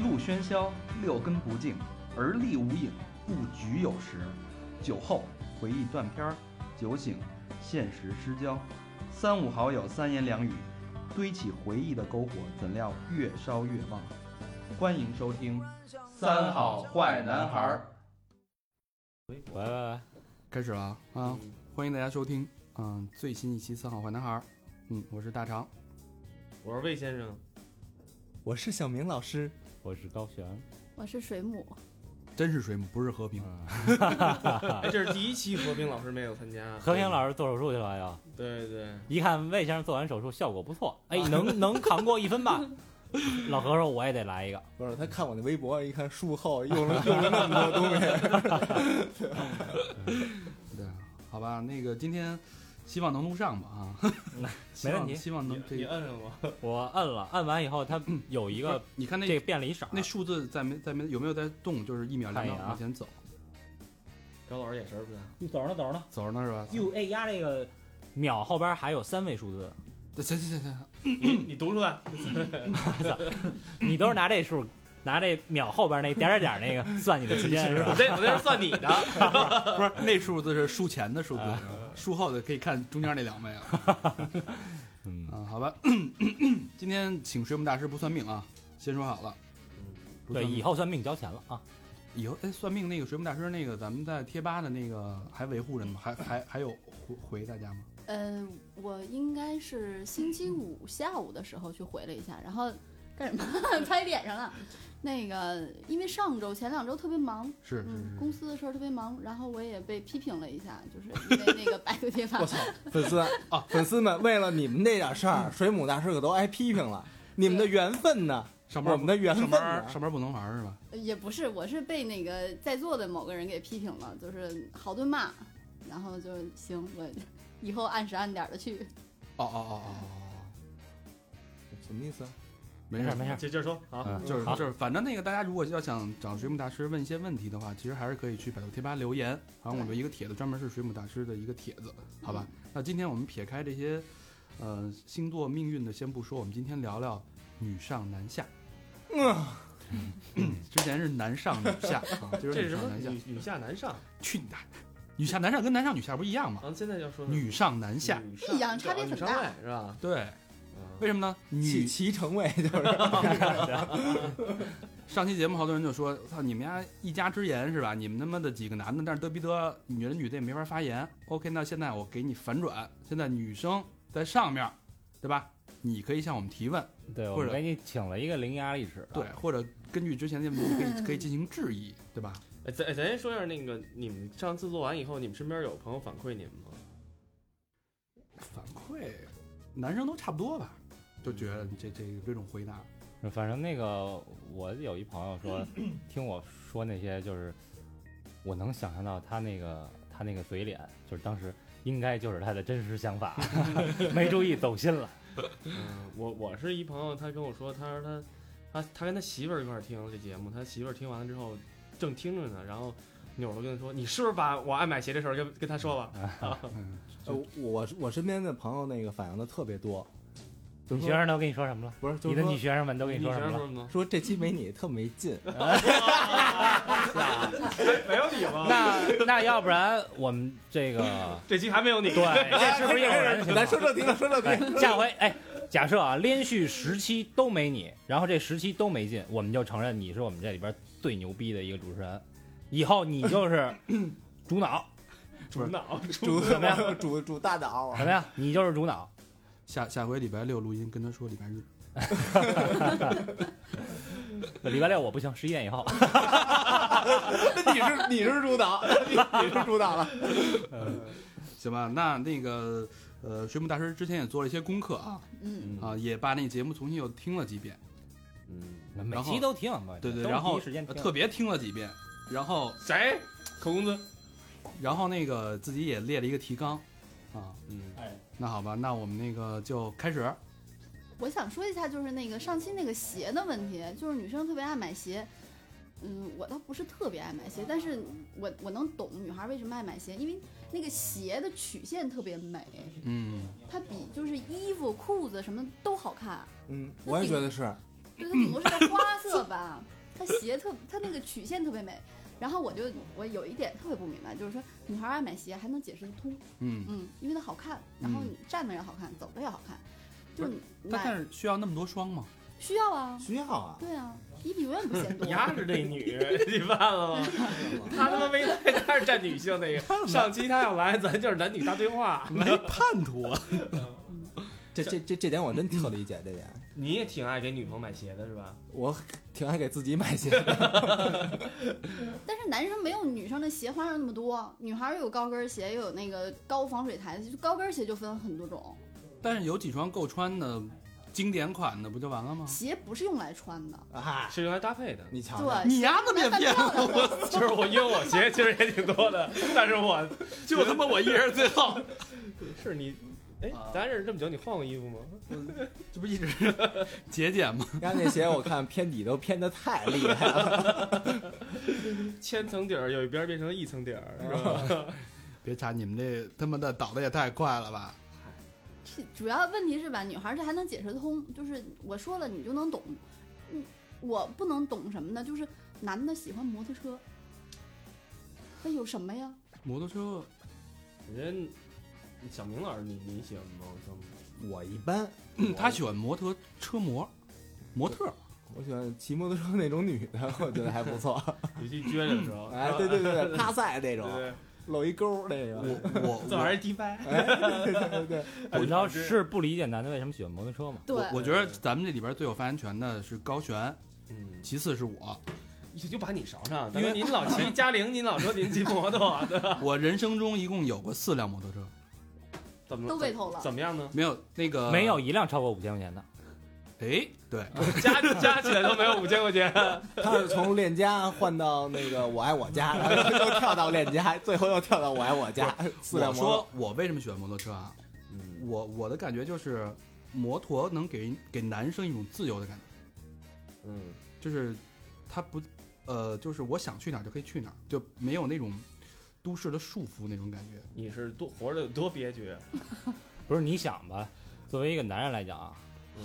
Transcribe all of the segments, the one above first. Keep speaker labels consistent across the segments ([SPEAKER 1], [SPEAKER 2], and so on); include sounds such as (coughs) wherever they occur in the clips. [SPEAKER 1] 路喧嚣，六根不净，而立无影，不局有时。酒后回忆断片儿，酒醒现实失焦。三五好友三言两语，堆起回忆的篝火，怎料越烧越旺。欢迎收听《三好坏男孩儿》。
[SPEAKER 2] 喂喂喂，
[SPEAKER 3] 开始了啊！啊欢迎大家收听，嗯，最新一期《三好坏男孩》，儿》，嗯，我是大长，
[SPEAKER 4] 我是魏先生，
[SPEAKER 5] 我是小明老师，
[SPEAKER 2] 我是高璇。
[SPEAKER 6] 我是水母，
[SPEAKER 3] 真是水母，不是和平。
[SPEAKER 2] 嗯，
[SPEAKER 4] 哎，这是第一期和平老师没有参加，
[SPEAKER 2] 啊和平老师做手术去了呀？
[SPEAKER 4] 对对，
[SPEAKER 2] 一看魏先生做完手术效果不 (laughs) 错，哎，能能扛过一分半。 (laughs) 老何说我也得来一个，
[SPEAKER 5] 不是他看我那微博，一看术后用了用了那么多东西，
[SPEAKER 3] 对，好吧，那个今天希望能录上吧啊，希
[SPEAKER 2] (laughs) 没
[SPEAKER 3] 望
[SPEAKER 2] 问题
[SPEAKER 3] 希望能
[SPEAKER 4] 你
[SPEAKER 3] 这
[SPEAKER 4] 你
[SPEAKER 3] 个。
[SPEAKER 4] 摁了吗？
[SPEAKER 2] 我摁了，摁完以后它有一个
[SPEAKER 3] 你看那
[SPEAKER 2] 这个变了一色儿，
[SPEAKER 3] 那数字在没在没有没有在动，就是一秒两
[SPEAKER 2] 看一
[SPEAKER 3] 秒
[SPEAKER 2] 眼啊
[SPEAKER 3] 往前走，
[SPEAKER 4] 高老师眼神不对，
[SPEAKER 2] 走着呢走着呢，
[SPEAKER 3] 走着呢是吧？
[SPEAKER 2] 就 A 压这个秒后边还有三位数 (laughs) 字，
[SPEAKER 3] 行行行行，
[SPEAKER 4] 你你读出来，
[SPEAKER 2] 你都是拿这数。拿这秒后边那点儿点儿点儿那个算你的时间 (laughs) (laughs) 是
[SPEAKER 4] 我
[SPEAKER 2] 吧？
[SPEAKER 4] 这我这是算你的，
[SPEAKER 3] (laughs) 不是那数字是数前的数字
[SPEAKER 2] 啊，
[SPEAKER 3] 数后的可以看中间那两位啊。
[SPEAKER 2] (laughs) 嗯，
[SPEAKER 3] 啊，好吧， (clears throat) 今天请水母大师不算命啊，先说好了。不算
[SPEAKER 2] 嗯对，
[SPEAKER 3] 命
[SPEAKER 2] 以后算命交钱了啊。
[SPEAKER 3] 以后哎，算命那个水母大师那个，咱们在贴吧的那个还维护着吗？还还还有回回大家吗？
[SPEAKER 6] 呃，我应该是星期五下午的时候去回了一下，然后干什么？ (laughs) 拍脸上了。那个，因为上周前两周特别忙，
[SPEAKER 3] 是是
[SPEAKER 6] 嗯，
[SPEAKER 3] 是，
[SPEAKER 6] 公司的事儿特别忙，然后我也被批评了一下，就是因为那个 (laughs) 百度贴吧
[SPEAKER 5] 我。操！粉丝啊，粉丝们，为了你们这点事儿，水母大师可都挨批评了。你们的缘分呢？
[SPEAKER 3] 上班
[SPEAKER 5] 我们的缘分
[SPEAKER 3] 上班
[SPEAKER 5] 呢？
[SPEAKER 3] 上班不能玩是吧？
[SPEAKER 6] 也不是，我是被那个在座的某个人给批评了，就是好顿骂，然后就行，我以后按时按点的去。
[SPEAKER 3] 哦哦哦哦哦，
[SPEAKER 5] 什么意思啊？
[SPEAKER 3] 没
[SPEAKER 2] (laughs) 没
[SPEAKER 3] 事
[SPEAKER 2] 事没事，
[SPEAKER 4] 接接着说啊，
[SPEAKER 3] 嗯，就是
[SPEAKER 2] 好
[SPEAKER 3] 就是，反正那个大家如果要想找水母大师问一些问题的话，其实还是可以去百度贴吧留言。然后我们有一个帖子专门是水母大师的一个帖子，好吧？
[SPEAKER 4] 嗯
[SPEAKER 3] 那今天我们撇开这些，呃，星座命运的先不说，我们今天聊聊女上男下。嗯， (clears throat) 之前是男上女下啊，今
[SPEAKER 4] 这
[SPEAKER 3] 儿
[SPEAKER 4] 是
[SPEAKER 3] 女
[SPEAKER 4] 什
[SPEAKER 3] 上
[SPEAKER 4] 么
[SPEAKER 3] 男下。
[SPEAKER 4] 女女下男上，
[SPEAKER 3] 去你的！ (laughs) 女下男上跟男上女下不一样吗？
[SPEAKER 4] 咱现在要说
[SPEAKER 3] 女上男下，
[SPEAKER 4] 女
[SPEAKER 6] 一样哎差别很大
[SPEAKER 4] 上位是吧？
[SPEAKER 3] 对，
[SPEAKER 4] 啊
[SPEAKER 3] 为什么呢？
[SPEAKER 5] 其
[SPEAKER 3] 女
[SPEAKER 5] 其成位就是
[SPEAKER 3] 上期节目好多人就说：“操，你们家一家之言是吧？你们他妈的几个男的，但是嘚逼嘚，女人女的也没法发言。OK，那现在我给你反转，现在女生在上面，对吧？你可以向我们提问，
[SPEAKER 2] 对，我
[SPEAKER 3] 或者
[SPEAKER 2] 们给你请了一个伶牙俐齿的。
[SPEAKER 3] 对，或者根据之前的问题可以可以进行质疑，对吧？
[SPEAKER 4] 哎咱哎咱先说一下那个，你们上次做完以后，你们身边有朋友反馈你们吗？
[SPEAKER 3] 反馈，男生都差不多吧，就觉得你这这这种回答，
[SPEAKER 2] 反正那个我有一朋友说，听我说那些，就是我能想象到他那个他那个嘴脸，就是当时应该就是他的真实想
[SPEAKER 5] (laughs)
[SPEAKER 2] 法， (laughs) 没注意走心了。
[SPEAKER 4] 嗯，我我是一朋友，他跟我说，他说他他他跟他媳妇儿一块儿听这节目，他媳妇儿听完了之后正听着呢，然后扭头跟他说：“你是不是把我爱买鞋这事儿跟跟他说了
[SPEAKER 3] 嗯，
[SPEAKER 5] 呃我我身边的朋友那个反映的特别多， (laughs) 就
[SPEAKER 2] 女
[SPEAKER 5] 是
[SPEAKER 2] 学
[SPEAKER 5] 说
[SPEAKER 2] 生都跟你说什么了？
[SPEAKER 5] 不是，就
[SPEAKER 2] 你
[SPEAKER 5] 是
[SPEAKER 2] 的女
[SPEAKER 5] 说
[SPEAKER 2] 学生们都？”跟
[SPEAKER 4] 你
[SPEAKER 2] 你说
[SPEAKER 4] 学
[SPEAKER 2] 什么
[SPEAKER 4] 生说
[SPEAKER 2] 了？
[SPEAKER 4] 什么？
[SPEAKER 5] 说这期没你特没劲，
[SPEAKER 4] 没有你吗？
[SPEAKER 2] 那那要不然我们这
[SPEAKER 5] (laughs)
[SPEAKER 2] 个
[SPEAKER 4] (laughs) 这期还没有你。
[SPEAKER 2] 对，
[SPEAKER 4] (laughs) 哎
[SPEAKER 2] 这是不是一个偶然的情
[SPEAKER 5] 来说
[SPEAKER 2] 况？
[SPEAKER 5] 正题了，说正
[SPEAKER 2] (laughs)
[SPEAKER 5] 题。
[SPEAKER 2] 哎，下回哎，假设啊，连续十期都没你，然后这十期都没进，我们就承认你是我们这里边最牛逼的一个主持人，以后你就是 (laughs) 主脑，
[SPEAKER 4] 主脑，
[SPEAKER 5] 主
[SPEAKER 2] 怎么样？
[SPEAKER 5] (laughs) 主主大岛
[SPEAKER 2] 什么呀？你就是主脑。
[SPEAKER 3] 下下回礼拜六录音，跟他说礼拜日，
[SPEAKER 2] 礼拜六我不行，十一点以后。
[SPEAKER 5] (laughs) 你是你是主导， (laughs) 你是主导了。
[SPEAKER 3] 行吧？那那个呃，水母大师之前也做了一些功课啊，
[SPEAKER 6] 嗯，
[SPEAKER 3] 啊，也把那节目重新又听了几遍。
[SPEAKER 4] 嗯，
[SPEAKER 2] 每
[SPEAKER 3] 然后
[SPEAKER 2] 期都 (laughs) 听，
[SPEAKER 3] 对对，
[SPEAKER 2] 都是
[SPEAKER 3] 然
[SPEAKER 2] 第
[SPEAKER 3] 后
[SPEAKER 2] 一时间听
[SPEAKER 3] 呃特别听了几遍，然后
[SPEAKER 4] 谁？扣工资。
[SPEAKER 3] 然后那个自己也列了一个提纲，啊，
[SPEAKER 4] 嗯，
[SPEAKER 3] 那好吧，那我们那个就开始，
[SPEAKER 6] 我想说一下，就是那个上期那个鞋的问题，就是女生特别爱买鞋。嗯，我倒不是特别爱买鞋，但是我我能懂女孩为什么爱买鞋，因为那个鞋的曲线特别美，
[SPEAKER 3] 嗯，
[SPEAKER 6] 它比就是衣服、裤子什么都好看。
[SPEAKER 5] 嗯，我也觉得是，
[SPEAKER 6] 对，它顶多是个花色吧，它鞋特它那个曲线特别美。然后我就我有一点特别不明白，就是说女孩爱买鞋还能解释得通，
[SPEAKER 3] 嗯，
[SPEAKER 6] 嗯，因为它好看，然后
[SPEAKER 3] 嗯
[SPEAKER 6] 你站的也好看，走的也好看，就
[SPEAKER 3] 不是
[SPEAKER 6] 是
[SPEAKER 3] 但但
[SPEAKER 6] 买
[SPEAKER 3] 是需要那么多双吗？
[SPEAKER 6] 需要啊，
[SPEAKER 5] 需要啊，
[SPEAKER 6] 对啊，衣服永远不
[SPEAKER 4] (laughs)
[SPEAKER 6] 嫌多。
[SPEAKER 4] 丫是那女， (laughs) 你犯了吗？他他妈没来，他是占女性那个。上期他要来，咱就是男女大对话。
[SPEAKER 3] 没叛徒
[SPEAKER 2] (laughs)
[SPEAKER 3] 啊，
[SPEAKER 5] 这这这这点我真特理解，这点
[SPEAKER 4] 你也挺爱给女朋友买鞋的是吧？
[SPEAKER 5] 我挺爱给自己买鞋的。
[SPEAKER 6] 但是男生没有女生的鞋花样那么多，女孩儿有高跟鞋，又有那个高防水台的，就高跟鞋就分很多种。
[SPEAKER 3] 但是有几双够穿的，经典款的不就完了吗？
[SPEAKER 6] 鞋不是用来穿的，
[SPEAKER 5] 啊，
[SPEAKER 4] 是用来搭配 (laughs) 的。
[SPEAKER 5] 你瞧瞧，
[SPEAKER 6] 对，
[SPEAKER 3] 你丫怎么也
[SPEAKER 6] 那
[SPEAKER 3] 变
[SPEAKER 6] 漂亮的。
[SPEAKER 4] 就是我，因为我鞋其实也挺多的，但是我
[SPEAKER 3] 就他妈我一人最
[SPEAKER 2] (laughs)
[SPEAKER 3] 好，
[SPEAKER 4] 是你，哎
[SPEAKER 3] 啊，
[SPEAKER 4] 咱认识这么久，你换过衣服吗？
[SPEAKER 3] 这不一
[SPEAKER 2] (laughs)
[SPEAKER 3] 直节俭吗？
[SPEAKER 5] 刚那鞋我看偏底都偏的太厉害了，
[SPEAKER 4] 千层底儿有一边变成一层底儿，是吧？
[SPEAKER 3] 别查，你们这他妈的倒的也太快了吧！
[SPEAKER 6] 这主要问题是吧，女孩儿这还能解释得通，就是我说了你就能懂。嗯，我不能懂什么呢？就是男的喜欢摩托车，那有什么呀？
[SPEAKER 3] 摩托车
[SPEAKER 4] 人小明老师，你你喜欢摩托车吗？
[SPEAKER 5] 我一般，
[SPEAKER 3] 嗯他喜欢摩托车模，模特儿
[SPEAKER 5] 我喜欢骑摩托车那种女的，我觉得还不错。
[SPEAKER 4] 尤其撅着的时候，
[SPEAKER 5] 哎，对对对
[SPEAKER 4] (laughs)
[SPEAKER 5] 对，趴赛那
[SPEAKER 4] 哦对
[SPEAKER 5] 种，
[SPEAKER 4] 对，
[SPEAKER 5] 露一沟那
[SPEAKER 3] 我
[SPEAKER 5] 个。
[SPEAKER 3] 我
[SPEAKER 4] 这玩意儿低掰。
[SPEAKER 5] (laughs)
[SPEAKER 2] 我知道是不理解男的为什么喜欢摩托车嘛？
[SPEAKER 6] 对，
[SPEAKER 3] 我我觉得咱们这里边最有发言权的是高璇，
[SPEAKER 4] 嗯，
[SPEAKER 3] 其次是我。
[SPEAKER 4] 就就把你捎上，
[SPEAKER 3] 因
[SPEAKER 4] 因
[SPEAKER 3] 为
[SPEAKER 4] 为您老骑嘉陵，您老说您骑摩托，对吧？
[SPEAKER 3] 我人生中一共有过四辆摩托车，
[SPEAKER 4] 怎么
[SPEAKER 6] 都被偷了
[SPEAKER 4] 怎么样呢？
[SPEAKER 3] 没有那个
[SPEAKER 2] 没有。一辆超过五千块钱的。
[SPEAKER 3] 哎，对，
[SPEAKER 4] 加加起来都没有五千块钱，
[SPEAKER 5] 他是从链家换到那个我爱我家， (laughs) 然后又跳到链家，最后又跳到我爱我家。四辆
[SPEAKER 3] 我
[SPEAKER 5] 摩托
[SPEAKER 3] 说我为什么喜欢摩托车啊？我我的感觉就是，摩托能给给男生一种自由的感觉，
[SPEAKER 4] 嗯，
[SPEAKER 3] 就是他不，呃，就是我想去哪儿就可以去哪儿，就没有那种都市的束缚那种感觉。
[SPEAKER 4] 你是多活着有多憋屈？
[SPEAKER 2] 不是你想吧，作为一个男人来讲啊，
[SPEAKER 4] 嗯，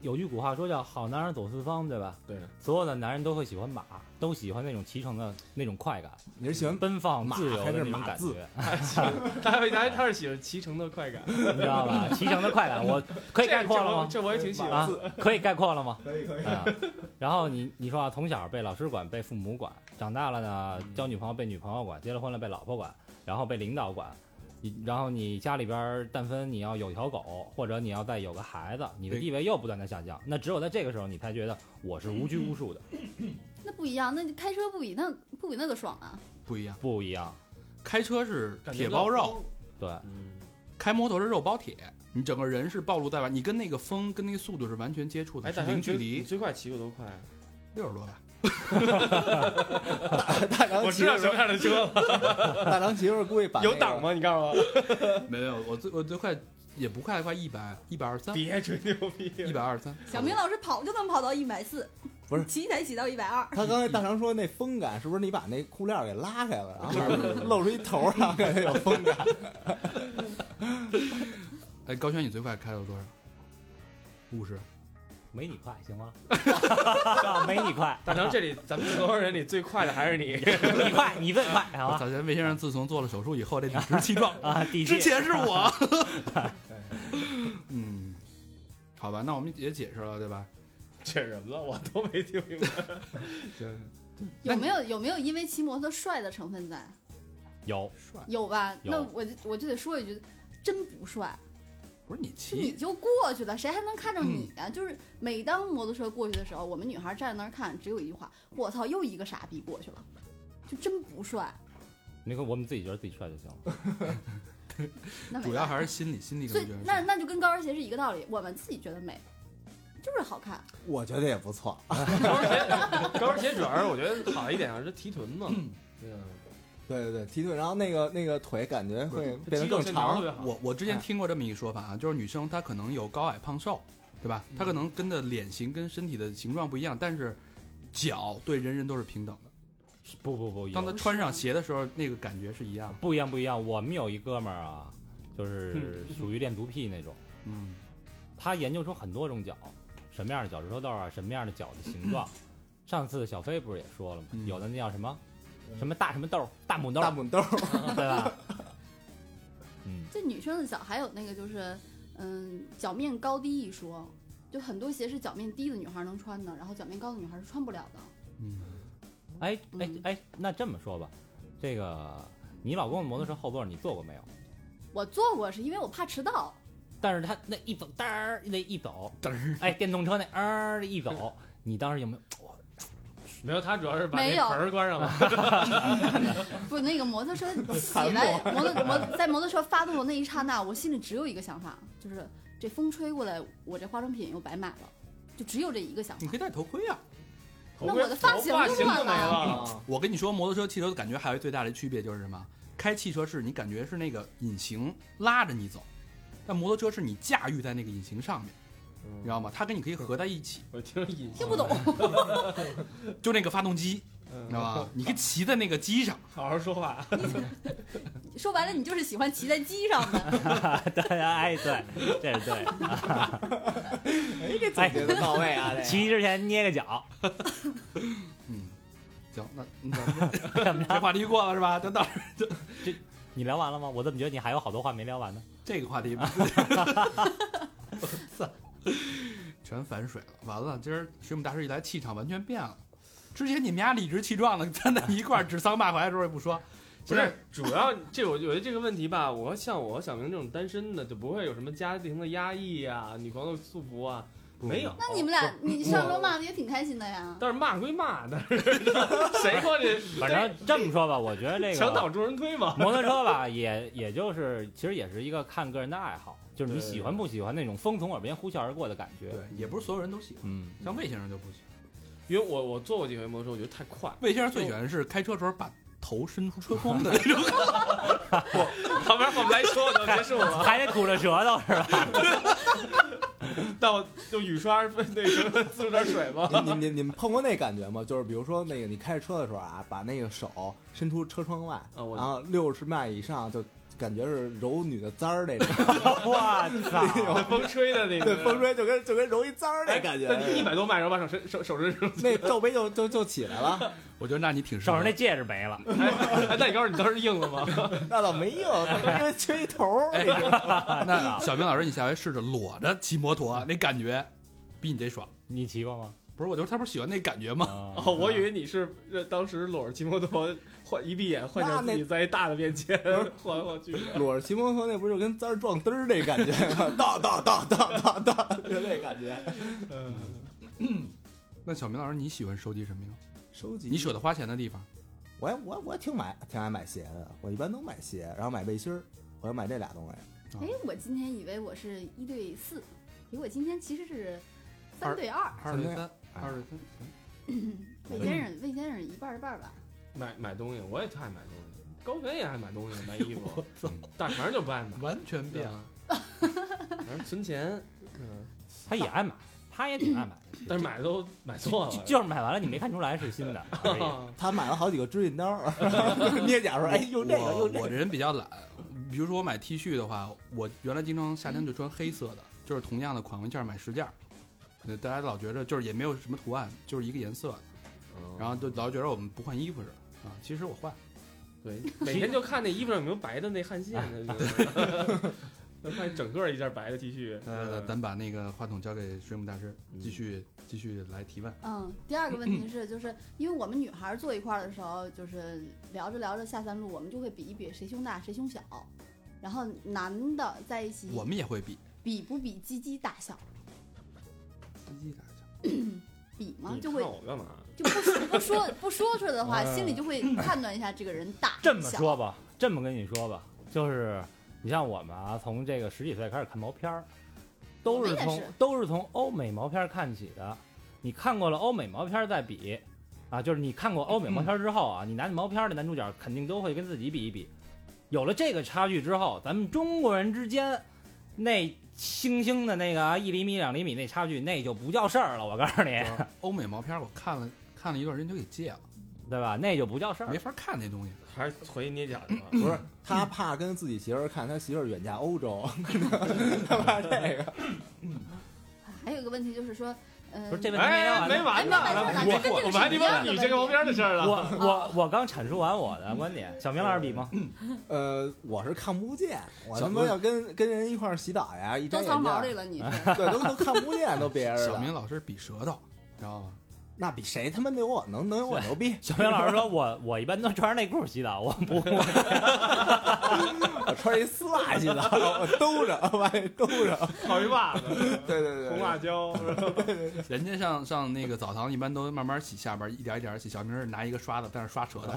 [SPEAKER 2] 有句古话说叫“好男人走四方”，对吧？
[SPEAKER 4] 对，
[SPEAKER 2] 所有的男人都会喜欢马，都喜欢那种骑乘的那种快感，
[SPEAKER 5] 你是喜欢
[SPEAKER 2] 奔放
[SPEAKER 5] 马
[SPEAKER 2] 自由
[SPEAKER 5] 还
[SPEAKER 2] 的那
[SPEAKER 5] 是
[SPEAKER 2] 种
[SPEAKER 5] 马
[SPEAKER 2] 感
[SPEAKER 5] 字
[SPEAKER 2] 觉，
[SPEAKER 4] 他喜欢他他他是喜欢骑乘的快感，
[SPEAKER 2] 你知道吧？骑乘的快感，我可以概括了吗？
[SPEAKER 4] 这我这我也挺喜欢。
[SPEAKER 2] 啊，可以概括
[SPEAKER 3] (laughs)
[SPEAKER 2] 了吗？
[SPEAKER 5] 可以可以
[SPEAKER 2] 啊，然后你你说啊，从小被老师管，被父母管，长大了呢，交女朋友被女朋友管，结了婚了被老婆管，然后被领导管，你然后你家里边儿但凡你要有条狗，或者你要再有个孩子，你的
[SPEAKER 3] 对
[SPEAKER 2] 地位又不断的下降，那只有在这个时候，你才觉得我是无拘无束的，
[SPEAKER 3] 嗯
[SPEAKER 6] 那不一样，那你开车不比那不比那个爽啊？
[SPEAKER 3] 不一样，
[SPEAKER 2] 不一样，
[SPEAKER 3] 开车是
[SPEAKER 4] 感觉
[SPEAKER 3] 铁
[SPEAKER 4] 到
[SPEAKER 3] 包肉，
[SPEAKER 2] 对，
[SPEAKER 4] 嗯，
[SPEAKER 3] 开摩托是肉包铁，你整个人是暴露在外，你跟那个风跟那个速度是完全接触的，
[SPEAKER 4] 哎，
[SPEAKER 3] 是
[SPEAKER 4] 大哥，
[SPEAKER 3] 零
[SPEAKER 4] 你
[SPEAKER 3] 距
[SPEAKER 4] 最你
[SPEAKER 3] 离，
[SPEAKER 4] 最快骑过多快？
[SPEAKER 3] 六十多吧。
[SPEAKER 5] 大长骑着
[SPEAKER 4] 什么样的 (laughs) 车了，
[SPEAKER 5] 大长骑着故意把那
[SPEAKER 4] 有
[SPEAKER 5] 个
[SPEAKER 4] 档？吗？你告诉 (laughs) 我，
[SPEAKER 3] 没有，我最我最快也不快，快一百一百二三，
[SPEAKER 4] 别吹牛逼。
[SPEAKER 3] 一百二三。
[SPEAKER 6] 小明老师跑就能跑到一百四，
[SPEAKER 5] 不是
[SPEAKER 6] 骑才骑到一百二，
[SPEAKER 5] 他刚才大长说那风感是不是你把那裤链给拉开了，然
[SPEAKER 3] 不是不是
[SPEAKER 5] 后露出一头，然后感觉有风感？
[SPEAKER 3] 哎，高轩，你最快开到多少？五十。
[SPEAKER 2] 没你快行吗？啊， (laughs) 没你
[SPEAKER 3] (laughs)
[SPEAKER 2] 快，
[SPEAKER 4] 大成，这里咱们所有人里最快的还是 (laughs) 你。
[SPEAKER 2] 你快，你最快，好
[SPEAKER 4] 啊
[SPEAKER 2] 吧？。
[SPEAKER 3] 早前魏先生自从做了手术以后，这理直气壮
[SPEAKER 2] 啊，第一
[SPEAKER 3] 之前是我。嗯，好吧，那我们也解释了，对吧？
[SPEAKER 4] 这什么了？我都没听明白。
[SPEAKER 6] 有没有有没有因为骑摩托帅的成分在？
[SPEAKER 2] 有
[SPEAKER 6] 有吧？
[SPEAKER 2] 有
[SPEAKER 6] 那我就我就得说一句，真不帅，
[SPEAKER 3] 不是你
[SPEAKER 6] 就你
[SPEAKER 3] 骑，
[SPEAKER 6] 就过去了，谁还能看着你啊？
[SPEAKER 3] 嗯
[SPEAKER 6] 就是每当摩托车过去的时候，我们女孩站在那儿看，只有一句话：我操，又一个傻逼过去了，就真不帅。
[SPEAKER 2] 你看我们自己觉得自己帅就行了，
[SPEAKER 6] 那没
[SPEAKER 3] 主要
[SPEAKER 6] 办法
[SPEAKER 3] 还是心理心理
[SPEAKER 6] 所
[SPEAKER 3] 感
[SPEAKER 6] 以
[SPEAKER 3] 觉。
[SPEAKER 6] 那那就跟高跟鞋是一个道理，我们自己觉得美，就是好看。
[SPEAKER 5] 我觉得也不错。
[SPEAKER 4] 高跟鞋，高跟鞋主要是我觉得好一点啊，是提臀嘛。对啊，
[SPEAKER 5] 对对对，踢腿，然后那个那个腿感觉会变得
[SPEAKER 4] 肌肉
[SPEAKER 5] 更
[SPEAKER 4] 线条特
[SPEAKER 5] 长。
[SPEAKER 4] 别好。
[SPEAKER 3] 我我之前听过这么一个说法啊，就是女生她可能有高矮胖瘦，对吧？她可能跟的脸型跟身体的形状不一样，但是脚对人人都是平等的。
[SPEAKER 2] 不不不，有
[SPEAKER 3] 当她穿上鞋的时候，那个感觉是一样的。
[SPEAKER 2] 不一样，不一样。我们有一哥们儿啊，
[SPEAKER 5] 嗯
[SPEAKER 2] 就是属于恋足癖那种，
[SPEAKER 3] 嗯，
[SPEAKER 2] 他研究出很多种脚，什么样的脚趾头豆啊，什么样的脚的形
[SPEAKER 5] (laughs)
[SPEAKER 2] 状。上次小飞不是也说了吗？
[SPEAKER 3] 嗯
[SPEAKER 2] 有的那叫什么什么大什么豆儿，大母豆儿，
[SPEAKER 5] 大母豆儿，
[SPEAKER 2] (laughs) 对吧？
[SPEAKER 5] (laughs)
[SPEAKER 2] 嗯，
[SPEAKER 6] 这女生的脚还有那个就是，嗯，脚面高低一说，就很多鞋是脚面低的女孩能穿的，然后脚面高的女孩是穿不了的。
[SPEAKER 3] 嗯，
[SPEAKER 2] 哎哎
[SPEAKER 6] 嗯
[SPEAKER 2] 哎，那这么说吧，这个你老公的摩托车后座你坐过没有？
[SPEAKER 6] 我坐过是因为我怕迟到，
[SPEAKER 2] 但是他那一走嘚儿那一走嘚儿，哎，电动车那儿一
[SPEAKER 5] (laughs)
[SPEAKER 2] 走，你当时有没有？ (laughs)
[SPEAKER 4] 没有，他主要是把那
[SPEAKER 6] 没有
[SPEAKER 4] 盆儿关上了。
[SPEAKER 6] 不，那个摩托车起来，摩托摩在摩托车发动的那一刹那，我心里只有一个想法，就是这风吹过来，我这化妆品又白买了，就只有这一个想法
[SPEAKER 3] 你。可以戴头盔啊。
[SPEAKER 6] 那我的发型
[SPEAKER 4] 头发型
[SPEAKER 6] 就
[SPEAKER 4] 就没
[SPEAKER 6] 乱了
[SPEAKER 4] 了。
[SPEAKER 3] 我跟你说，摩托车、汽车的感觉还有一最大的区别就是什么？开汽车是你感觉是那个引擎拉着你走，但摩托车是你驾驭在那个引擎上面，你知道吗？它跟你可以合在一起，
[SPEAKER 4] 我听着隐
[SPEAKER 6] 嗯听不懂，
[SPEAKER 3] 就那个发动机，你
[SPEAKER 4] 嗯
[SPEAKER 3] 知道吧？你可以骑在那个机上，
[SPEAKER 4] 好好说话。
[SPEAKER 6] (laughs) 说白了你就是喜欢骑在机上的。
[SPEAKER 2] 对哎，对，这是对。
[SPEAKER 5] 哎，这总结的到位
[SPEAKER 4] 哎
[SPEAKER 5] 啊！这
[SPEAKER 2] 骑之前捏个脚，
[SPEAKER 3] 嗯。行，那嗯咱们这话题过了是吧？就到
[SPEAKER 2] 你聊完了吗？我怎么觉得你还有好多话没聊完呢？
[SPEAKER 3] 这个话题， (laughs) 我操，全反水了。完了，今儿水母大师一来，气场完全变了。之前你们俩理直气壮的站在一块儿指桑骂槐的时候也不说，
[SPEAKER 4] 不是，主要这我我觉得这个问题吧，我像我和小明这种单身的，就不会有什么家庭的压抑啊、女朋友的束缚啊，没有。
[SPEAKER 6] (laughs) 那你们俩，你上周骂的也挺开心的呀。
[SPEAKER 4] 但是骂归骂，但是 (laughs) 谁说这
[SPEAKER 2] 反正这么说吧，我觉得这
[SPEAKER 4] 墙倒 (laughs)
[SPEAKER 2] 个
[SPEAKER 4] 众人推嘛？
[SPEAKER 2] 摩托车吧，也也就是其实也是一个看个人的爱好，就是你
[SPEAKER 4] 对
[SPEAKER 2] 喜欢不喜欢那种风从耳边呼啸而过的感觉。
[SPEAKER 3] 对，也不是所有人都喜欢，
[SPEAKER 2] 嗯，
[SPEAKER 3] 像魏先生就不喜欢。
[SPEAKER 4] 因为我我坐过几回摩托车，我觉得太快，
[SPEAKER 3] 魏先生最喜欢是开车时候把头伸出车窗的那种，
[SPEAKER 4] 旁边换不来车我就结束 (laughs) 了。
[SPEAKER 2] 还得吐着舌头是吧？
[SPEAKER 4] 那我就雨刷那什么滋点水
[SPEAKER 5] (laughs)
[SPEAKER 4] 吧。
[SPEAKER 5] 你你你你们碰过那感觉吗？就是比如说那个你开着车的时候啊，把那个手伸出车窗外，
[SPEAKER 4] 啊我
[SPEAKER 5] 然后六十迈以上就感觉是揉女的簪儿那种，
[SPEAKER 2] 我
[SPEAKER 4] (laughs)
[SPEAKER 2] 操！
[SPEAKER 4] 风吹的那个
[SPEAKER 5] (laughs) 对，风吹就跟就跟揉一簪儿那感觉
[SPEAKER 4] 哎，那你一百多迈，然后把手伸手手伸出去，
[SPEAKER 5] 那皱眉就就就起来了。
[SPEAKER 3] 我觉得那你挺适
[SPEAKER 2] 手
[SPEAKER 3] 合
[SPEAKER 2] 上那戒指没了，
[SPEAKER 4] 哎，哎那你告诉我你当时硬了吗？
[SPEAKER 5] 那倒没有，因为缺一头儿。你知道吗
[SPEAKER 3] (laughs) 那小明老师，你下回试着裸着骑摩托，那感觉比你这爽。
[SPEAKER 2] 你骑过吗？
[SPEAKER 3] 不是，我就是他不是喜欢那感觉吗？
[SPEAKER 2] 啊
[SPEAKER 4] (laughs) 哦，我以为你是呃当时裸着骑摩托，幻一闭眼幻想自己在一大的面前 (laughs) 晃来晃去。
[SPEAKER 5] 裸着骑摩托那不就跟簪儿撞嘚儿那感觉吗？哒哒哒哒哒哒，就那感觉。
[SPEAKER 4] 嗯，
[SPEAKER 3] 那小明老师，你喜欢收集什么呀？
[SPEAKER 5] 收集
[SPEAKER 3] 你舍得花钱的地方？
[SPEAKER 5] 我也我我挺买挺爱买鞋的，我一般都买鞋，然后买背心儿，我要买这俩东西。
[SPEAKER 6] 哎，我今天以为我是一对四，结果今天其实是三对二。
[SPEAKER 3] 二对三，二对三。
[SPEAKER 6] 魏先生，魏先生一半儿一半儿吧。
[SPEAKER 4] 买买东西，我也特爱买东西，高原也爱买东西，买衣服，大肠就不爱
[SPEAKER 5] 哎
[SPEAKER 4] 买，
[SPEAKER 3] 完全变了。
[SPEAKER 4] 了。反正存钱，嗯，
[SPEAKER 2] 他也爱买，他也挺爱买的，
[SPEAKER 4] (laughs) 但是买的都买 (laughs) 错
[SPEAKER 2] 就
[SPEAKER 4] 了。啊
[SPEAKER 2] 就是买完了你没看出来是新
[SPEAKER 4] (laughs)
[SPEAKER 2] 的而已。
[SPEAKER 5] 他买了好几个指甲刀儿， (laughs) 捏脚说：“哎，用这个，
[SPEAKER 3] 我
[SPEAKER 5] 用这
[SPEAKER 3] 我
[SPEAKER 5] 个。
[SPEAKER 3] 这人比较懒，比如说我买 T 恤的话，我原来经常夏天就穿黑色的，就是同样的款，我一下买十件儿。呃大家老觉着就是也没有什么图案，就是一个颜色，
[SPEAKER 4] 嗯
[SPEAKER 5] 哦
[SPEAKER 3] 然后就老觉着我们不换衣服似的啊。其实我换，
[SPEAKER 4] 对，每天就看那衣服上有没有白的那汗线， (laughs) 就看整个一件白的 T 恤。
[SPEAKER 3] 呃，咱把那个话筒交给水母大师，
[SPEAKER 4] 嗯
[SPEAKER 3] 继续继续来提问。
[SPEAKER 6] 嗯，第二个问题是，就是因为我们女孩儿坐一块儿的时候，就是聊着聊着下三路，我们就会比一比谁胸大谁胸小，然后男的在一起
[SPEAKER 5] 嗯
[SPEAKER 3] 我们也会比，
[SPEAKER 6] 比不比鸡鸡大小，比吗？
[SPEAKER 4] 你
[SPEAKER 6] 啊就
[SPEAKER 4] 看
[SPEAKER 6] 会
[SPEAKER 4] 我干嘛？
[SPEAKER 6] 就不说不说不说出来的话，心里就会判断一下这个人大
[SPEAKER 2] 哎这么
[SPEAKER 6] 小
[SPEAKER 2] 说吧，这么跟你说吧，就是你像我们啊，从这个十几岁开始看毛片儿，都
[SPEAKER 6] 我
[SPEAKER 2] 是
[SPEAKER 6] 们也
[SPEAKER 2] 从
[SPEAKER 6] 是
[SPEAKER 2] 都是从欧美毛片儿看起的。你看过了欧美毛片儿再比，啊，就是你看过欧美毛片儿之后啊，你拿那毛片儿的男主角肯定都会跟自己比一比。有了这个差距之后，咱们中国人之间那星星的那个啊一厘米、两厘米那差距，那就不叫事儿了。我告诉你，
[SPEAKER 3] 欧美毛片儿我看了看了一段时间就给戒了，
[SPEAKER 2] 对吧？那就不叫事儿
[SPEAKER 3] 没。法看那东西。
[SPEAKER 4] 还是回去捏脚去吧。
[SPEAKER 5] 不是他怕跟自己媳妇 (laughs) 儿看，他媳妇儿远嫁欧洲，他怕这个。
[SPEAKER 6] 还有一个问题就是说，嗯、
[SPEAKER 2] 不是这问题没聊
[SPEAKER 4] 哎，
[SPEAKER 2] 完
[SPEAKER 4] 没
[SPEAKER 2] 呢。
[SPEAKER 4] 完呢，
[SPEAKER 6] 哎没完呢
[SPEAKER 4] 我
[SPEAKER 6] 这跟这个
[SPEAKER 4] 我们还
[SPEAKER 6] 是
[SPEAKER 4] 得
[SPEAKER 6] 一样
[SPEAKER 4] 问
[SPEAKER 6] 的
[SPEAKER 4] 你这个毛边的事儿了。
[SPEAKER 2] 我我我刚阐述完我的观点，小明老师比吗？
[SPEAKER 5] 呃，我是看不见，我他
[SPEAKER 3] 小
[SPEAKER 5] 妈
[SPEAKER 3] 哥
[SPEAKER 5] 要跟跟人一块儿洗澡呀，一
[SPEAKER 6] 都
[SPEAKER 5] 张眼
[SPEAKER 6] 藏毛里
[SPEAKER 5] 睛，
[SPEAKER 6] 了你，
[SPEAKER 5] (laughs) 对，都都看不见，都别人
[SPEAKER 3] 小
[SPEAKER 5] 了。
[SPEAKER 3] 明老师比舌头，知道吗？
[SPEAKER 5] 那比谁他妈牛我能能有我牛逼？ (laughs)
[SPEAKER 2] 小明老师说我我一般都穿着内裤洗澡，我不
[SPEAKER 5] 我穿一丝袜洗澡，我兜着，我把这兜着。
[SPEAKER 4] 烤一袜子，
[SPEAKER 5] 对对
[SPEAKER 4] 红辣椒，
[SPEAKER 2] (laughs)
[SPEAKER 4] 是吧
[SPEAKER 3] 人家上上那个澡堂一般都慢慢洗下边，一点一点洗。小明是拿一个刷子，但是刷舌头，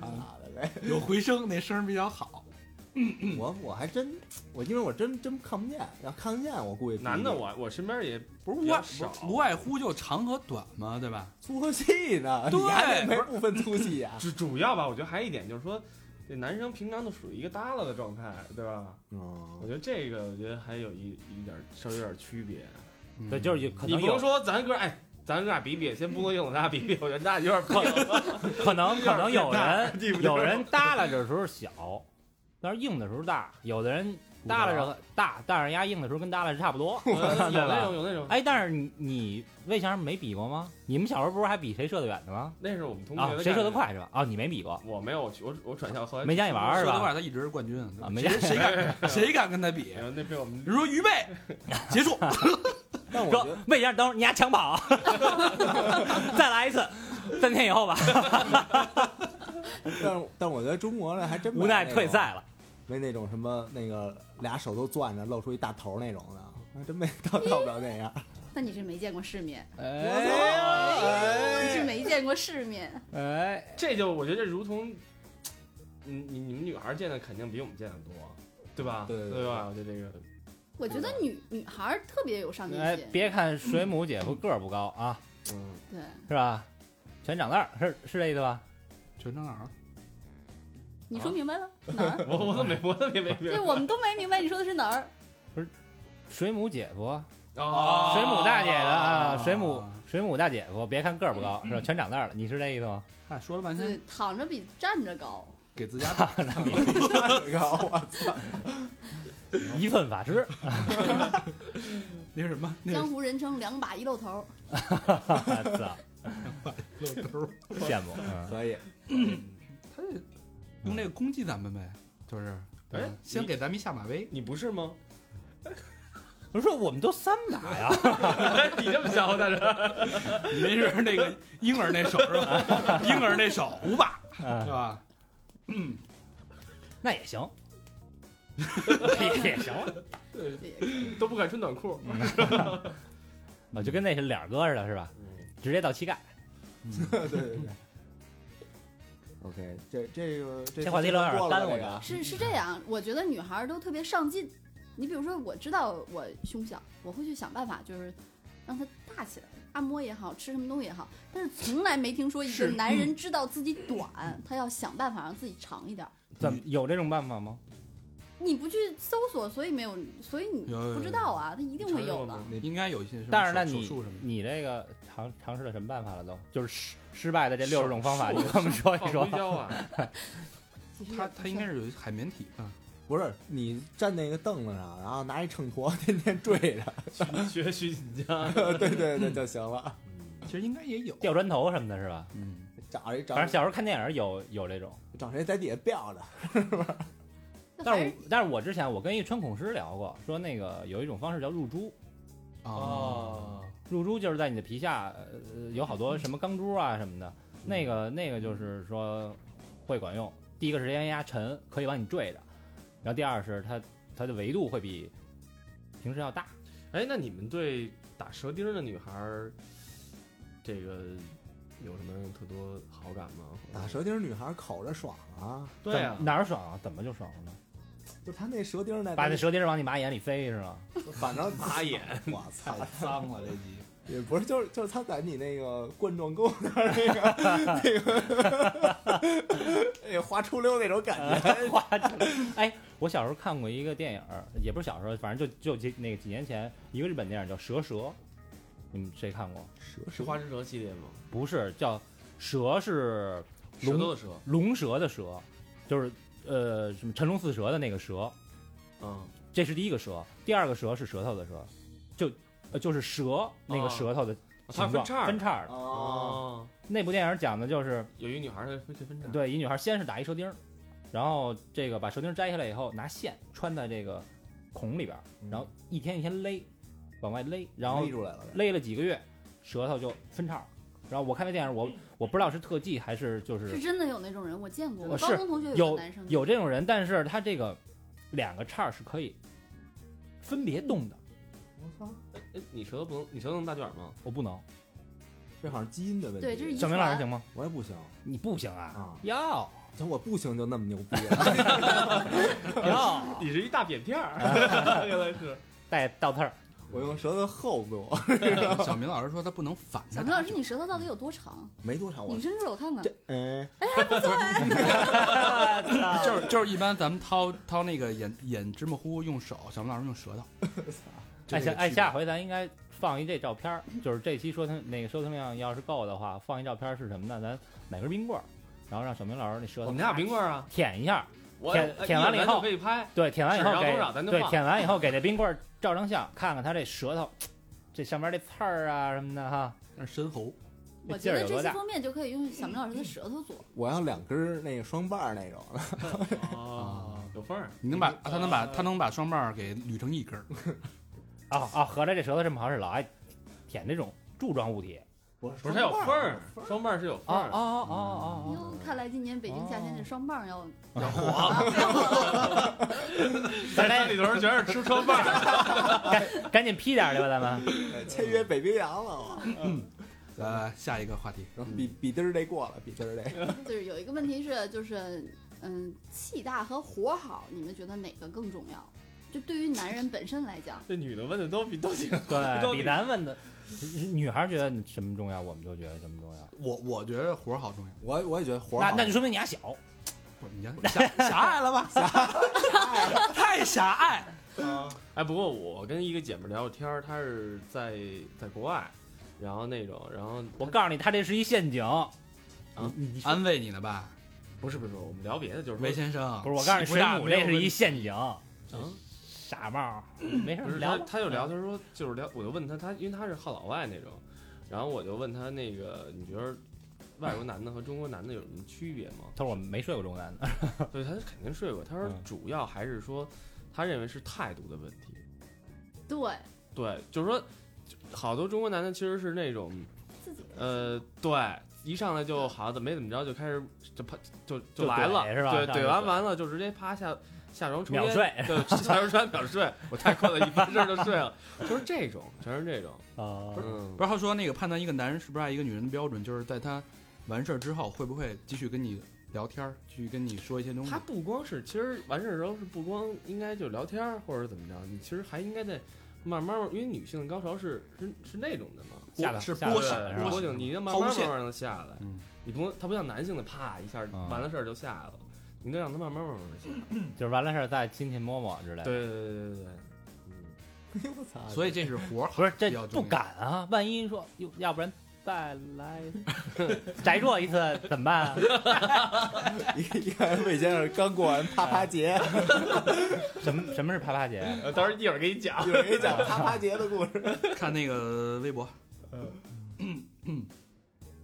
[SPEAKER 5] 啊嘞
[SPEAKER 3] 有回声，那声儿比较好。
[SPEAKER 5] 我我还真我因为我真真看不见，要看得见我估计
[SPEAKER 4] 男的我我身边也
[SPEAKER 3] 不是
[SPEAKER 4] 比
[SPEAKER 3] 无
[SPEAKER 4] 较
[SPEAKER 3] 外
[SPEAKER 4] 少
[SPEAKER 3] 不无外乎就长和短嘛，对吧？
[SPEAKER 5] 粗细呢，
[SPEAKER 3] 对
[SPEAKER 5] 你还得没
[SPEAKER 3] 不
[SPEAKER 5] 不分粗细呀？
[SPEAKER 4] 主主要吧，我觉得还一点就是说，这男生平常都属于一个耷拉的状态，对吧？我
[SPEAKER 5] 嗯，
[SPEAKER 4] 觉得这个我觉得还有一一点稍微有点区别。
[SPEAKER 3] 嗯
[SPEAKER 2] 对，就是有可
[SPEAKER 4] 你
[SPEAKER 2] 能
[SPEAKER 4] 不能
[SPEAKER 2] 有
[SPEAKER 4] 说咱哥哎，咱俩比比，先不能用咱俩比比，我觉得那
[SPEAKER 2] (laughs)
[SPEAKER 4] 有点不
[SPEAKER 2] 可能可能有人
[SPEAKER 4] 地步
[SPEAKER 2] 有人耷拉着的时候小，但是硬的时候大，有的人耷拉着大，但是压硬的时候跟耷拉着差不多。
[SPEAKER 4] 有那种有那种，
[SPEAKER 2] 哎，但是你你为啥没比过吗？你们小时候不是还比谁射得远的吗？
[SPEAKER 4] 那是我们同学
[SPEAKER 2] 啊
[SPEAKER 4] 的，
[SPEAKER 2] 谁射得
[SPEAKER 4] 感觉？
[SPEAKER 2] 快是吧？啊，你没比过
[SPEAKER 4] 我没有，我去我我转校后来
[SPEAKER 2] 没加你玩儿是吧
[SPEAKER 3] 说实话，他一直是冠军
[SPEAKER 2] 啊？没加
[SPEAKER 3] 谁
[SPEAKER 2] (laughs)
[SPEAKER 3] 敢谁敢跟他比？
[SPEAKER 4] 哎呦那被我们
[SPEAKER 3] 比如说预备，结
[SPEAKER 2] (laughs)
[SPEAKER 3] 束，
[SPEAKER 5] (laughs) 但我觉
[SPEAKER 2] 说
[SPEAKER 5] 得
[SPEAKER 2] 魏先生，等会儿你丫抢跑，再来一次，三天以后吧，
[SPEAKER 5] 但是但我觉得中国人还真没
[SPEAKER 2] 无奈
[SPEAKER 5] 那种
[SPEAKER 2] 退赛了。
[SPEAKER 5] 没那种什么那个俩手都攥着露出一大头那种的，还真没到到不了那样。
[SPEAKER 6] 那你是没见过世面，你是
[SPEAKER 5] 哎，
[SPEAKER 6] 没见过世面。
[SPEAKER 5] 哎，
[SPEAKER 4] 这就我觉得如同，你你你们女孩见的肯定比我们见的多，对吧？
[SPEAKER 5] 对对
[SPEAKER 4] 对
[SPEAKER 5] 对
[SPEAKER 4] 吧？我觉得这个
[SPEAKER 6] 我觉得女女孩儿特别有上进
[SPEAKER 2] 哎，
[SPEAKER 6] 心，
[SPEAKER 2] 别看水母姐夫个儿不高啊，
[SPEAKER 6] 对，
[SPEAKER 2] 是吧？全长那儿是是这意思吧？
[SPEAKER 3] 全程哪
[SPEAKER 6] 你
[SPEAKER 2] 啊
[SPEAKER 6] 说明白
[SPEAKER 2] (laughs)
[SPEAKER 6] 了哪儿？
[SPEAKER 4] 我我都没 (laughs) 我都没没没
[SPEAKER 6] 对，我们都没明白你说的是哪儿。
[SPEAKER 2] 水母姐夫，
[SPEAKER 4] 哦
[SPEAKER 2] 水母大姐的啊，水母
[SPEAKER 3] 啊
[SPEAKER 2] 水母大姐夫，别看个儿不高，是吧？全长那儿了，你是这意思吗？
[SPEAKER 3] 嗨，哎说了半天
[SPEAKER 6] 对，躺着比站着高。
[SPEAKER 3] 给自家
[SPEAKER 5] 我
[SPEAKER 2] 一份法师，
[SPEAKER 3] 那是什么那
[SPEAKER 6] 江
[SPEAKER 3] 是
[SPEAKER 6] 湖人称两把一露头儿，
[SPEAKER 2] 我 (laughs) 操，
[SPEAKER 3] 露头儿，
[SPEAKER 2] 羡慕。嗯
[SPEAKER 5] 可 (laughs) 以，
[SPEAKER 3] 他就用那个攻击咱们呗，就是
[SPEAKER 4] 哎
[SPEAKER 3] 嗯先给咱们一下马威。
[SPEAKER 4] 你不是吗？
[SPEAKER 2] 我说我们都三把呀，
[SPEAKER 4] 你这么想在这，
[SPEAKER 3] 你那是那个婴儿那手是
[SPEAKER 4] (laughs)
[SPEAKER 3] 吧？婴儿那手五把是
[SPEAKER 2] 嗯
[SPEAKER 3] 吧？
[SPEAKER 2] (laughs) 那也行， (laughs) 也行。
[SPEAKER 4] 都不敢穿短裤。
[SPEAKER 2] 啊，就跟那是脸儿哥似的，是吧？直接到膝盖。
[SPEAKER 5] 对对对。OK，这这个这
[SPEAKER 2] 这话题聊点
[SPEAKER 5] 过了吧
[SPEAKER 2] 干我
[SPEAKER 5] 这个
[SPEAKER 2] 觉得
[SPEAKER 6] 是是这样。我觉得女孩儿都特别上进。你比如说，我知道我胸小，我会去想办法，就是让它大起来，按摩也好，吃什么东西也好。但是从来没听说一个
[SPEAKER 3] 是
[SPEAKER 6] 男人知道自己短，他要想办法让自己长一点儿。
[SPEAKER 2] 怎么有这种办法吗？
[SPEAKER 6] 你不去搜索，所以没有，所以你
[SPEAKER 3] 有有有
[SPEAKER 6] 不知道啊，他一定会有的。
[SPEAKER 3] 应该有一些什么
[SPEAKER 2] 但是那
[SPEAKER 3] 手
[SPEAKER 2] 你
[SPEAKER 3] 手术什么的。
[SPEAKER 2] 你这个尝尝试了什么办法了都？就是失失败的这六十种方法，你跟我们说
[SPEAKER 3] 哦
[SPEAKER 2] 一
[SPEAKER 4] 放
[SPEAKER 2] 说
[SPEAKER 4] 硅。胶 (laughs) 啊，
[SPEAKER 6] 其实
[SPEAKER 3] 他
[SPEAKER 6] 也不
[SPEAKER 3] 他应该是有海绵体啊，
[SPEAKER 5] 不是你站那个凳子上，然后拿一秤砣天天坠着， (laughs)
[SPEAKER 4] 学徐锦江，
[SPEAKER 5] 对对对就行了。
[SPEAKER 3] 其实应该也有。
[SPEAKER 2] 掉砖头什么的，是吧？
[SPEAKER 3] 嗯，
[SPEAKER 5] 找一找
[SPEAKER 2] 反正小时候看电影有有这种，
[SPEAKER 5] 找谁在底下吊着，
[SPEAKER 6] 那
[SPEAKER 2] 但
[SPEAKER 6] 还
[SPEAKER 2] 是
[SPEAKER 6] 是
[SPEAKER 2] 我但是我之前我跟一穿孔师聊过，说那个有一种方式叫入珠，
[SPEAKER 3] 哦，
[SPEAKER 2] 入珠就是在你的皮下呃有好多什么钢珠啊什么的，
[SPEAKER 3] 嗯
[SPEAKER 2] 那个那个就是说会管用。第一个是因为压沉，可以往你坠着，然后第二是它它的维度会比平时要大。
[SPEAKER 4] 哎，那你们对打舌钉的女孩儿，这个有什么特多好感吗？
[SPEAKER 5] 打舌啊钉女孩口着爽啊，
[SPEAKER 4] 对啊
[SPEAKER 2] 怎么，哪儿爽啊？怎么就爽了呢？
[SPEAKER 5] 就她那舌钉那 (laughs)
[SPEAKER 2] 把那舌钉往你妈眼里塞是吗？
[SPEAKER 5] 反正
[SPEAKER 4] (laughs)
[SPEAKER 5] 打眼， (laughs) 我操，
[SPEAKER 3] 脏了这集。
[SPEAKER 5] 也不是，就是就是他在你那个冠状沟那儿那
[SPEAKER 2] (laughs)
[SPEAKER 5] 个那个那个滑出溜那种感觉，
[SPEAKER 2] (laughs) 哎，我小时候看过一个电影儿，也不是小时候，反正就就几那个几年前一个日本电影叫《蛇蛇》，你们谁看过？
[SPEAKER 5] 蛇
[SPEAKER 4] 是花之蛇系列吗？
[SPEAKER 2] 不是叫蛇是
[SPEAKER 4] 舌头
[SPEAKER 2] 龙
[SPEAKER 4] 的蛇，
[SPEAKER 2] 龙蛇的蛇，就是呃什么辰龙四蛇的那个蛇，
[SPEAKER 4] 嗯，
[SPEAKER 2] 这是第一个蛇，第二个蛇是舌头的蛇，就呃就是蛇那个
[SPEAKER 4] 哦
[SPEAKER 2] 舌头的
[SPEAKER 4] 它
[SPEAKER 2] 形
[SPEAKER 4] 分
[SPEAKER 2] 状，
[SPEAKER 4] 叉儿
[SPEAKER 2] 分叉儿。
[SPEAKER 5] 哦，
[SPEAKER 2] 那部电影讲的就是
[SPEAKER 4] 有一女孩儿她分分叉儿，
[SPEAKER 2] 对，一女孩先是打一蛇钉儿，然后这个把蛇钉儿摘下来以后，拿线穿在这个孔里边儿，然后一天一天勒，往外嗯勒，然后
[SPEAKER 5] 勒出来了，
[SPEAKER 2] 勒了几个月，舌头就分叉儿。然后我看那电影，我我不知道是特技还是就是
[SPEAKER 6] 是真的有那种人，我见过。
[SPEAKER 2] 呃
[SPEAKER 6] 我高
[SPEAKER 2] 是
[SPEAKER 6] 中同学
[SPEAKER 2] 有
[SPEAKER 6] 个男生
[SPEAKER 2] 有这种人，但是他这个两个叉儿是可以分别动的，
[SPEAKER 4] 哎，你舌头不能，你舌头能大卷儿吗？
[SPEAKER 2] 我不能。
[SPEAKER 5] 这好像基因的问题。
[SPEAKER 6] 对这是遗
[SPEAKER 2] 小明老师行吗？
[SPEAKER 5] 我也不行
[SPEAKER 2] 你不行啊！
[SPEAKER 5] 啊，
[SPEAKER 2] 要
[SPEAKER 5] 像我不行就那么牛逼啊，
[SPEAKER 2] 要 (laughs)
[SPEAKER 4] 你是一大扁片 (laughs) 儿，原来是。
[SPEAKER 2] 带倒刺儿，
[SPEAKER 5] 我用舌头厚我，
[SPEAKER 3] 小明老师说他不能反着
[SPEAKER 6] 小
[SPEAKER 3] 打
[SPEAKER 6] 明老师，你舌头到底有多长？
[SPEAKER 5] 没多少我
[SPEAKER 6] 你。伸出来我看看。
[SPEAKER 5] 这哎，
[SPEAKER 3] 就是就是一般咱们掏掏那个眼眼芝麻糊用手，小明老师用 (laughs) 舌头。
[SPEAKER 2] 哎下哎，
[SPEAKER 3] 区别
[SPEAKER 2] 下回咱应该放一这照片儿，就是这期说他那个收听量要是够的话，放一照片儿是什么呢？咱买根冰棍儿，然后让小明老师那舌
[SPEAKER 4] 我
[SPEAKER 2] 头
[SPEAKER 4] 们家有冰棍儿啊，
[SPEAKER 2] 舔一下，
[SPEAKER 4] 我
[SPEAKER 2] 舔
[SPEAKER 4] 哎
[SPEAKER 2] 舔完了以
[SPEAKER 4] 一会儿咱就
[SPEAKER 2] 后
[SPEAKER 4] 可以 (laughs) 拍，
[SPEAKER 2] 对，舔完以
[SPEAKER 4] 纸
[SPEAKER 2] 后
[SPEAKER 4] 上
[SPEAKER 2] 给
[SPEAKER 4] 多少咱就
[SPEAKER 2] 对
[SPEAKER 4] 放
[SPEAKER 2] 舔完以后给这冰棍儿照张相，看看他这舌头，这上面这刺儿啊什么的哈，
[SPEAKER 3] 那是深喉，
[SPEAKER 6] 我
[SPEAKER 2] 这
[SPEAKER 6] 觉
[SPEAKER 2] 劲儿
[SPEAKER 6] 得
[SPEAKER 2] 有
[SPEAKER 6] 这
[SPEAKER 2] 多
[SPEAKER 6] 期
[SPEAKER 2] 大？
[SPEAKER 6] 封面就可以用小明老师的舌头做。
[SPEAKER 5] 我要两根儿那个双瓣儿那种，
[SPEAKER 4] 哦，有缝儿。
[SPEAKER 3] 啊你能把他能把他能把双棒给捋成一根儿。 (laughs)
[SPEAKER 2] 啊啊，合着这舌头这么好使，老爱舔这种柱状物体
[SPEAKER 5] 不
[SPEAKER 4] 不是它有缝儿，双瓣儿是有缝儿。
[SPEAKER 2] 哦哦
[SPEAKER 6] 哟，看来今年北京夏天这双棒要
[SPEAKER 2] 要火！咱
[SPEAKER 4] 在
[SPEAKER 2] 来
[SPEAKER 4] 山里头全是吃双瓣儿，
[SPEAKER 2] (laughs) 赶紧 P 点儿去吧，咱们
[SPEAKER 5] 签约北冰洋了我。
[SPEAKER 3] 呃，下一个话题，
[SPEAKER 5] 比比嘚儿这过了，比嘚儿这。
[SPEAKER 6] 就是有一个问题是，就是嗯，气大和火好，你们觉得哪个更重要？就对于男人本身来讲，
[SPEAKER 4] 这女的问的都比都挺 (laughs)
[SPEAKER 2] 对 (laughs)
[SPEAKER 4] 都
[SPEAKER 2] 比咱问的，女孩儿觉得什么重要，我们就觉得什么重要。
[SPEAKER 3] 我我觉得活儿好重要。
[SPEAKER 5] 我我也觉得活儿
[SPEAKER 2] 那
[SPEAKER 5] 好
[SPEAKER 2] 那就说明你还小，
[SPEAKER 3] 不，你 (laughs) 家狭狭
[SPEAKER 2] (laughs)
[SPEAKER 3] 隘了吧？狭隘，太狭隘。
[SPEAKER 4] 哎，不过我跟一个姐们儿聊过天儿，她是在在国外，然后那种，然后
[SPEAKER 2] 我告诉你，他这是一陷阱。
[SPEAKER 4] 你
[SPEAKER 3] 安慰你呢吧，
[SPEAKER 4] 不是不是，我们聊别的，就是
[SPEAKER 3] 韦
[SPEAKER 4] 说，
[SPEAKER 3] 先生。
[SPEAKER 2] 不是，我告诉你，
[SPEAKER 3] 气
[SPEAKER 2] 水
[SPEAKER 3] 大
[SPEAKER 2] 母
[SPEAKER 3] 没有
[SPEAKER 2] 这是
[SPEAKER 3] 问
[SPEAKER 2] 一
[SPEAKER 3] 题
[SPEAKER 2] 陷阱，
[SPEAKER 4] 嗯，
[SPEAKER 2] 傻帽儿，没事
[SPEAKER 4] 不
[SPEAKER 2] 儿
[SPEAKER 4] 是
[SPEAKER 2] 嗯聊
[SPEAKER 4] 他
[SPEAKER 2] 吧。
[SPEAKER 4] 他就聊，他说就是聊，我就问他，他因为他是好老外那种，然后我就问他那个，你觉得外国男的和中国男的有什么区别吗？
[SPEAKER 2] 他说我没睡过中 (laughs) 南的，
[SPEAKER 4] 对，他肯定睡过，他说
[SPEAKER 2] 嗯
[SPEAKER 4] 主要还是说，他认为是态度的问题，
[SPEAKER 6] 对
[SPEAKER 4] 对，就是说，好多中国男的其实是那种。
[SPEAKER 6] 自己
[SPEAKER 4] 呃，对，一上来就好像没怎么着就开始就啪就
[SPEAKER 2] 就
[SPEAKER 4] 就来了
[SPEAKER 2] 怼，是吧上
[SPEAKER 4] 对，
[SPEAKER 2] 来
[SPEAKER 4] 怼
[SPEAKER 2] 就
[SPEAKER 4] 完
[SPEAKER 2] 怼
[SPEAKER 4] 完了就直接趴下下床抽烟，
[SPEAKER 2] 秒睡
[SPEAKER 4] 对，下床穿秒睡，我太困了，一翻身就睡了，就是这种，全是这种，
[SPEAKER 2] 啊
[SPEAKER 4] 嗯
[SPEAKER 3] 不，是他说那个判断一个男人是不是爱一个女人的标准，就是在他完事儿之后会不会继续跟你聊天儿，继续跟你说一些东西
[SPEAKER 4] 他。不光是，其实完事儿之后是不光应该就聊天儿或者怎么着，你其实还应该在慢慢儿，因为女性的高潮是是是那种的嘛，
[SPEAKER 2] 下来
[SPEAKER 3] 是
[SPEAKER 2] 下来
[SPEAKER 3] 波
[SPEAKER 2] 了
[SPEAKER 3] 闪
[SPEAKER 2] 是吧
[SPEAKER 4] 然后
[SPEAKER 3] 波
[SPEAKER 4] 就
[SPEAKER 3] 闪
[SPEAKER 4] 你要慢慢
[SPEAKER 3] 抛
[SPEAKER 4] 慢
[SPEAKER 3] 线
[SPEAKER 4] 慢的下来，
[SPEAKER 3] 嗯啊
[SPEAKER 4] 你不它不像男性的啪一下
[SPEAKER 2] 嗯
[SPEAKER 4] 完了事儿就下来了，你得让它慢慢慢慢地下来。
[SPEAKER 2] 就是完了事儿再亲亲摸摸之
[SPEAKER 3] 哎
[SPEAKER 2] 类的。，
[SPEAKER 4] 对对对对对，嗯，
[SPEAKER 5] 我操！
[SPEAKER 3] 所以这是活儿好
[SPEAKER 2] 不是这
[SPEAKER 3] 比较重
[SPEAKER 2] 不
[SPEAKER 3] 要
[SPEAKER 2] 敢啊，万一说哟，要不然再来摘弱一次怎么办啊？
[SPEAKER 5] 你你看魏先生刚过完啪啪节，
[SPEAKER 2] 什么什么是啪啪姐？
[SPEAKER 4] 呃到时候一会儿给你讲。
[SPEAKER 5] 有人给你讲啪啪节的故事。
[SPEAKER 3] 看那个微博，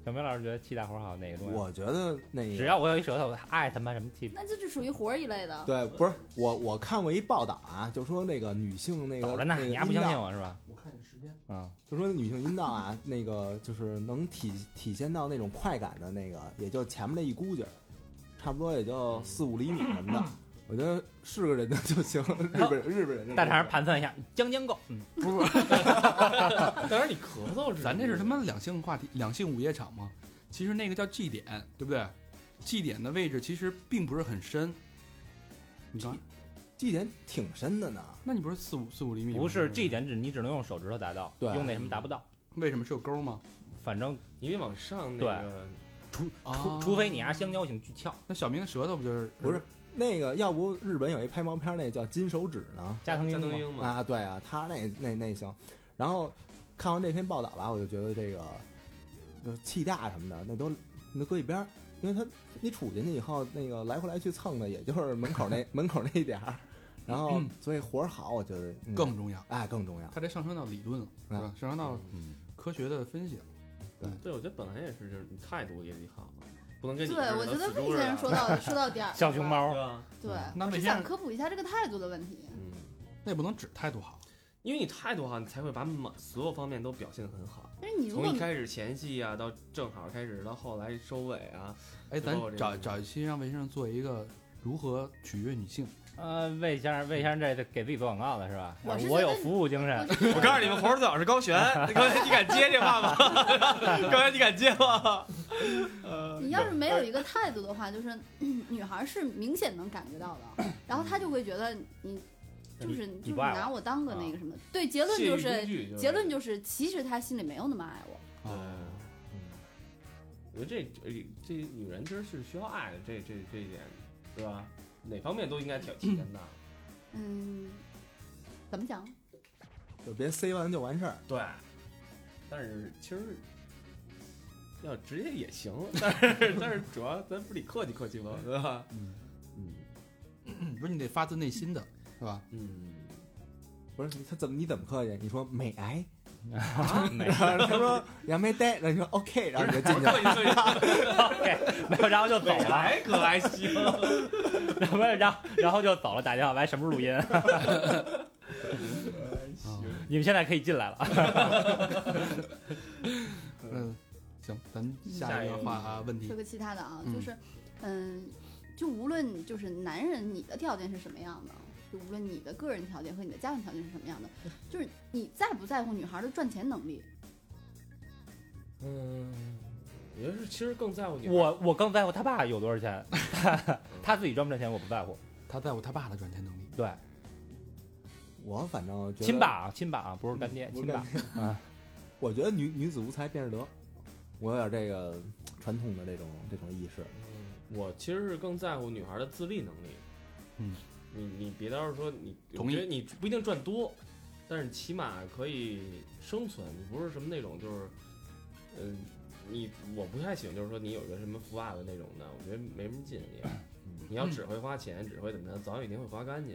[SPEAKER 2] 小明老师觉得气大活好哪个重要？
[SPEAKER 5] 我觉得那个
[SPEAKER 2] 只要我有一舌头，我爱他妈什么气
[SPEAKER 6] 那就是属于活儿一类的。
[SPEAKER 5] 对，不是我我看过一报道啊，就说那个女性那
[SPEAKER 2] 抖
[SPEAKER 5] 个
[SPEAKER 2] 着呢，
[SPEAKER 5] 那个
[SPEAKER 2] 你还不相信
[SPEAKER 5] 阴道？
[SPEAKER 2] 我是吧？
[SPEAKER 5] 我看看时间，
[SPEAKER 2] 嗯，
[SPEAKER 5] 就说女性阴道啊，那个就是能体体现到那种快感的那个，也就前面那一股劲儿，差不多也就四五厘米什么的。我觉得是个人的就行，日本日本人的
[SPEAKER 2] 大肠盘算一下，将将够。嗯， (laughs)
[SPEAKER 4] 当然你咳嗽是，
[SPEAKER 3] 咱这是他妈两性话题，两性午夜场嘛。其实那个叫 G 点，对不对？G 点的位置其实并不是很深，你看，
[SPEAKER 5] 这点挺深的呢。
[SPEAKER 3] 那你不是四五四五厘米吗？
[SPEAKER 2] 不是这一点只你只能用手指头达到，
[SPEAKER 5] 对
[SPEAKER 2] 用那什么达不到。
[SPEAKER 3] 为什么是有沟吗？
[SPEAKER 2] 反正
[SPEAKER 4] 你得往上那个，
[SPEAKER 3] 啊
[SPEAKER 2] 除除非你啊拿香蕉型巨翘，
[SPEAKER 3] 那小明的舌头不就是
[SPEAKER 5] 不是那个，要不日本有一拍毛片儿那叫《金手指》呢？
[SPEAKER 2] 加藤
[SPEAKER 4] 加
[SPEAKER 2] 鹰
[SPEAKER 4] 藤
[SPEAKER 2] 吗
[SPEAKER 4] 鹰嘛，
[SPEAKER 5] 啊，对啊，他那那那行。然后看完这篇报道吧，我就觉得这个就是气大什么的，那都那搁一边儿，
[SPEAKER 3] (laughs)
[SPEAKER 5] 因为他你杵进去以后，那个来回来去蹭的，也就是门口那门口那一点儿，然后所以活儿好，我觉得、嗯
[SPEAKER 3] 嗯更重要。
[SPEAKER 5] 哎更重要。
[SPEAKER 3] 它这上升到理论了，是吧？上升到
[SPEAKER 2] 嗯，
[SPEAKER 3] 科学的分析了。
[SPEAKER 4] 对，我觉得本来也是，就是你态度也得好，不能跟
[SPEAKER 6] 对，
[SPEAKER 4] 你似的
[SPEAKER 6] 我觉得
[SPEAKER 4] 死
[SPEAKER 6] 魏
[SPEAKER 4] 猪似
[SPEAKER 6] 先
[SPEAKER 4] 的，
[SPEAKER 6] 生说到说
[SPEAKER 3] (laughs)
[SPEAKER 6] 到点儿上
[SPEAKER 2] 小
[SPEAKER 6] 了，
[SPEAKER 2] 熊猫
[SPEAKER 4] 对吧？
[SPEAKER 6] 对，
[SPEAKER 3] 那
[SPEAKER 6] 我
[SPEAKER 3] 魏
[SPEAKER 6] 是
[SPEAKER 3] 先
[SPEAKER 6] 想
[SPEAKER 3] 生
[SPEAKER 6] 科普一下这个态度的问题。
[SPEAKER 4] 嗯，
[SPEAKER 3] 那也不能只态度好，
[SPEAKER 4] 因为你态度好，你才会把满所有方面都表现得很好。
[SPEAKER 6] 但是你如
[SPEAKER 4] 从
[SPEAKER 6] 果
[SPEAKER 4] 一开始前戏啊，到正好开始，到后来收尾啊，
[SPEAKER 3] 哎，咱
[SPEAKER 4] 最后这
[SPEAKER 3] 找
[SPEAKER 4] 个
[SPEAKER 3] 找一期让魏先生做一个如何取悦女
[SPEAKER 5] (laughs)
[SPEAKER 3] 性，
[SPEAKER 2] 呃，魏先生，魏先生这得给自己做广告了是吧？
[SPEAKER 6] 我是觉得
[SPEAKER 2] 我有服务精神，
[SPEAKER 4] 我告诉你们，猴儿子老师高 (laughs) 悬，刚才你敢接这话吗？ (laughs) 刚才你敢接吗？
[SPEAKER 6] 你要是没有一个态度的话，就是 (clears throat) 嗯女孩是明显能感觉到的，然后她就会觉得你就是
[SPEAKER 2] 你
[SPEAKER 6] 就是
[SPEAKER 2] 不爱我啊
[SPEAKER 6] 拿我当个那个什么。对， (laughs) 结
[SPEAKER 4] 结
[SPEAKER 6] 论就是
[SPEAKER 4] 是
[SPEAKER 6] 结论就是，其实她心里没有那么爱我。
[SPEAKER 4] 对，
[SPEAKER 3] 嗯
[SPEAKER 4] 我觉得这这这女人其实是需要爱的，这这这一点，对吧？哪方面都应该体体现到。
[SPEAKER 6] 嗯，怎么讲？
[SPEAKER 5] 就别塞完就完事儿。
[SPEAKER 4] 对，但是其实要直接也行，但是但是主要咱不得客气客气吗？对吧？嗯
[SPEAKER 3] 嗯不是你得发自内心的，是吧？
[SPEAKER 4] 嗯
[SPEAKER 5] 不是他怎么你怎么客气？你说美
[SPEAKER 3] (laughs)
[SPEAKER 5] 癌，
[SPEAKER 4] 啊，
[SPEAKER 2] 没
[SPEAKER 5] 然后他说杨梅呆，然后你说 OK，然后你就进去了。
[SPEAKER 3] (laughs)
[SPEAKER 4] 客气客气，
[SPEAKER 2] OK，然后就走
[SPEAKER 4] 本
[SPEAKER 2] 了，
[SPEAKER 4] 来可还行。
[SPEAKER 2] (laughs) 然后然后然后就走了，打电话来什么时候录音？
[SPEAKER 3] 啊
[SPEAKER 2] 你们现在可以进来了。
[SPEAKER 3] 嗯，行，咱下
[SPEAKER 4] 下
[SPEAKER 3] 一
[SPEAKER 4] 一
[SPEAKER 3] 个
[SPEAKER 4] 个
[SPEAKER 3] 话啊，问题
[SPEAKER 6] 说，个其他的啊，
[SPEAKER 3] 嗯
[SPEAKER 6] 就是嗯，就无论就是男人你的条件是什么样的。就无论你的个人条件和你的家庭条件是什么样的，就是你在不在乎女孩的赚钱能力，
[SPEAKER 4] 嗯，我觉得是其实更在乎你。
[SPEAKER 2] 我我更在乎他爸有多少 (laughs) 钱，他他自己赚不赚钱我不在乎。
[SPEAKER 3] 他在乎他爸的赚钱能力，
[SPEAKER 2] 对，
[SPEAKER 5] 我反正觉得
[SPEAKER 2] 亲爸，啊，亲爸啊，不是干爹，
[SPEAKER 5] 不是
[SPEAKER 2] 亲爸
[SPEAKER 5] 干。爹
[SPEAKER 2] 啊。
[SPEAKER 5] (laughs) 我觉得女女子无才便是德，我有点这个传统的这种这种意识。
[SPEAKER 4] 嗯我其实是更在乎女孩的自立能力。
[SPEAKER 3] 嗯，
[SPEAKER 4] 你你别到时候说你，
[SPEAKER 3] 同意
[SPEAKER 4] 我觉得你不一定赚多，但是起码可以生存。你不是什么那种就是，嗯、你我不太喜欢就是说你有个什么富爸爸那种的，我觉得没什么劲也。你要只会花钱，只会怎么着，早有一天会花干净，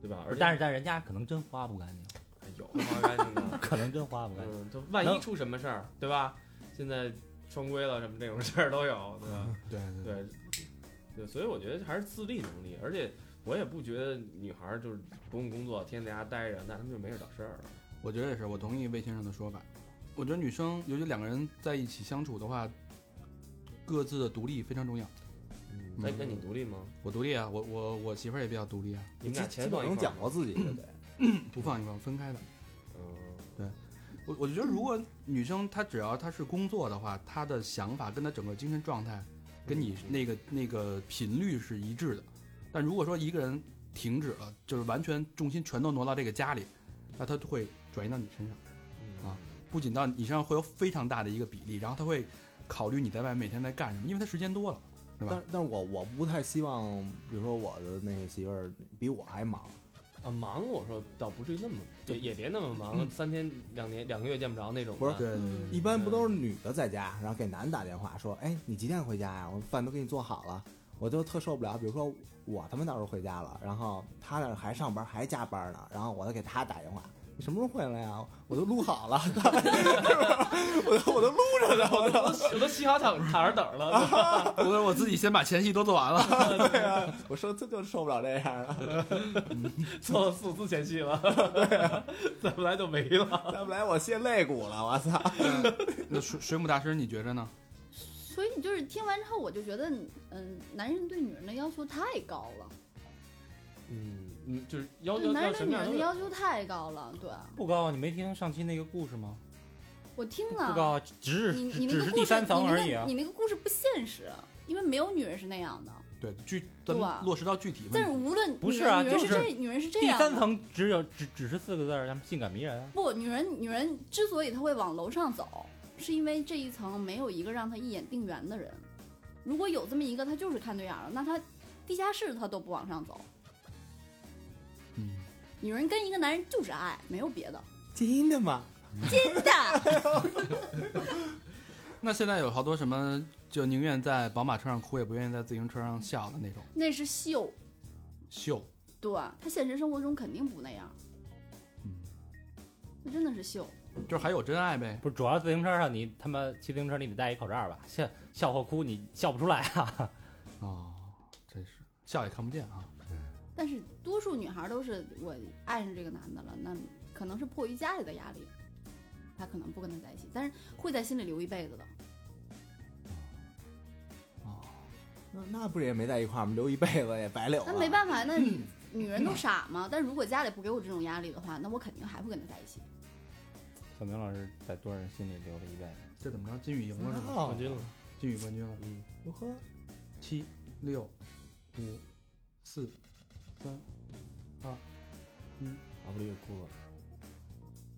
[SPEAKER 4] 对吧？而且
[SPEAKER 2] 但是但人家可能真花不干净，
[SPEAKER 4] 哎有花干
[SPEAKER 2] (laughs)
[SPEAKER 4] 净的，
[SPEAKER 2] 可能真花不干净。
[SPEAKER 4] 嗯，就万一
[SPEAKER 2] 能
[SPEAKER 4] 出什么事儿，对吧？现在双规了什么这种事儿都有，对吧？
[SPEAKER 3] 对
[SPEAKER 5] 嗯
[SPEAKER 3] 对
[SPEAKER 4] 对，对，所以我觉得还是自立能力，而且我也不觉得女孩儿就是不用工作，天天在家待着，那她们就没事找事儿了。
[SPEAKER 3] 我觉得也是，我同意魏先生的说法。我觉得女生，尤其两个人在一起相处的话，各自的独立非常重要。
[SPEAKER 5] 嗯，
[SPEAKER 4] 那那你独立吗？
[SPEAKER 3] 我独立啊，我我我媳妇儿也比较独立啊，
[SPEAKER 4] 你们
[SPEAKER 5] 基
[SPEAKER 4] 俩
[SPEAKER 5] 基
[SPEAKER 4] 钱
[SPEAKER 5] 本
[SPEAKER 4] 放一
[SPEAKER 5] 能
[SPEAKER 4] 块
[SPEAKER 5] 讲
[SPEAKER 4] 儿吗？
[SPEAKER 5] 到自己就得。
[SPEAKER 3] 不放一块儿分开的。
[SPEAKER 4] 嗯，
[SPEAKER 3] 我我觉得，如果女生她只要她是工作的话，她的想法跟她整个精神状态，跟你那个那个频率是一致的。但如果说一个人停止了，就是完全重心全都挪到这个家里，那她会转移到你身上。
[SPEAKER 4] 嗯
[SPEAKER 3] 啊不仅到你身上会有非常大的一个比例，然后他会考虑你在外面每天在干什么，因为他时间多了。对吧
[SPEAKER 5] 但但我我不太希望，比如说我的那个媳妇儿比我还忙，
[SPEAKER 4] 啊，忙我说倒不至于那么，也也别那么忙，三天两年两个月见不着那种的。
[SPEAKER 5] 嗯不是
[SPEAKER 3] 对
[SPEAKER 6] 嗯
[SPEAKER 5] 一般不都是女的在家，然后给男的打电话说，哎，你几点回家呀、我饭都给你做好了。我就特受不了，比如说我他妈到时候回家了，然后他那儿还上班还加班呢，然后我再给他打电话，你什么时候回来呀、我都录好了，我都我都录着呢，我都
[SPEAKER 4] 我都洗好躺躺着等着
[SPEAKER 5] 啊
[SPEAKER 4] 了，
[SPEAKER 3] 我说我自己先把前戏都做完了，
[SPEAKER 5] 我受这就受不了这样了，
[SPEAKER 4] 做了四次前戏了， (laughs) 对啊，再不来就没了。
[SPEAKER 5] 再不来我卸肋骨了，我操！
[SPEAKER 3] 那水水母大师你觉着呢？
[SPEAKER 6] 所以你就是听完之后，我就觉得，嗯，男人对女人的要求太高了，
[SPEAKER 4] 嗯嗯，就是要
[SPEAKER 6] 对
[SPEAKER 4] 要
[SPEAKER 6] 男
[SPEAKER 4] 要
[SPEAKER 6] 人对
[SPEAKER 4] 什
[SPEAKER 6] 女
[SPEAKER 4] 么样
[SPEAKER 6] 人
[SPEAKER 4] 都
[SPEAKER 6] 的
[SPEAKER 4] 有
[SPEAKER 6] 要求太高了。对，
[SPEAKER 2] 不高啊，你没听上期那个故事吗？
[SPEAKER 6] 我听
[SPEAKER 2] 不高
[SPEAKER 6] 了，
[SPEAKER 2] 啊，只
[SPEAKER 6] 你
[SPEAKER 2] 是
[SPEAKER 6] 你
[SPEAKER 2] 只
[SPEAKER 6] 那
[SPEAKER 2] 是
[SPEAKER 6] 个
[SPEAKER 2] 第
[SPEAKER 6] 故事，
[SPEAKER 2] 三层
[SPEAKER 6] 你
[SPEAKER 2] 而
[SPEAKER 6] 那
[SPEAKER 2] 已啊
[SPEAKER 6] 个。你那个故事不现实，因为没有女人是那样的。
[SPEAKER 3] 对，具咱们
[SPEAKER 6] 对啊
[SPEAKER 3] 落实到具体
[SPEAKER 6] 但
[SPEAKER 3] 问
[SPEAKER 6] 是
[SPEAKER 3] 题，
[SPEAKER 6] 无论
[SPEAKER 2] 嗯不
[SPEAKER 6] 女
[SPEAKER 2] 是
[SPEAKER 6] 人
[SPEAKER 2] 啊
[SPEAKER 6] 女人
[SPEAKER 2] 就是
[SPEAKER 6] 这女人是这
[SPEAKER 2] 第
[SPEAKER 6] 样啊
[SPEAKER 2] 三
[SPEAKER 6] 的
[SPEAKER 2] 层只有只只是四个字儿，他们性感迷人啊。
[SPEAKER 6] 不，女人女人之所以她会往楼上走，是因为这一层没有一个让她一眼定缘的人。如果有这么一个，她就是看对眼了，那她地下室她都不往上走。
[SPEAKER 3] 嗯，
[SPEAKER 6] 女人跟一个男人就是爱，没有别的，
[SPEAKER 5] 真的吗？
[SPEAKER 6] 真的。 (laughs)
[SPEAKER 3] 那现在有好多什么就宁愿在宝马车上哭，也不愿意在自行车上笑的那种
[SPEAKER 6] 那是秀，
[SPEAKER 3] 秀，
[SPEAKER 6] 对他现实生活中肯定不那样，
[SPEAKER 3] 嗯，
[SPEAKER 6] 那真的是秀。
[SPEAKER 3] 就是还有真爱呗。
[SPEAKER 2] 不是，主要自行车上你他妈骑自行车你得戴一口罩吧？笑笑或哭你笑不出来啊！ (laughs)
[SPEAKER 3] 哦，真是笑也看不见啊。
[SPEAKER 6] 但是多数女孩都是我爱上这个男的了，那可能是迫于家里的压力，她可能不跟他在一起，但是会在心里留一辈子的。
[SPEAKER 3] 哦，
[SPEAKER 5] 那那不是也没在一块儿吗？留一辈子也白留了。
[SPEAKER 6] 那没办法，那
[SPEAKER 3] (clears throat)
[SPEAKER 6] 你女人都傻嘛。但如果家里不给我这种压力的话，那我肯定还会跟他在一起。
[SPEAKER 2] 小明老师在多少人心里留了一辈子，
[SPEAKER 3] 这怎么着？金宇赢了是吧？
[SPEAKER 5] 哦，
[SPEAKER 4] 军了，嗯
[SPEAKER 3] 金宇冠军了，
[SPEAKER 5] 如何？
[SPEAKER 3] 七六五四三二一，
[SPEAKER 7] 阿布利哭了，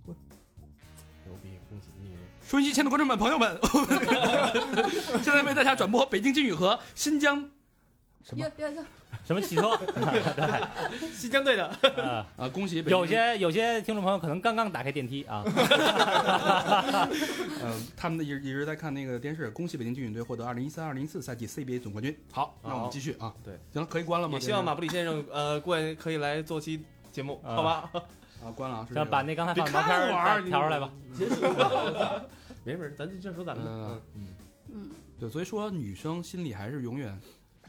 [SPEAKER 5] 滚，
[SPEAKER 7] 牛逼，恭喜
[SPEAKER 4] 嗯
[SPEAKER 7] 你！
[SPEAKER 3] 收音机前的观众们、朋友们， (laughs) 现在为大家转播北京金宇和新疆什么
[SPEAKER 6] 越越越
[SPEAKER 2] (laughs) 什么汽车？
[SPEAKER 4] 新疆队的，
[SPEAKER 2] 啊
[SPEAKER 3] 啊！恭喜北京
[SPEAKER 2] 有些有些听众朋友可能刚刚打开电梯啊，
[SPEAKER 3] 呃，他们一直一直在看那个电视。恭喜北京金宇队获得二零一三、二零一四赛季 CBA 总冠军。好，那我们继续啊。
[SPEAKER 4] 对，
[SPEAKER 3] 行了，可以关了吗？
[SPEAKER 4] 也希望马布里先生呃过来可以来做期节目，
[SPEAKER 2] 啊
[SPEAKER 4] 好吧？
[SPEAKER 3] 啊，关了啊。是这
[SPEAKER 2] 然
[SPEAKER 3] 个
[SPEAKER 2] 后把那刚才放的毛片
[SPEAKER 4] 看我啊
[SPEAKER 2] 儿再
[SPEAKER 4] 你
[SPEAKER 2] 调出来吧。
[SPEAKER 4] 没事儿，咱就这说咱们的。
[SPEAKER 3] 嗯
[SPEAKER 4] 嗯
[SPEAKER 6] 嗯，
[SPEAKER 3] 对，所以说女生心里还是永远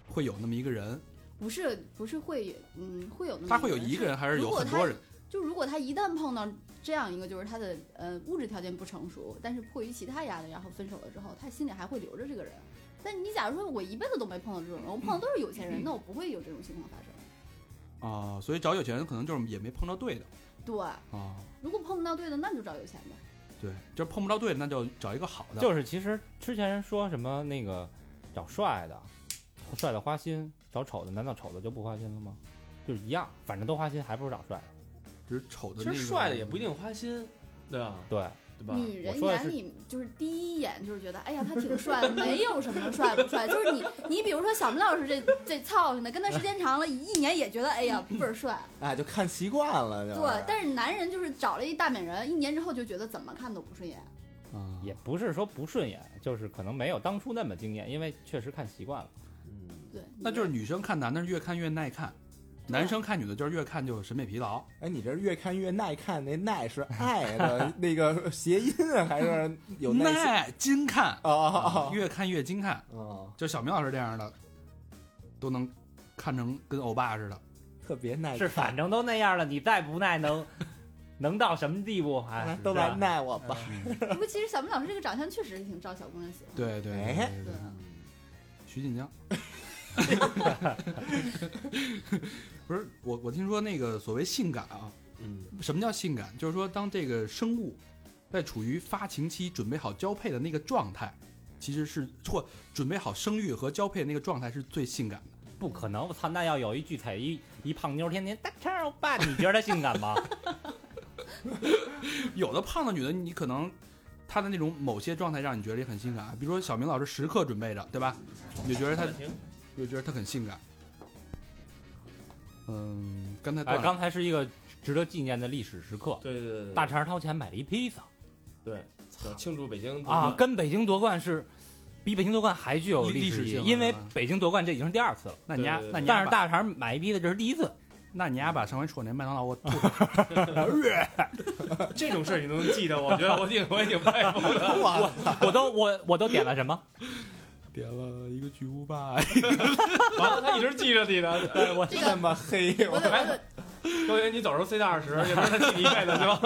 [SPEAKER 3] 会有那么一个人，
[SPEAKER 6] 不是不是会嗯会有那么
[SPEAKER 3] 她会有一个人还是有很多人？
[SPEAKER 6] 就如果他一旦碰到这样一个，就是他的呃物质条件不成熟，但是迫于其他压力，然后分手了之后，他心里还会留着这个人。但你假如说我一辈子都没碰到这种人，我碰到都是有钱人，那我不会有这种情况发生。
[SPEAKER 3] 啊，所以找有钱人可能就是也没碰到对的
[SPEAKER 6] 对，
[SPEAKER 3] 啊。
[SPEAKER 6] 如果碰不到对的，那就找有钱的。
[SPEAKER 3] 对，就是碰不到对的，那就找一个好的。
[SPEAKER 2] 就是其实之前人说什么那个找帅的，帅的花心，找丑的难道丑的就不花心了吗？就是一样，反正都花心，还不如找帅的。
[SPEAKER 3] 只是丑的
[SPEAKER 4] 其
[SPEAKER 3] 那个。
[SPEAKER 4] 实帅的也不一定花心，对吧？
[SPEAKER 2] 对，
[SPEAKER 4] 对吧？
[SPEAKER 6] 女
[SPEAKER 2] 我
[SPEAKER 6] 人
[SPEAKER 2] 说的
[SPEAKER 6] 眼里就是第一眼就是觉得，哎呀，他挺帅的，没有什么帅不帅，就是 (laughs) 你，你比如说小明老师这这操性的，跟他时间长了，一年也觉得，哎呀，倍儿帅。
[SPEAKER 5] 哎，就看习惯了，就
[SPEAKER 6] 对
[SPEAKER 5] 是。，
[SPEAKER 6] 但是男人就是找了一大美人，一年之后就觉得怎么看都不顺眼。
[SPEAKER 3] 啊，
[SPEAKER 2] 也不是说不顺眼，就是可能没有当初那么惊艳，因为确实看习惯了。
[SPEAKER 4] 嗯
[SPEAKER 6] 对，
[SPEAKER 3] 那就是女生看男的越看越耐看，
[SPEAKER 6] 啊
[SPEAKER 3] 男生看女的就是越看就审美疲劳。
[SPEAKER 5] 哎，你这越看越耐看，那耐是爱的那个谐音啊还是有耐心
[SPEAKER 3] 耐精看，
[SPEAKER 5] 啊
[SPEAKER 4] 哦
[SPEAKER 5] 啊
[SPEAKER 3] 越看越精看。
[SPEAKER 5] 啊啊！
[SPEAKER 3] 就小明老师这样的，都能看成跟欧巴似的。
[SPEAKER 5] 特别耐
[SPEAKER 2] 是，反正都那样了，你再不耐 (laughs) 能能到什么地步？哎
[SPEAKER 5] 看，，都来
[SPEAKER 2] 是吧
[SPEAKER 5] 耐我吧。
[SPEAKER 4] 嗯
[SPEAKER 3] (laughs)
[SPEAKER 6] 不过其实小明老师这个长相确实挺招小姑娘喜欢。
[SPEAKER 3] 对对对
[SPEAKER 5] 哎
[SPEAKER 3] 对对，
[SPEAKER 6] 对
[SPEAKER 3] 徐锦江。不是我，我听说那个所谓性感啊，
[SPEAKER 7] 嗯，
[SPEAKER 3] 什么叫性感？就是说，当这个生物在处于发情期、准备好交配的那个状态，其实是或准备好生育和交配的那个状态是最性感的。
[SPEAKER 2] 不可能！我操，那要有一巨彩一一胖妞天天大叉儿欧巴，你觉得她性感 (laughs) 吗？
[SPEAKER 3] 有的胖的女的，你可能她的那种某些状态让你觉得也很性感，比如说小明老师时刻准备着，对吧？你就觉得她，就觉得她很性感。嗯，刚才
[SPEAKER 2] 哎，
[SPEAKER 3] 断了
[SPEAKER 2] 刚才是一个值得纪念的历史时刻。
[SPEAKER 4] 对对对对，
[SPEAKER 2] 大肠掏钱买了一披萨
[SPEAKER 4] 对，要庆祝北京
[SPEAKER 2] 啊，，跟北京夺冠是比北京夺冠还具有
[SPEAKER 3] 历
[SPEAKER 2] 历
[SPEAKER 3] 史
[SPEAKER 2] 史意啊
[SPEAKER 3] 性
[SPEAKER 2] 义，因为
[SPEAKER 3] 是吧
[SPEAKER 2] 北京夺冠这已经是第二次了。
[SPEAKER 3] 那你丫
[SPEAKER 4] 对对，对
[SPEAKER 3] 那你
[SPEAKER 2] 但
[SPEAKER 3] 丫
[SPEAKER 2] 是
[SPEAKER 3] 把，
[SPEAKER 2] 大肠买一披萨这是第一次，
[SPEAKER 3] 那你丫把上回说那麦当劳我吐了。
[SPEAKER 4] 这种事儿你都能记得，我觉得我挺我也挺佩服的。
[SPEAKER 5] (laughs) 哇，
[SPEAKER 2] 我都我我都点了什么？
[SPEAKER 3] 点了一个巨无霸，
[SPEAKER 4] (laughs) 完了，他一直记着你 (laughs) 呢。
[SPEAKER 2] 呃我
[SPEAKER 6] 这
[SPEAKER 5] 那
[SPEAKER 6] 个
[SPEAKER 5] 么黑，
[SPEAKER 6] 我得我得
[SPEAKER 4] 周云，你走时候塞到二十，也不是他记你一辈子是吧？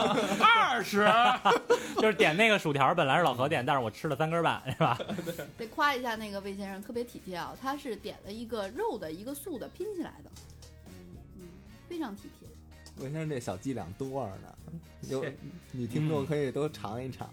[SPEAKER 3] 二十。
[SPEAKER 2] (laughs) 就是点那个薯条，本来是老何点，但是我吃了三根半， (laughs) 是吧？
[SPEAKER 6] 得夸一下那个魏先生特别体贴啊，他是点了一个肉的一个素的拼起来的，嗯，非常体贴。
[SPEAKER 5] 文先生这小伎俩多着呢，
[SPEAKER 4] (laughs)
[SPEAKER 5] 有女听众可以都尝一尝。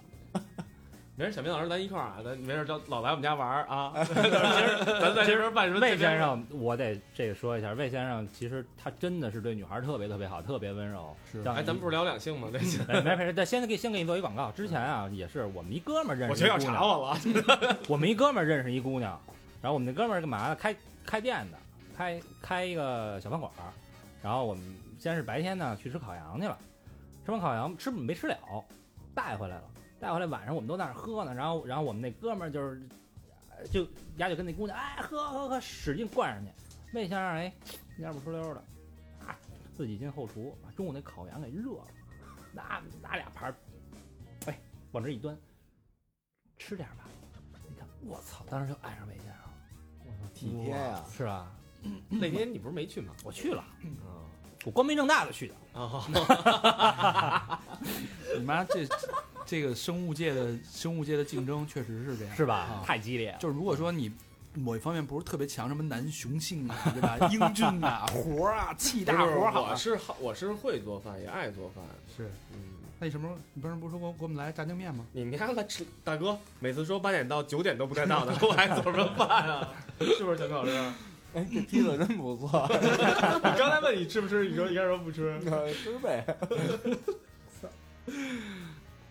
[SPEAKER 4] 没事，小明老师，咱一块儿啊，咱没事就老来我们家玩儿 (laughs) 啊。今儿咱在这边办什么？
[SPEAKER 2] 魏先，生，我得这个说一下，魏先生其实他真的是对女孩特别特别好，特别温柔。
[SPEAKER 3] 是
[SPEAKER 2] 让
[SPEAKER 4] 哎，咱们不是聊两性吗？这
[SPEAKER 2] 你哎没没事，但先给先给你做一广告。之前啊，也是我们一哥们儿认识，
[SPEAKER 4] 我觉得要查我了。
[SPEAKER 2] 我们一哥们儿认识一姑娘，然后我们那哥们儿干嘛的？开开店的，开开一个小饭馆儿。然后我们先是白天呢去吃烤羊去了，吃完烤羊吃没吃了，带回来了，带回来晚上我们都在那儿喝呢。然后然后我们那哥们儿就是，呃就丫就跟那姑娘哎喝喝喝，使劲灌上去。魏先生哎，蔫不出溜儿的，啊，自己进后厨，把中午那烤羊给热了，拿拿俩盘儿，哎，往这一端，吃点儿吧。你看，我操，当时就爱上魏先生了，
[SPEAKER 5] 体贴啊呀，
[SPEAKER 2] 是吧？
[SPEAKER 4] (laughs) 那天你不是没去吗？
[SPEAKER 2] 我去了，
[SPEAKER 4] 嗯
[SPEAKER 2] 我光明正大的去的，
[SPEAKER 4] 啊，
[SPEAKER 3] 你妈这这个生物界的生物界的竞争确实是这样，
[SPEAKER 2] 是
[SPEAKER 3] 啊
[SPEAKER 2] 吧？太激烈了，
[SPEAKER 3] 就是如果说你某一方面不是特别强，什么男雄性啊，对吧？英俊啊，活儿啊，气大活儿好
[SPEAKER 4] 我
[SPEAKER 3] 啊，
[SPEAKER 4] 是好，我是会做饭，也爱做饭。
[SPEAKER 3] 是。
[SPEAKER 4] 嗯，
[SPEAKER 3] 那你什么时候？你不是不是说给我给我们来炸酱面吗？
[SPEAKER 4] 你们家来吃大哥，每次说八点到九点都不该到的，我还做什么饭啊？是不是小老师？
[SPEAKER 5] 哎，这披萨真不错，
[SPEAKER 4] 我刚才问你吃不吃，你说你该说不吃。
[SPEAKER 5] (laughs) 吃呗。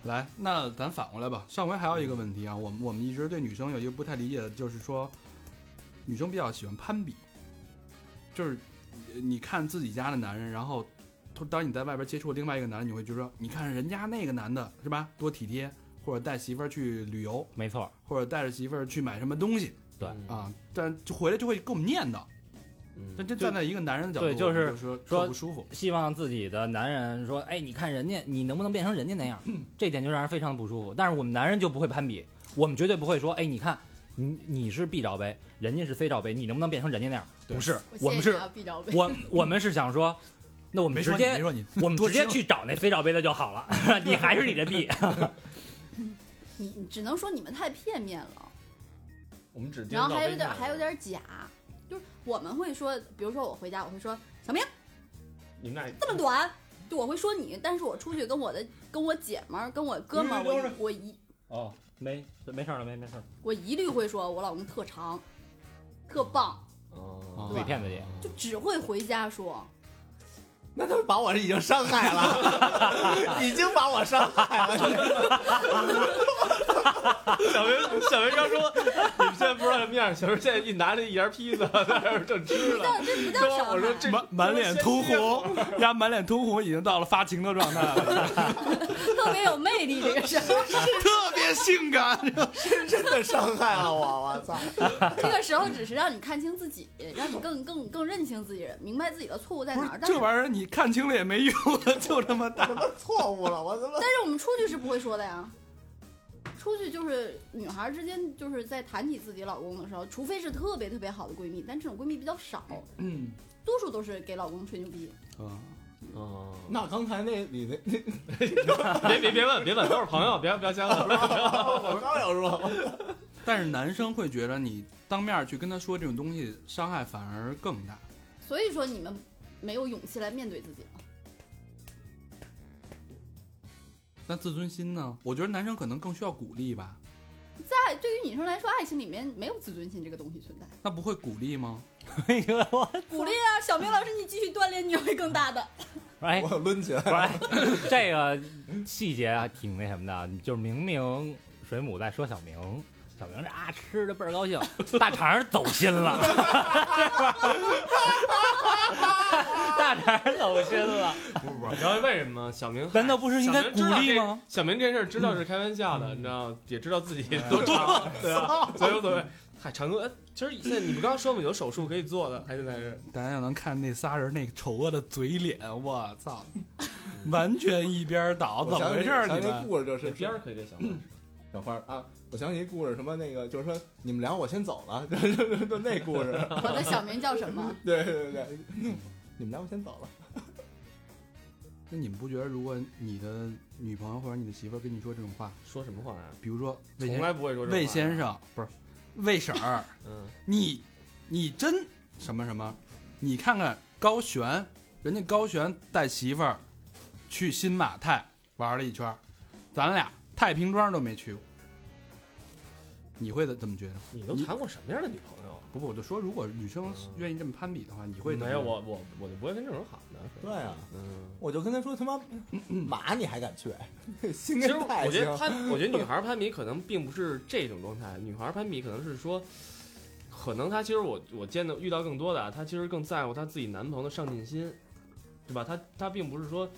[SPEAKER 3] 来，那咱反过来吧。上回还有一个问题啊，我们我们一直对女生有一个不太理解的，就是说，女生比较喜欢攀比，就是呃你看自己家的男人，然后突当你在外边接触另外一个男人，你会觉得说，你看人家那个男的是吧，多体贴，或者带媳妇儿去旅游，
[SPEAKER 2] 没错儿，
[SPEAKER 3] 或者带着媳妇儿去买什么东西
[SPEAKER 2] 对
[SPEAKER 3] 啊，但就回来就会跟我们念叨。
[SPEAKER 5] 嗯
[SPEAKER 3] 但这站在一个男人的角度，
[SPEAKER 2] 对就是
[SPEAKER 3] 我说
[SPEAKER 2] 说
[SPEAKER 3] 特不舒服。
[SPEAKER 2] 希望自己的男人说，哎，你看人家，你能不能变成人家那样？这点就让人非常不舒服。但是我们男人就不会攀比，我们绝对不会说，哎，你看。你你是 B 罩杯，人家是 C 罩杯，你能不能变成人家那样？
[SPEAKER 3] 对
[SPEAKER 2] 不是，
[SPEAKER 6] 谢
[SPEAKER 2] 我们
[SPEAKER 6] 谢
[SPEAKER 2] 是
[SPEAKER 6] 你啊毕兆杯。
[SPEAKER 2] 我我们是想说，那我们
[SPEAKER 3] 没
[SPEAKER 2] 直
[SPEAKER 3] 说你，没
[SPEAKER 2] 接
[SPEAKER 3] 说你，
[SPEAKER 2] 我们
[SPEAKER 3] 多
[SPEAKER 2] 直接
[SPEAKER 3] 听
[SPEAKER 2] 去找那非罩杯的就 (laughs) 好了，你还是你这币。
[SPEAKER 6] 你你只能说你们太片面了，
[SPEAKER 4] 我们只盯
[SPEAKER 6] 然后
[SPEAKER 4] 到
[SPEAKER 6] 还有
[SPEAKER 4] 微
[SPEAKER 6] 点
[SPEAKER 4] 看
[SPEAKER 6] 还有，点假，就是我们会说，比如说我回家我会说小明
[SPEAKER 4] 你们俩
[SPEAKER 2] 嗯
[SPEAKER 6] 这么短，就我会说你，但是我出去跟我的跟我姐们儿跟我哥们儿，
[SPEAKER 4] 等会
[SPEAKER 6] 我
[SPEAKER 4] 儿
[SPEAKER 6] 我一
[SPEAKER 2] 哦，没没事了，没没事。
[SPEAKER 6] 我一律会说我老公特长，特棒，
[SPEAKER 4] 哦
[SPEAKER 6] 对
[SPEAKER 2] 嘴骗自己，
[SPEAKER 6] 就只会回家说。
[SPEAKER 5] 那他们把我已经伤害了， (laughs) 已经把我伤害了。
[SPEAKER 4] 小明，小明刚说，你们现在不知道什么样。小明现在一拿着一盘披萨在那儿正吃呢。
[SPEAKER 6] 但这不叫
[SPEAKER 4] 说
[SPEAKER 6] 伤害。
[SPEAKER 4] 我说这
[SPEAKER 3] 满满脸通红，呀，满脸通红，已经到了发情的状态了，
[SPEAKER 6] 特别有魅力这个事儿。
[SPEAKER 3] 特别性感。
[SPEAKER 5] 深深的伤害了我，我操！
[SPEAKER 6] 这个时候只是让你看清自己，让你更更更认清自己人，明白自己的错误在
[SPEAKER 3] 不
[SPEAKER 6] 哪
[SPEAKER 3] 是
[SPEAKER 6] 儿。但是
[SPEAKER 3] 这玩意儿，你看清了也没用，就这么大。
[SPEAKER 5] 什么错误了？我他妈
[SPEAKER 6] 但是我们出去是不会说的呀。出去就是女孩之间就是在谈起自己老公的时候，除非是特别特别好的闺蜜，但这种闺蜜比较少，
[SPEAKER 3] 嗯
[SPEAKER 6] 多数都是给老公吹牛逼。
[SPEAKER 3] 啊，
[SPEAKER 4] 哦，
[SPEAKER 5] 那刚才那你那那，
[SPEAKER 4] 别别别问，别问，都是朋友，别别瞎问。
[SPEAKER 5] 我刚要说，
[SPEAKER 3] 但是男生会觉得你当面去跟他说这种东西，伤害反而更大。
[SPEAKER 6] 所以说你们没有勇气来面对自己了。
[SPEAKER 3] 那自尊心呢？我觉得男生可能更需要鼓励吧。
[SPEAKER 6] 在对于女生来说，爱情里面没有自尊心这个东西存在。
[SPEAKER 3] 那不会鼓励吗？
[SPEAKER 6] 鼓励啊，小明老师，你继续锻炼，你会更大的。
[SPEAKER 2] 哎，
[SPEAKER 5] 我抡起来。
[SPEAKER 2] 不是，哎这个细节啊，挺那什么的。就是明明水母在说小明，小明这啊吃的倍儿高兴，大肠儿走心了，是吧？大肠儿走心了，
[SPEAKER 4] 你知道为什么吗小明？
[SPEAKER 2] 难道不是应该
[SPEAKER 4] 小明知道
[SPEAKER 2] 鼓励
[SPEAKER 4] 这
[SPEAKER 2] 吗？
[SPEAKER 4] 小明这事儿知道是开玩笑的，你知道，也知道自己多长，对吧？所以无所谓。嗨，长哥，哎其实现在你们刚刚说嘛，有手术可以做的，还现在是
[SPEAKER 3] 大家要能看那仨人那丑恶的嘴脸，我操， (laughs) 完全一边倒，
[SPEAKER 5] 我
[SPEAKER 3] 怎么
[SPEAKER 5] 想
[SPEAKER 3] 回
[SPEAKER 5] 起
[SPEAKER 3] 事儿？
[SPEAKER 5] 想
[SPEAKER 3] 你
[SPEAKER 5] 起一
[SPEAKER 3] 们
[SPEAKER 5] 故事就是
[SPEAKER 4] 这边儿可以给小明。
[SPEAKER 5] 小花儿啊，我想起一故事，什么那个就是说你们俩我先走了，就就就就那故事。
[SPEAKER 6] (laughs) 我的小名叫什么？
[SPEAKER 5] 对对对对，你们俩我先走了。
[SPEAKER 3] 那你们不觉得，如果你的女朋友或者你的媳妇儿跟你说这种话，
[SPEAKER 4] 说什么话呀？啊
[SPEAKER 3] 比如说魏先
[SPEAKER 4] 从来不会说这种话
[SPEAKER 3] 魏先，生不是魏婶儿，
[SPEAKER 4] 嗯，
[SPEAKER 3] 你你真什么什么？你看看高璇，人家高璇带媳妇儿去新马泰玩了一圈儿，咱俩太平庄都没去过。你会怎怎么觉得？
[SPEAKER 4] 你都谈过什么样的女朋友？
[SPEAKER 3] 不不，我就说，如果女生
[SPEAKER 4] 嗯
[SPEAKER 3] 愿意这么攀比的话，你会怎么
[SPEAKER 4] 没有
[SPEAKER 3] 样
[SPEAKER 4] 我我我就不会跟这种人喊的。是吧
[SPEAKER 5] 对啊，
[SPEAKER 4] 嗯，
[SPEAKER 5] 我就跟他说他妈马你还敢去，
[SPEAKER 4] (laughs)
[SPEAKER 5] 心
[SPEAKER 4] 其实
[SPEAKER 5] 跟
[SPEAKER 4] 我
[SPEAKER 5] 太
[SPEAKER 4] 觉
[SPEAKER 5] 轻
[SPEAKER 4] 得。攀，我觉得女孩攀比可能并不是这种状态，女孩攀比可能是说，可能她其实我我见到遇到更多的啊，她其实更在乎她自己男朋友的上进心，对吧？她她并不是说，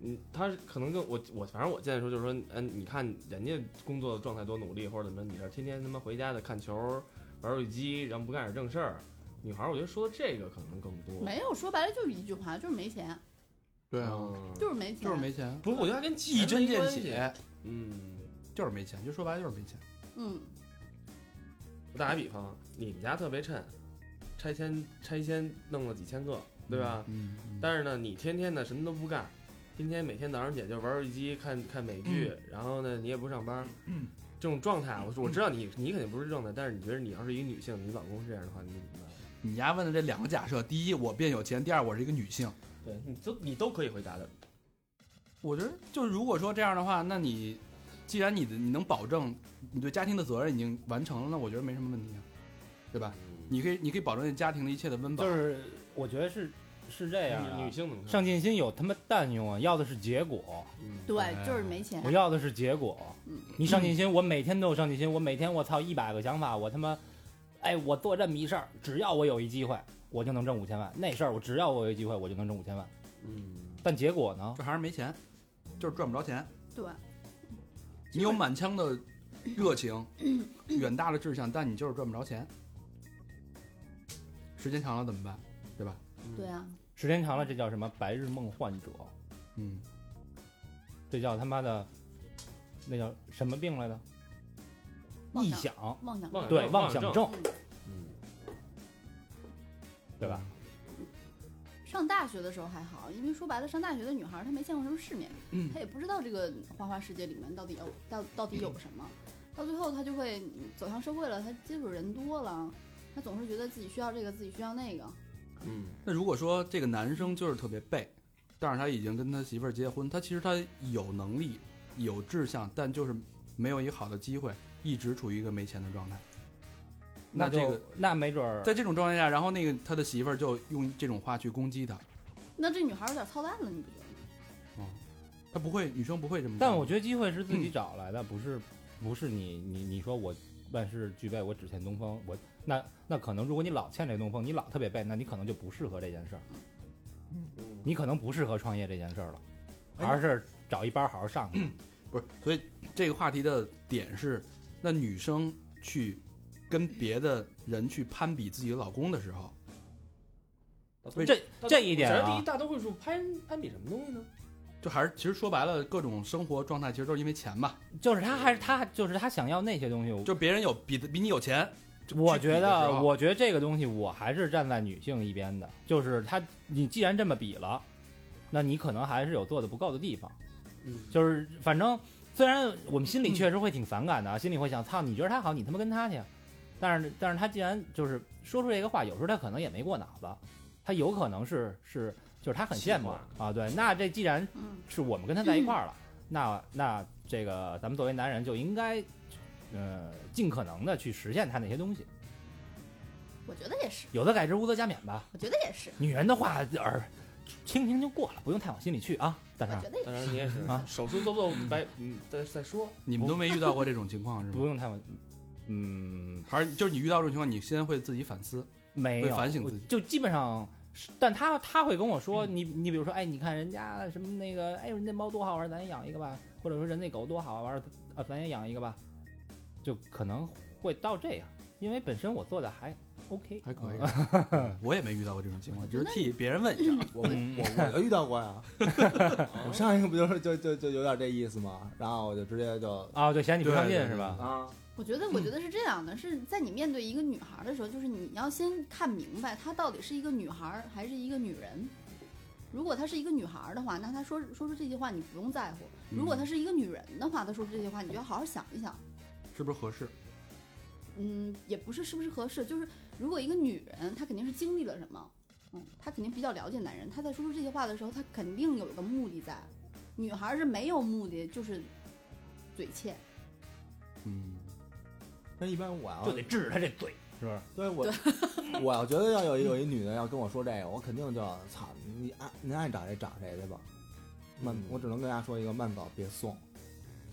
[SPEAKER 4] 嗯，她可能更我我反正我见的时候就是说，嗯，你看人家工作状态多努力或者怎么着，你这天天他妈回家的看球玩手机，然后不干点正事儿。女孩，我觉得说这个可能更多。
[SPEAKER 6] 没有，说白了就是一句话，就是没钱。
[SPEAKER 3] 对啊，
[SPEAKER 7] 嗯
[SPEAKER 6] 就是没钱，
[SPEAKER 3] 就是没钱，
[SPEAKER 4] 不，我觉得它跟钱
[SPEAKER 3] 一针
[SPEAKER 4] 没
[SPEAKER 3] 见
[SPEAKER 4] 关系。
[SPEAKER 3] 血，
[SPEAKER 7] 嗯，
[SPEAKER 3] 就是没钱，就说白了就是没钱。
[SPEAKER 6] 嗯，
[SPEAKER 4] 我打个比方，你们家特别趁，拆迁拆迁弄了几千个，对吧？
[SPEAKER 3] 嗯，嗯
[SPEAKER 4] 但是呢，你天天呢什么都不干，天天每天早上起来就玩手机、看看美剧，然后呢你也不上班，这种状态，啊我我知道你你肯定不是这状态，但是你觉得你要是一个女性，你老公是这样的话，你怎么办？
[SPEAKER 3] 你丫问的这两个假设，第一我变有钱，第二我是一个女性。
[SPEAKER 4] 对你都你都可以回答的，
[SPEAKER 3] 我觉得就是如果说这样的话，那你既然你的你能保证你对家庭的责任已经完成了，那我觉得没什么问题啊，对吧？
[SPEAKER 4] 嗯
[SPEAKER 3] 你可以你可以保证你家庭的一切的温饱。
[SPEAKER 2] 就是我觉得是是这样
[SPEAKER 4] 女
[SPEAKER 2] 的
[SPEAKER 4] 女。性怎么看
[SPEAKER 2] 上进心有他妈蛋用啊！要的是结果，
[SPEAKER 4] 嗯
[SPEAKER 3] 哎
[SPEAKER 6] 对，就是没钱
[SPEAKER 2] 我。要的是结果
[SPEAKER 6] 哎嗯。
[SPEAKER 2] 你上进心，我每天都有上进心，我每天我操一百个想法，我他妈，哎，我做这么一事儿，只要我有一机会，我就能挣五千万。那事儿我只要我有一机会，我就能挣五千万。
[SPEAKER 7] 嗯，
[SPEAKER 2] 但结果呢？
[SPEAKER 3] 这还是没钱，就是赚不着钱。
[SPEAKER 6] 对，
[SPEAKER 3] 你有满腔的热情，远大的志向，但你就是赚不着钱。时间长了怎么办？
[SPEAKER 4] 嗯
[SPEAKER 6] 对啊，
[SPEAKER 2] 时间长了，这叫什么？白日梦患者，
[SPEAKER 3] 嗯，
[SPEAKER 2] 这叫他妈的，那叫什么病来着？
[SPEAKER 6] 妄
[SPEAKER 2] 臆
[SPEAKER 6] 想
[SPEAKER 2] 想，
[SPEAKER 6] 妄想
[SPEAKER 4] 妄
[SPEAKER 2] 对，
[SPEAKER 4] 妄
[SPEAKER 2] 想
[SPEAKER 4] 症
[SPEAKER 2] 症，
[SPEAKER 7] 嗯，
[SPEAKER 2] 对吧？
[SPEAKER 6] 上大学的时候还好，因为说白了，上大学的女孩儿她没见过什么世面，
[SPEAKER 3] 嗯
[SPEAKER 6] 她也不知道这个花花世界里面到底有到到底有什么，到最后她就会嗯走向社会了，她接触人多了，她总是觉得自己需要这个，自己需要那个，
[SPEAKER 7] 嗯，
[SPEAKER 3] 那如果说这个男生就是特别背，但是他已经跟他媳妇儿结婚，他其实他有能力、有志向，但就是没有一个好的机会，一直处于一个没钱的状态。那
[SPEAKER 2] 就
[SPEAKER 3] 这个
[SPEAKER 2] 那没准儿
[SPEAKER 3] 在这种状态下，然后那个他的媳妇儿就用这种话去攻击他，
[SPEAKER 6] 那这女孩儿有点操蛋了，你不觉得吗？
[SPEAKER 3] 他不会，女生不会这么干。
[SPEAKER 2] 但我觉得机会是自
[SPEAKER 3] 嗯
[SPEAKER 2] 己找来的，不是不是你你你说我万事俱备，我只欠东风，我那那可能如果你老欠这东风，你老特别背，那你可能就不适合这件事儿，你可能不适合创业这件事儿了，
[SPEAKER 3] 嗯哎
[SPEAKER 2] 还是找一班好好上去。
[SPEAKER 3] 不是，所以这个话题的点是，那女生去跟别的人去攀比自己的老公的时候，为
[SPEAKER 2] 这这一点
[SPEAKER 4] 我觉得第
[SPEAKER 2] 啊
[SPEAKER 4] 一，大多会数攀攀比什么东西呢？
[SPEAKER 3] 就还是其实说白了，各种生活状态其实都是因为钱吧，
[SPEAKER 2] 就是他还是他就是他想要那些东西，
[SPEAKER 3] 就别人有比的比你有钱，就
[SPEAKER 2] 我
[SPEAKER 3] 去比的
[SPEAKER 2] 觉
[SPEAKER 3] 时
[SPEAKER 2] 得，
[SPEAKER 3] 候
[SPEAKER 2] 我觉得这个东西我还是站在女性一边的，就是她，你既然这么比了，那你可能还是有做的不够的地方。
[SPEAKER 4] 嗯
[SPEAKER 2] 就是反正虽然我们
[SPEAKER 3] 嗯
[SPEAKER 2] 心里确实会挺反感的，啊，心里会想，操，你觉得他好，你他妈跟他去。但是，但是他既然就是说出这个话，有时候他可能也没过脑子，他有可能是是就是他很
[SPEAKER 4] 气话
[SPEAKER 2] 羡慕啊，对。那这既然
[SPEAKER 6] 嗯，
[SPEAKER 2] 是我们跟他在一块儿了，
[SPEAKER 3] 嗯
[SPEAKER 2] 那那这个咱们作为男人就应该，呃，尽可能的去实现他那些东西。
[SPEAKER 6] 我觉得也是，
[SPEAKER 2] 有的改之，无则加勉吧。
[SPEAKER 6] 我觉得也是，
[SPEAKER 2] 女人的话耳听听就过了，不用太往心里去啊。
[SPEAKER 6] 我
[SPEAKER 2] 但是
[SPEAKER 6] 觉得也
[SPEAKER 4] 当然你也是
[SPEAKER 2] 啊
[SPEAKER 4] 手术做不做白，嗯，再再说。
[SPEAKER 3] 你们都没遇到过这种情况是
[SPEAKER 2] 不
[SPEAKER 3] 吗？
[SPEAKER 2] 用太往，嗯，
[SPEAKER 3] 还是就是你遇到这种情况，你先会自己反思，
[SPEAKER 2] 没
[SPEAKER 3] 会
[SPEAKER 2] 有
[SPEAKER 3] 反省自己嗯
[SPEAKER 2] 我就基本上是。但他他会跟我说，你你比如说，哎，你看人家什么那个，哎，人家猫多好玩，咱也养一个吧；或者说人那狗多好玩，啊，咱也养一个吧。就可能会到这样，因为本身我做的还 OK，
[SPEAKER 3] 还可以
[SPEAKER 2] 嗯。
[SPEAKER 3] (laughs) 我也没遇到过这种情况，只是
[SPEAKER 6] 那
[SPEAKER 3] 替别人问一下。
[SPEAKER 5] 我我我就遇到过呀， (laughs) 我上一个不就是就就就有点这意思吗？然后我就直接就
[SPEAKER 2] 啊，就嫌你不上进
[SPEAKER 3] 对对
[SPEAKER 2] 是吧？
[SPEAKER 5] 啊，
[SPEAKER 6] 我觉得，我觉得是这样的，是在你面对一个女孩儿的时候，就是你要先看明白她到底是一个女孩儿还是一个女人。如果她是一个女孩儿的话，那她说说出这些话你不用在乎；如
[SPEAKER 2] 嗯
[SPEAKER 6] 果她是一个女人的话，她说出这些话，你就要好好想一想。
[SPEAKER 3] 是不是
[SPEAKER 5] (laughs)
[SPEAKER 3] 合适？
[SPEAKER 6] 嗯，也不是是不是合适，就是如果一个女人，她肯定是经历了什么，嗯，她肯定比较了解男人，她在说出这些话的时候，她肯定有一个目的在。女孩儿是没有目的，就是嘴欠。
[SPEAKER 3] 嗯，
[SPEAKER 5] 那一般我要
[SPEAKER 2] 就得治他这嘴，是不是？
[SPEAKER 5] 对我， (laughs) 我要觉得要有一有一女的要跟我说这个，我肯定就操你爱您爱找谁找谁去吧。慢，我只能跟大家说一个慢走别送。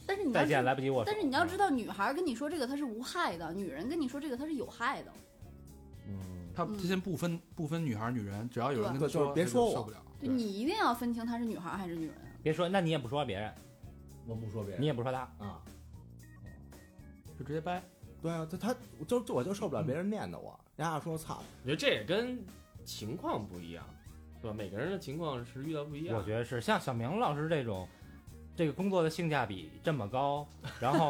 [SPEAKER 6] 但是你要
[SPEAKER 2] 再
[SPEAKER 6] 是
[SPEAKER 2] 见，来不及握手。
[SPEAKER 6] 但是你要知道，女孩儿跟你说这个她是无害的，女人跟你说这个她是有害的。
[SPEAKER 5] 嗯，
[SPEAKER 3] 他他先不分不分女孩儿女人，只要有人跟他
[SPEAKER 5] 对就是
[SPEAKER 3] 说，
[SPEAKER 5] 别
[SPEAKER 3] 他
[SPEAKER 5] 说
[SPEAKER 3] 就受
[SPEAKER 5] 我
[SPEAKER 3] 不了。
[SPEAKER 6] 就你一定要分清她是女孩儿还是女人。啊
[SPEAKER 2] 别说，那你也不说别人，
[SPEAKER 5] 我不说别人，
[SPEAKER 2] 你也不说他，
[SPEAKER 5] 啊，
[SPEAKER 3] 就直接掰。
[SPEAKER 5] 对啊，他他就就我就受不了别人念叨我，人家说操， (laughs)
[SPEAKER 4] 我觉得这也跟情况不一样。对吧？每个人的情况是遇到不一样。
[SPEAKER 2] 我觉得是像小明老师这种，这个工作的性价比这么高，然后，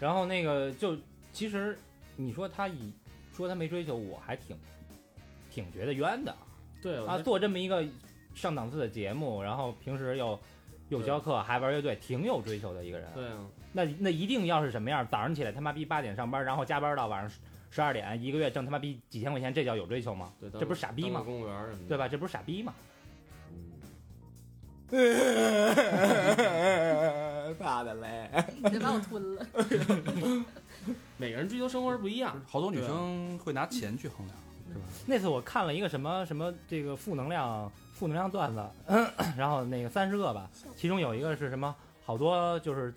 [SPEAKER 2] 然后那个就其实你说他以说他没追求，我还挺挺觉得冤的。
[SPEAKER 4] 对，我觉
[SPEAKER 2] 他
[SPEAKER 4] 得
[SPEAKER 2] 做这么一个上档次的节目，然后平时又又教课，还玩乐队，挺有追求的一个人。
[SPEAKER 4] 对啊，
[SPEAKER 2] 那那一定要是什么样？早上起来他妈逼八点上班，然后加班到晚上十二点，一个月挣他妈逼几千块钱，这叫有追求吗？
[SPEAKER 4] 对，
[SPEAKER 2] 这不是傻逼
[SPEAKER 4] 当个
[SPEAKER 2] 吗？
[SPEAKER 4] 公务员儿什么的，
[SPEAKER 2] 对吧？这不是傻逼吗？
[SPEAKER 5] 大的嘞，
[SPEAKER 6] 你就把我吞了。
[SPEAKER 4] 每个人追求生活是不一样。
[SPEAKER 3] 好多女生会拿钱去衡量，
[SPEAKER 2] 那次我看了一个什么什么这个负能量负能量段子，然后那个三十个吧，其中有一个是什么好多就是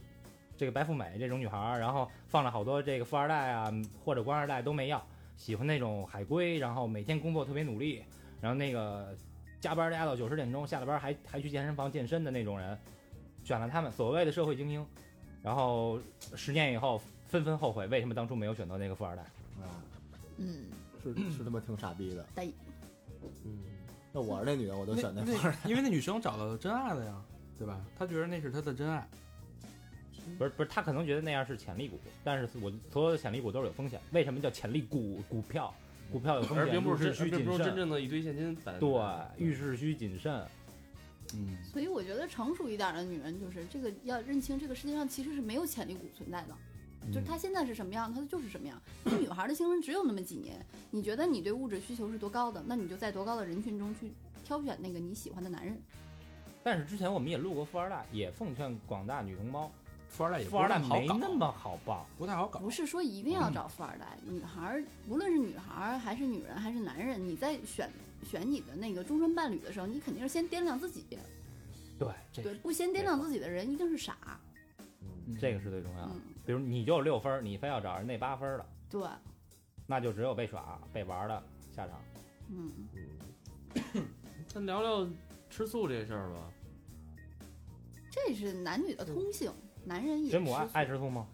[SPEAKER 2] 这个白富美这种女孩儿，然后放了好多这个富二代啊或者官二代都没要，喜欢那种海归，然后每天工作特别努力，然后那个加班加到九十点钟，下了班还还去健身房健身的那种人，选了他们所谓的社会精英，然后十年以后纷纷后悔为什么当初没有选择那个富二代。
[SPEAKER 5] 啊，
[SPEAKER 6] 嗯，
[SPEAKER 5] 是是他妈挺傻逼的。
[SPEAKER 6] 对
[SPEAKER 7] 嗯，
[SPEAKER 5] 那我是那女的，我就选
[SPEAKER 3] 那
[SPEAKER 5] 那块儿。
[SPEAKER 3] 那因为那女生找到了真爱了呀，对吧？她觉得那是她的真爱，
[SPEAKER 2] 不是不是，他可能觉得那样是潜力股，但是我所有的潜力股都是有风险。为什么叫潜力股？股票，股票有风
[SPEAKER 4] 而
[SPEAKER 2] 险，
[SPEAKER 4] 并不
[SPEAKER 2] 入
[SPEAKER 4] 是
[SPEAKER 2] 市需
[SPEAKER 4] 真，并
[SPEAKER 2] 谨
[SPEAKER 4] 不是真
[SPEAKER 2] 慎。
[SPEAKER 4] 正的一堆现金摆在那儿。
[SPEAKER 2] 对，遇事需谨慎。
[SPEAKER 3] 嗯，
[SPEAKER 6] 所以我觉得成熟一点的女人，就是这个要认清这个世界上其实是没有潜力股存在的，就是她现在是什么样，她就是什么样。因为女孩的青春只有那么几年，你觉得你对物质需求是多高的，那你就在多高的人群中去挑选那个你喜欢的男人。
[SPEAKER 2] 但是之前我们也录过富二代，也奉劝广大女同胞，
[SPEAKER 3] 富二代也不
[SPEAKER 2] 富二代
[SPEAKER 3] 是好
[SPEAKER 2] 没
[SPEAKER 3] 搞
[SPEAKER 2] 那么好抱。
[SPEAKER 3] 不太好搞
[SPEAKER 6] 不，是说一定要找富二代，女孩儿无论是女孩儿还是女人还是男人，你在选选你的那个终身伴侣的时候，你肯定是先掂量自己，
[SPEAKER 2] 对，这嗯
[SPEAKER 6] 对，不先掂量自己的人一定是傻，
[SPEAKER 2] 这个是最重要的
[SPEAKER 6] 嗯。，
[SPEAKER 2] 比如你就六分儿，你非要找人那八分儿的，
[SPEAKER 6] 对，
[SPEAKER 2] 那就只有被耍、被玩儿的下场。
[SPEAKER 6] 嗯，
[SPEAKER 4] 咱聊聊吃素这事儿吧。
[SPEAKER 6] 这是男女的通性，男人也
[SPEAKER 2] 真母爱
[SPEAKER 6] 吃素
[SPEAKER 2] 爱吃醋吗？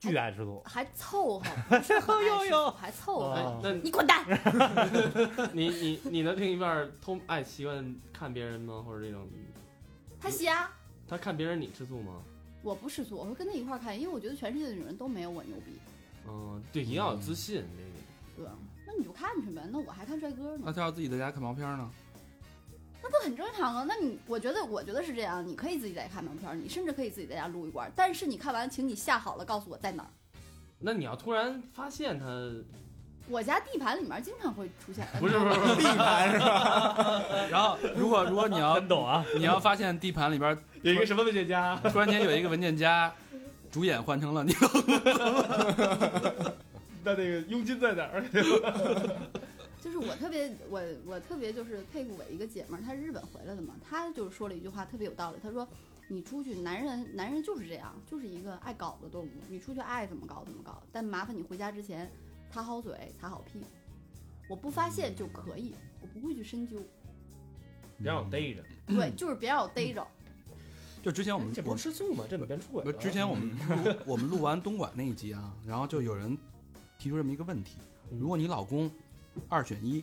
[SPEAKER 2] 巨爱吃醋。
[SPEAKER 6] 还
[SPEAKER 2] (laughs)
[SPEAKER 6] 凑合，不是很爱吃醋还凑
[SPEAKER 2] 哦
[SPEAKER 6] 合，
[SPEAKER 4] 哎，那
[SPEAKER 6] 你滚蛋！
[SPEAKER 4] 你你你的另一半儿偷爱习惯看别人吗？或者这种，
[SPEAKER 6] 他瞎，
[SPEAKER 4] 他看别人你吃素吗？
[SPEAKER 6] 我不吃醋，我会跟他一块儿看，因为我觉得全世界的女人都没有我牛逼，
[SPEAKER 4] 嗯，对，一定要有自信。这个
[SPEAKER 6] 对吧？那你就看去呗，那我还看帅哥呢
[SPEAKER 3] 那。她要自己在家看毛片呢？ (laughs)
[SPEAKER 6] 那都很正常啊。那你，我觉得，我觉得是这样，你可以自己在家看门片儿，你甚至可以自己在家撸一罐儿。但是你看完，请你下好了告诉我在哪儿。
[SPEAKER 4] 那你要突然发
[SPEAKER 7] (laughs)
[SPEAKER 4] 现他，
[SPEAKER 6] 我家地盘里面经常会出现，
[SPEAKER 4] 不是不是不是，
[SPEAKER 3] 然后如果如果你要
[SPEAKER 2] 真懂啊！
[SPEAKER 3] 你要发现地盘里边
[SPEAKER 4] 有一个什么文学家，啊
[SPEAKER 3] 突然间有一个文件夹，主演换成了你，
[SPEAKER 4] (laughs) 那那个佣金在哪
[SPEAKER 7] (laughs)
[SPEAKER 4] 儿？
[SPEAKER 6] (laughs) 就是我特别，我我特别就是佩服我一个姐们儿，她日本回来的嘛，她就是说了一句话特别有道理，她说。你出去，男人男人就是这样，就是一个爱搞的动物。你出去爱怎么搞怎么搞，但麻烦你回家之前，擦好嘴，擦好屁股。我不发现就可以，我不会去深究。
[SPEAKER 7] 别让我逮着，
[SPEAKER 4] 嗯
[SPEAKER 6] 对，就是别让我逮着。
[SPEAKER 3] 就之前我们
[SPEAKER 7] 哎这
[SPEAKER 3] 我
[SPEAKER 7] 不嗯是吃素吗？这怎么变出轨
[SPEAKER 3] 不
[SPEAKER 7] 了？
[SPEAKER 3] 是之前我们录我们录完东莞那一集啊，然后就有人提出这么一个问题：
[SPEAKER 7] 嗯
[SPEAKER 3] 如果你老公二选一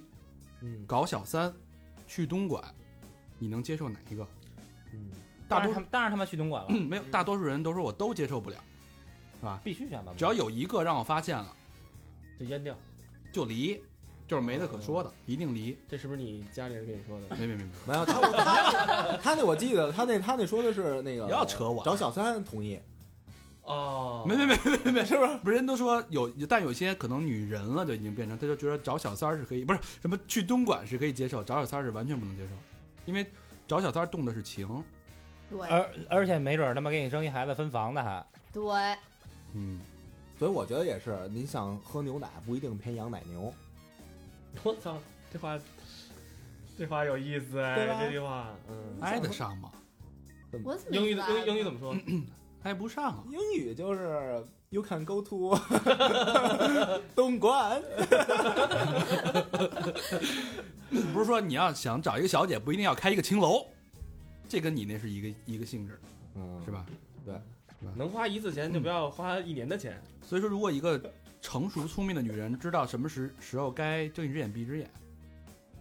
[SPEAKER 7] 嗯
[SPEAKER 3] 搞小三，去东莞，你能接受哪一个？
[SPEAKER 7] 嗯，
[SPEAKER 3] 大
[SPEAKER 2] 当
[SPEAKER 3] 多
[SPEAKER 2] 然
[SPEAKER 3] 数
[SPEAKER 2] 他们当然他们去东莞了，
[SPEAKER 3] 没有，大多数人都说我都接受不了，
[SPEAKER 2] 必须选吧。
[SPEAKER 3] 只要有一个让我发现了
[SPEAKER 7] 就阉掉。
[SPEAKER 3] 就离，就是没得可说的，一定离。
[SPEAKER 7] 这是不是你家里人跟你说的？
[SPEAKER 3] 没没没，没
[SPEAKER 5] 没有他他他那我记得他那他那说的是那个
[SPEAKER 3] 不要扯我啊
[SPEAKER 5] 找小三同意，
[SPEAKER 7] (laughs) 哦
[SPEAKER 3] 没没没没没没，是不是？不是人都说有，但有些可能女人了就已经变成，她就觉得找小三儿是可以，不是什么去东莞是可以接受，找小三儿是完全不能接受，因为找小三儿动的是情，
[SPEAKER 6] 对
[SPEAKER 2] 而而且没准儿他妈给你生一孩子分房的还。
[SPEAKER 6] 对，
[SPEAKER 3] 嗯，
[SPEAKER 5] 所以我觉得也是，你想喝牛奶不一定偏羊奶牛，
[SPEAKER 7] (laughs) 我操，这话，这话有意思哎
[SPEAKER 5] 对吧，
[SPEAKER 7] 这句话，嗯，
[SPEAKER 3] 挨得上吗？
[SPEAKER 6] 我怎么
[SPEAKER 4] 英语
[SPEAKER 6] 明白
[SPEAKER 4] 英语英语
[SPEAKER 6] 了
[SPEAKER 4] 怎么说？
[SPEAKER 7] 嗯
[SPEAKER 3] 挨不上啊。
[SPEAKER 5] 英语就是 you can go to (laughs) 东莞，
[SPEAKER 3] 不是说你要想找一个小姐，不一定要开一个青楼，这跟你那是一个一个性质，
[SPEAKER 5] 嗯
[SPEAKER 3] 是？吧？
[SPEAKER 7] 能花一次钱就不要花一年的钱。
[SPEAKER 3] 所以说，如果一个成熟聪明的女人知道什么时时候该睁一只眼闭一只眼，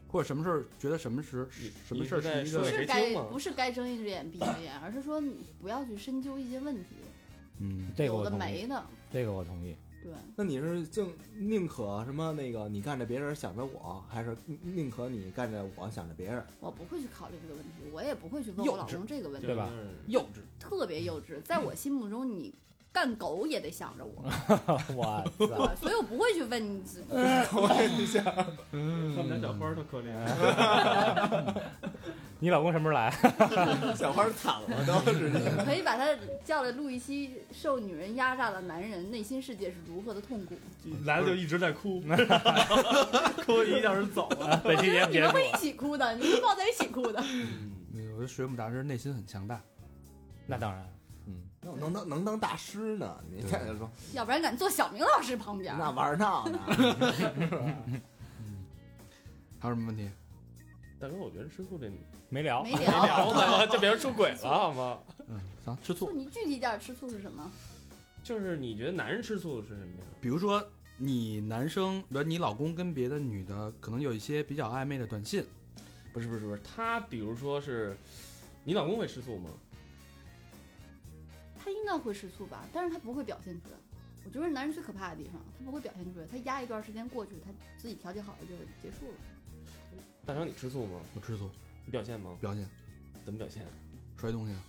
[SPEAKER 3] 或者什么事儿觉得什么时
[SPEAKER 4] 你
[SPEAKER 3] 什么事儿是一
[SPEAKER 4] 你是在说
[SPEAKER 6] 不
[SPEAKER 3] 个
[SPEAKER 4] 给
[SPEAKER 6] 是
[SPEAKER 4] 谁
[SPEAKER 6] 该
[SPEAKER 4] 听嘛
[SPEAKER 6] 不是该睁一只眼闭一只眼，而是说你不要去深究一些问题，
[SPEAKER 3] 嗯
[SPEAKER 2] 这个
[SPEAKER 6] 有
[SPEAKER 2] 我
[SPEAKER 6] 的
[SPEAKER 2] 同意，
[SPEAKER 6] 没的，
[SPEAKER 2] 这个我同意。
[SPEAKER 6] 对，
[SPEAKER 5] 那你是竟宁可什么那个你干着别人想着我，还是宁可你干着我想着别人？
[SPEAKER 6] 我不会去考虑这个问题，我也不会去问我
[SPEAKER 3] 幼
[SPEAKER 6] 老
[SPEAKER 3] 稚
[SPEAKER 6] 公这个
[SPEAKER 7] 嗯
[SPEAKER 6] 问题，
[SPEAKER 2] 对吧？
[SPEAKER 3] 幼稚。
[SPEAKER 6] 特别幼稚，在我心目中你。干狗也得想着
[SPEAKER 2] (laughs)
[SPEAKER 6] 我，
[SPEAKER 2] 哇塞，
[SPEAKER 6] 所以我不会去问你。
[SPEAKER 7] 他们家小花儿特可怜，
[SPEAKER 2] 你老公什么时候来？
[SPEAKER 5] 小花惨了都 (laughs) 直接。
[SPEAKER 6] 可以把他叫来录一期《受女人压榨的男人内心世界是如何的痛苦》，
[SPEAKER 7] (laughs) 来了就一直在哭， (laughs) 哭一小时走了。
[SPEAKER 2] 啊本期节目
[SPEAKER 6] 你
[SPEAKER 2] 结
[SPEAKER 6] 们
[SPEAKER 2] 束
[SPEAKER 6] 会。一起哭的，你们抱在一起哭的。
[SPEAKER 3] 嗯我觉得水母大师内心很强大，
[SPEAKER 2] 那当然，
[SPEAKER 5] 嗯，那我能当能当大师呢？你
[SPEAKER 3] 对
[SPEAKER 5] 这就说
[SPEAKER 6] 要不然敢坐小明老师旁边？
[SPEAKER 5] 那玩闹呢？
[SPEAKER 3] 嗯还有什么问题？
[SPEAKER 4] 大哥，我觉得吃醋这
[SPEAKER 2] 没聊。
[SPEAKER 6] 没
[SPEAKER 4] 没
[SPEAKER 6] 聊。
[SPEAKER 4] 聊
[SPEAKER 7] (laughs)
[SPEAKER 4] 呢，这别人出轨了好吗？
[SPEAKER 3] 嗯，行，吃
[SPEAKER 6] 就
[SPEAKER 3] 醋。
[SPEAKER 6] (laughs) 你具体点儿吃醋是什么？
[SPEAKER 4] 就是你觉得男人吃醋是什么样？
[SPEAKER 3] 比如说你男生，比如你老公跟别的女的可能有一些比较暧昧的短信，
[SPEAKER 4] 不是不是不是，他比如说是，你老公会吃醋吗？
[SPEAKER 6] 他应该会吃醋吧，但是他不会表现出来。我觉得男人最可怕的地方，他不会表现出来，他压一段时间过去，他自己调节好了就结束
[SPEAKER 4] (laughs)
[SPEAKER 6] 了。
[SPEAKER 4] 大强，你吃醋吗？
[SPEAKER 3] 我吃醋
[SPEAKER 4] 你表现吗？
[SPEAKER 3] 表现
[SPEAKER 4] 怎么表现？
[SPEAKER 3] 摔东西，啊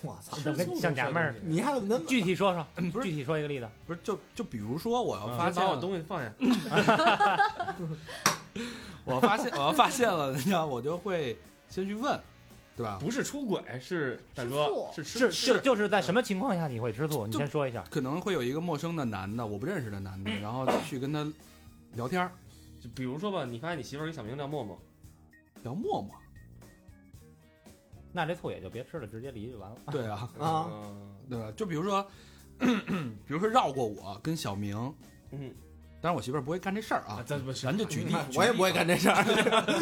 [SPEAKER 5] 我操！
[SPEAKER 2] 怎么像娘们儿？
[SPEAKER 4] 啊
[SPEAKER 5] 你还怎么那么
[SPEAKER 2] 具体说说，具体说一个例子。
[SPEAKER 3] 不是就就比如说我要
[SPEAKER 4] 我
[SPEAKER 3] 发现
[SPEAKER 4] 发啊嗯把我
[SPEAKER 3] 了，
[SPEAKER 4] 东西放下。
[SPEAKER 3] 我发现我 (laughs) 要发现了，人家我就会先去问，对吧？
[SPEAKER 4] 不是出轨，是大哥，是吃
[SPEAKER 2] 是就就是在什么情况下你会吃醋？你先说一下。
[SPEAKER 3] 可能会有一个陌生的男的，我不认识的男的，然后去跟他聊天儿，
[SPEAKER 4] 就比如说吧，你发现你媳妇儿跟小明叫沫沫，
[SPEAKER 3] 聊陌陌。
[SPEAKER 2] 那这醋也就别吃了，直接离就
[SPEAKER 3] (laughs)
[SPEAKER 2] 完了。
[SPEAKER 3] 对啊，
[SPEAKER 5] 啊
[SPEAKER 4] 嗯
[SPEAKER 3] 对吧？就比如说， (coughs) 比如说绕过我跟小明，
[SPEAKER 4] 嗯，
[SPEAKER 3] 当然我媳妇儿不会干这事儿啊
[SPEAKER 4] 啊，，咱不是
[SPEAKER 3] 咱就举例，
[SPEAKER 5] 我也不会干这事儿，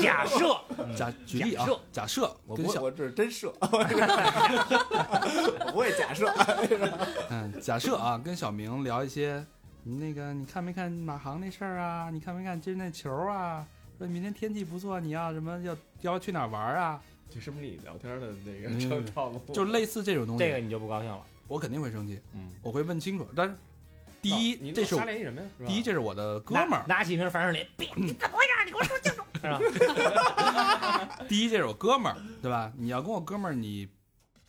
[SPEAKER 2] 假设
[SPEAKER 3] 假举例啊
[SPEAKER 2] 假设，
[SPEAKER 3] 假设
[SPEAKER 5] 我
[SPEAKER 3] 跟
[SPEAKER 5] 不会，
[SPEAKER 3] 小
[SPEAKER 5] 我这是
[SPEAKER 3] (laughs)
[SPEAKER 5] 真设，我不会假设。
[SPEAKER 3] 嗯，假设啊，跟小明聊一些，那个你看没看马航那事儿啊？你看没看今儿那球啊？说明天天气不错，你要什么要要去哪儿玩儿啊？
[SPEAKER 4] 这是不是你聊天的那
[SPEAKER 3] 嗯
[SPEAKER 4] 个套路？
[SPEAKER 3] 就类似这种东西，
[SPEAKER 2] 这个你就不高兴了。
[SPEAKER 3] 我肯定会生气，
[SPEAKER 2] 嗯，
[SPEAKER 3] 我会问清楚。但是第一，
[SPEAKER 4] 哦你
[SPEAKER 3] 这是
[SPEAKER 4] 瞎
[SPEAKER 3] 我
[SPEAKER 4] 联系什么呀？是吧
[SPEAKER 3] 第一，这是我的哥们儿；
[SPEAKER 2] 拿起一瓶凡士林，别你怎么回事？你给我说清楚。是吧？
[SPEAKER 3] 第一，这是我哥们儿，对吧？你要跟我哥们儿，你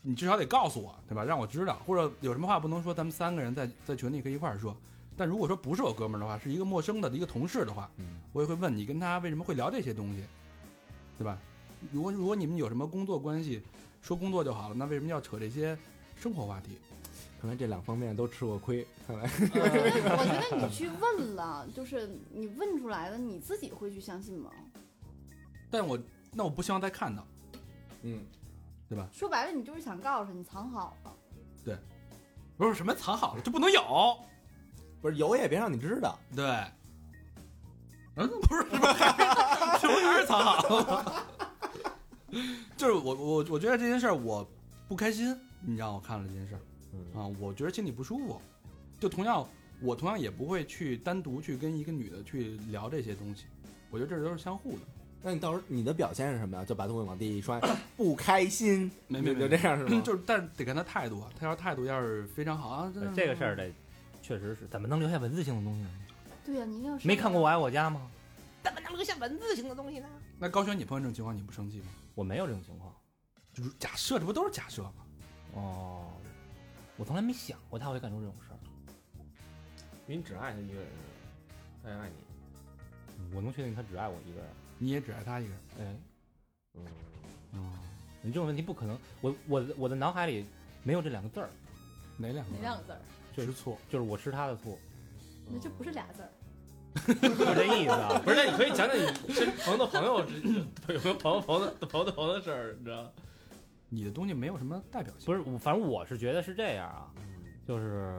[SPEAKER 3] 你至少得告诉我，对吧？让我知道，或者有什么话不能说，咱们三个人在在群里可以一块儿说。但如果说不是我哥们儿的话，是一个陌生的一个同事的话，
[SPEAKER 2] 嗯
[SPEAKER 3] 我也会问你跟他为什么会聊这些东西，对吧？如果如果你们有什么工作关系，说工作就好了，那为什么要扯这些生活话题？
[SPEAKER 5] (laughs)
[SPEAKER 3] (laughs)
[SPEAKER 5] 看来这两方面都吃过亏，看来
[SPEAKER 6] 我觉得，我觉得你去问了，就是你问出来的，你自己会去相信吗？
[SPEAKER 3] 但我那我不希望再看到，
[SPEAKER 5] 嗯，
[SPEAKER 6] 说白了，你就是想告诉他，你藏好了。
[SPEAKER 3] 不是什么藏好了就不能有，
[SPEAKER 5] 不是有也别让你知道。
[SPEAKER 3] 对。嗯，不是，不是，这不还是藏好了吗？就是我我我觉得这件事儿我不开心，你让我看了这件事儿。
[SPEAKER 5] 嗯，
[SPEAKER 3] 啊，我觉得心里不舒服。就同样，我同样也不会去单独去跟一个女的去聊这些东西。我觉得这都是相互的。
[SPEAKER 5] 那你到时候你的表现是什么呀？就把东西往地一
[SPEAKER 3] (laughs)
[SPEAKER 5] 摔，不开心，
[SPEAKER 3] 没没
[SPEAKER 5] 就
[SPEAKER 3] 没
[SPEAKER 5] 就这样
[SPEAKER 3] (laughs)
[SPEAKER 5] 是吗？
[SPEAKER 3] 就是，但是得看她态度啊。她要是态度要是非常好啊，真的
[SPEAKER 2] 这个事儿得，确实是怎么能留下文字性的东西呢？
[SPEAKER 6] 对呀、你一定要
[SPEAKER 2] 没看过《
[SPEAKER 6] 我。
[SPEAKER 2] 我爱我家》吗？
[SPEAKER 8] 怎么能留下文字型的东西呢？
[SPEAKER 3] 那高轩，你碰见这种情况你不生气吗？
[SPEAKER 2] 我没有这种情况。
[SPEAKER 3] 就是假设，这不都是假设吗？
[SPEAKER 2] 哦，我从来没想过他会干出这种事儿。
[SPEAKER 4] 你只爱他一个人，啊他也爱你。
[SPEAKER 2] 我能确定他只爱我一个人。
[SPEAKER 3] 你也只爱她一个人。
[SPEAKER 2] 哎，
[SPEAKER 4] 嗯，
[SPEAKER 3] 哦，
[SPEAKER 2] 你这种问题不可能，我我的我的脑海里没有这两个字儿，
[SPEAKER 3] 哪两个？
[SPEAKER 6] 哪两个字儿？
[SPEAKER 3] 吃醋。
[SPEAKER 2] 就是我吃他的醋，
[SPEAKER 6] 那这不是俩字儿。
[SPEAKER 2] 就这意思啊。 (laughs)
[SPEAKER 4] 不是，那你可以讲讲你身朋友的朋友之 (laughs) 有没有朋友朋友的朋友的朋友的事儿，你知道？
[SPEAKER 3] 你的东西没有什么代表性。
[SPEAKER 2] 不是，我反正我是觉得是这样啊，就是，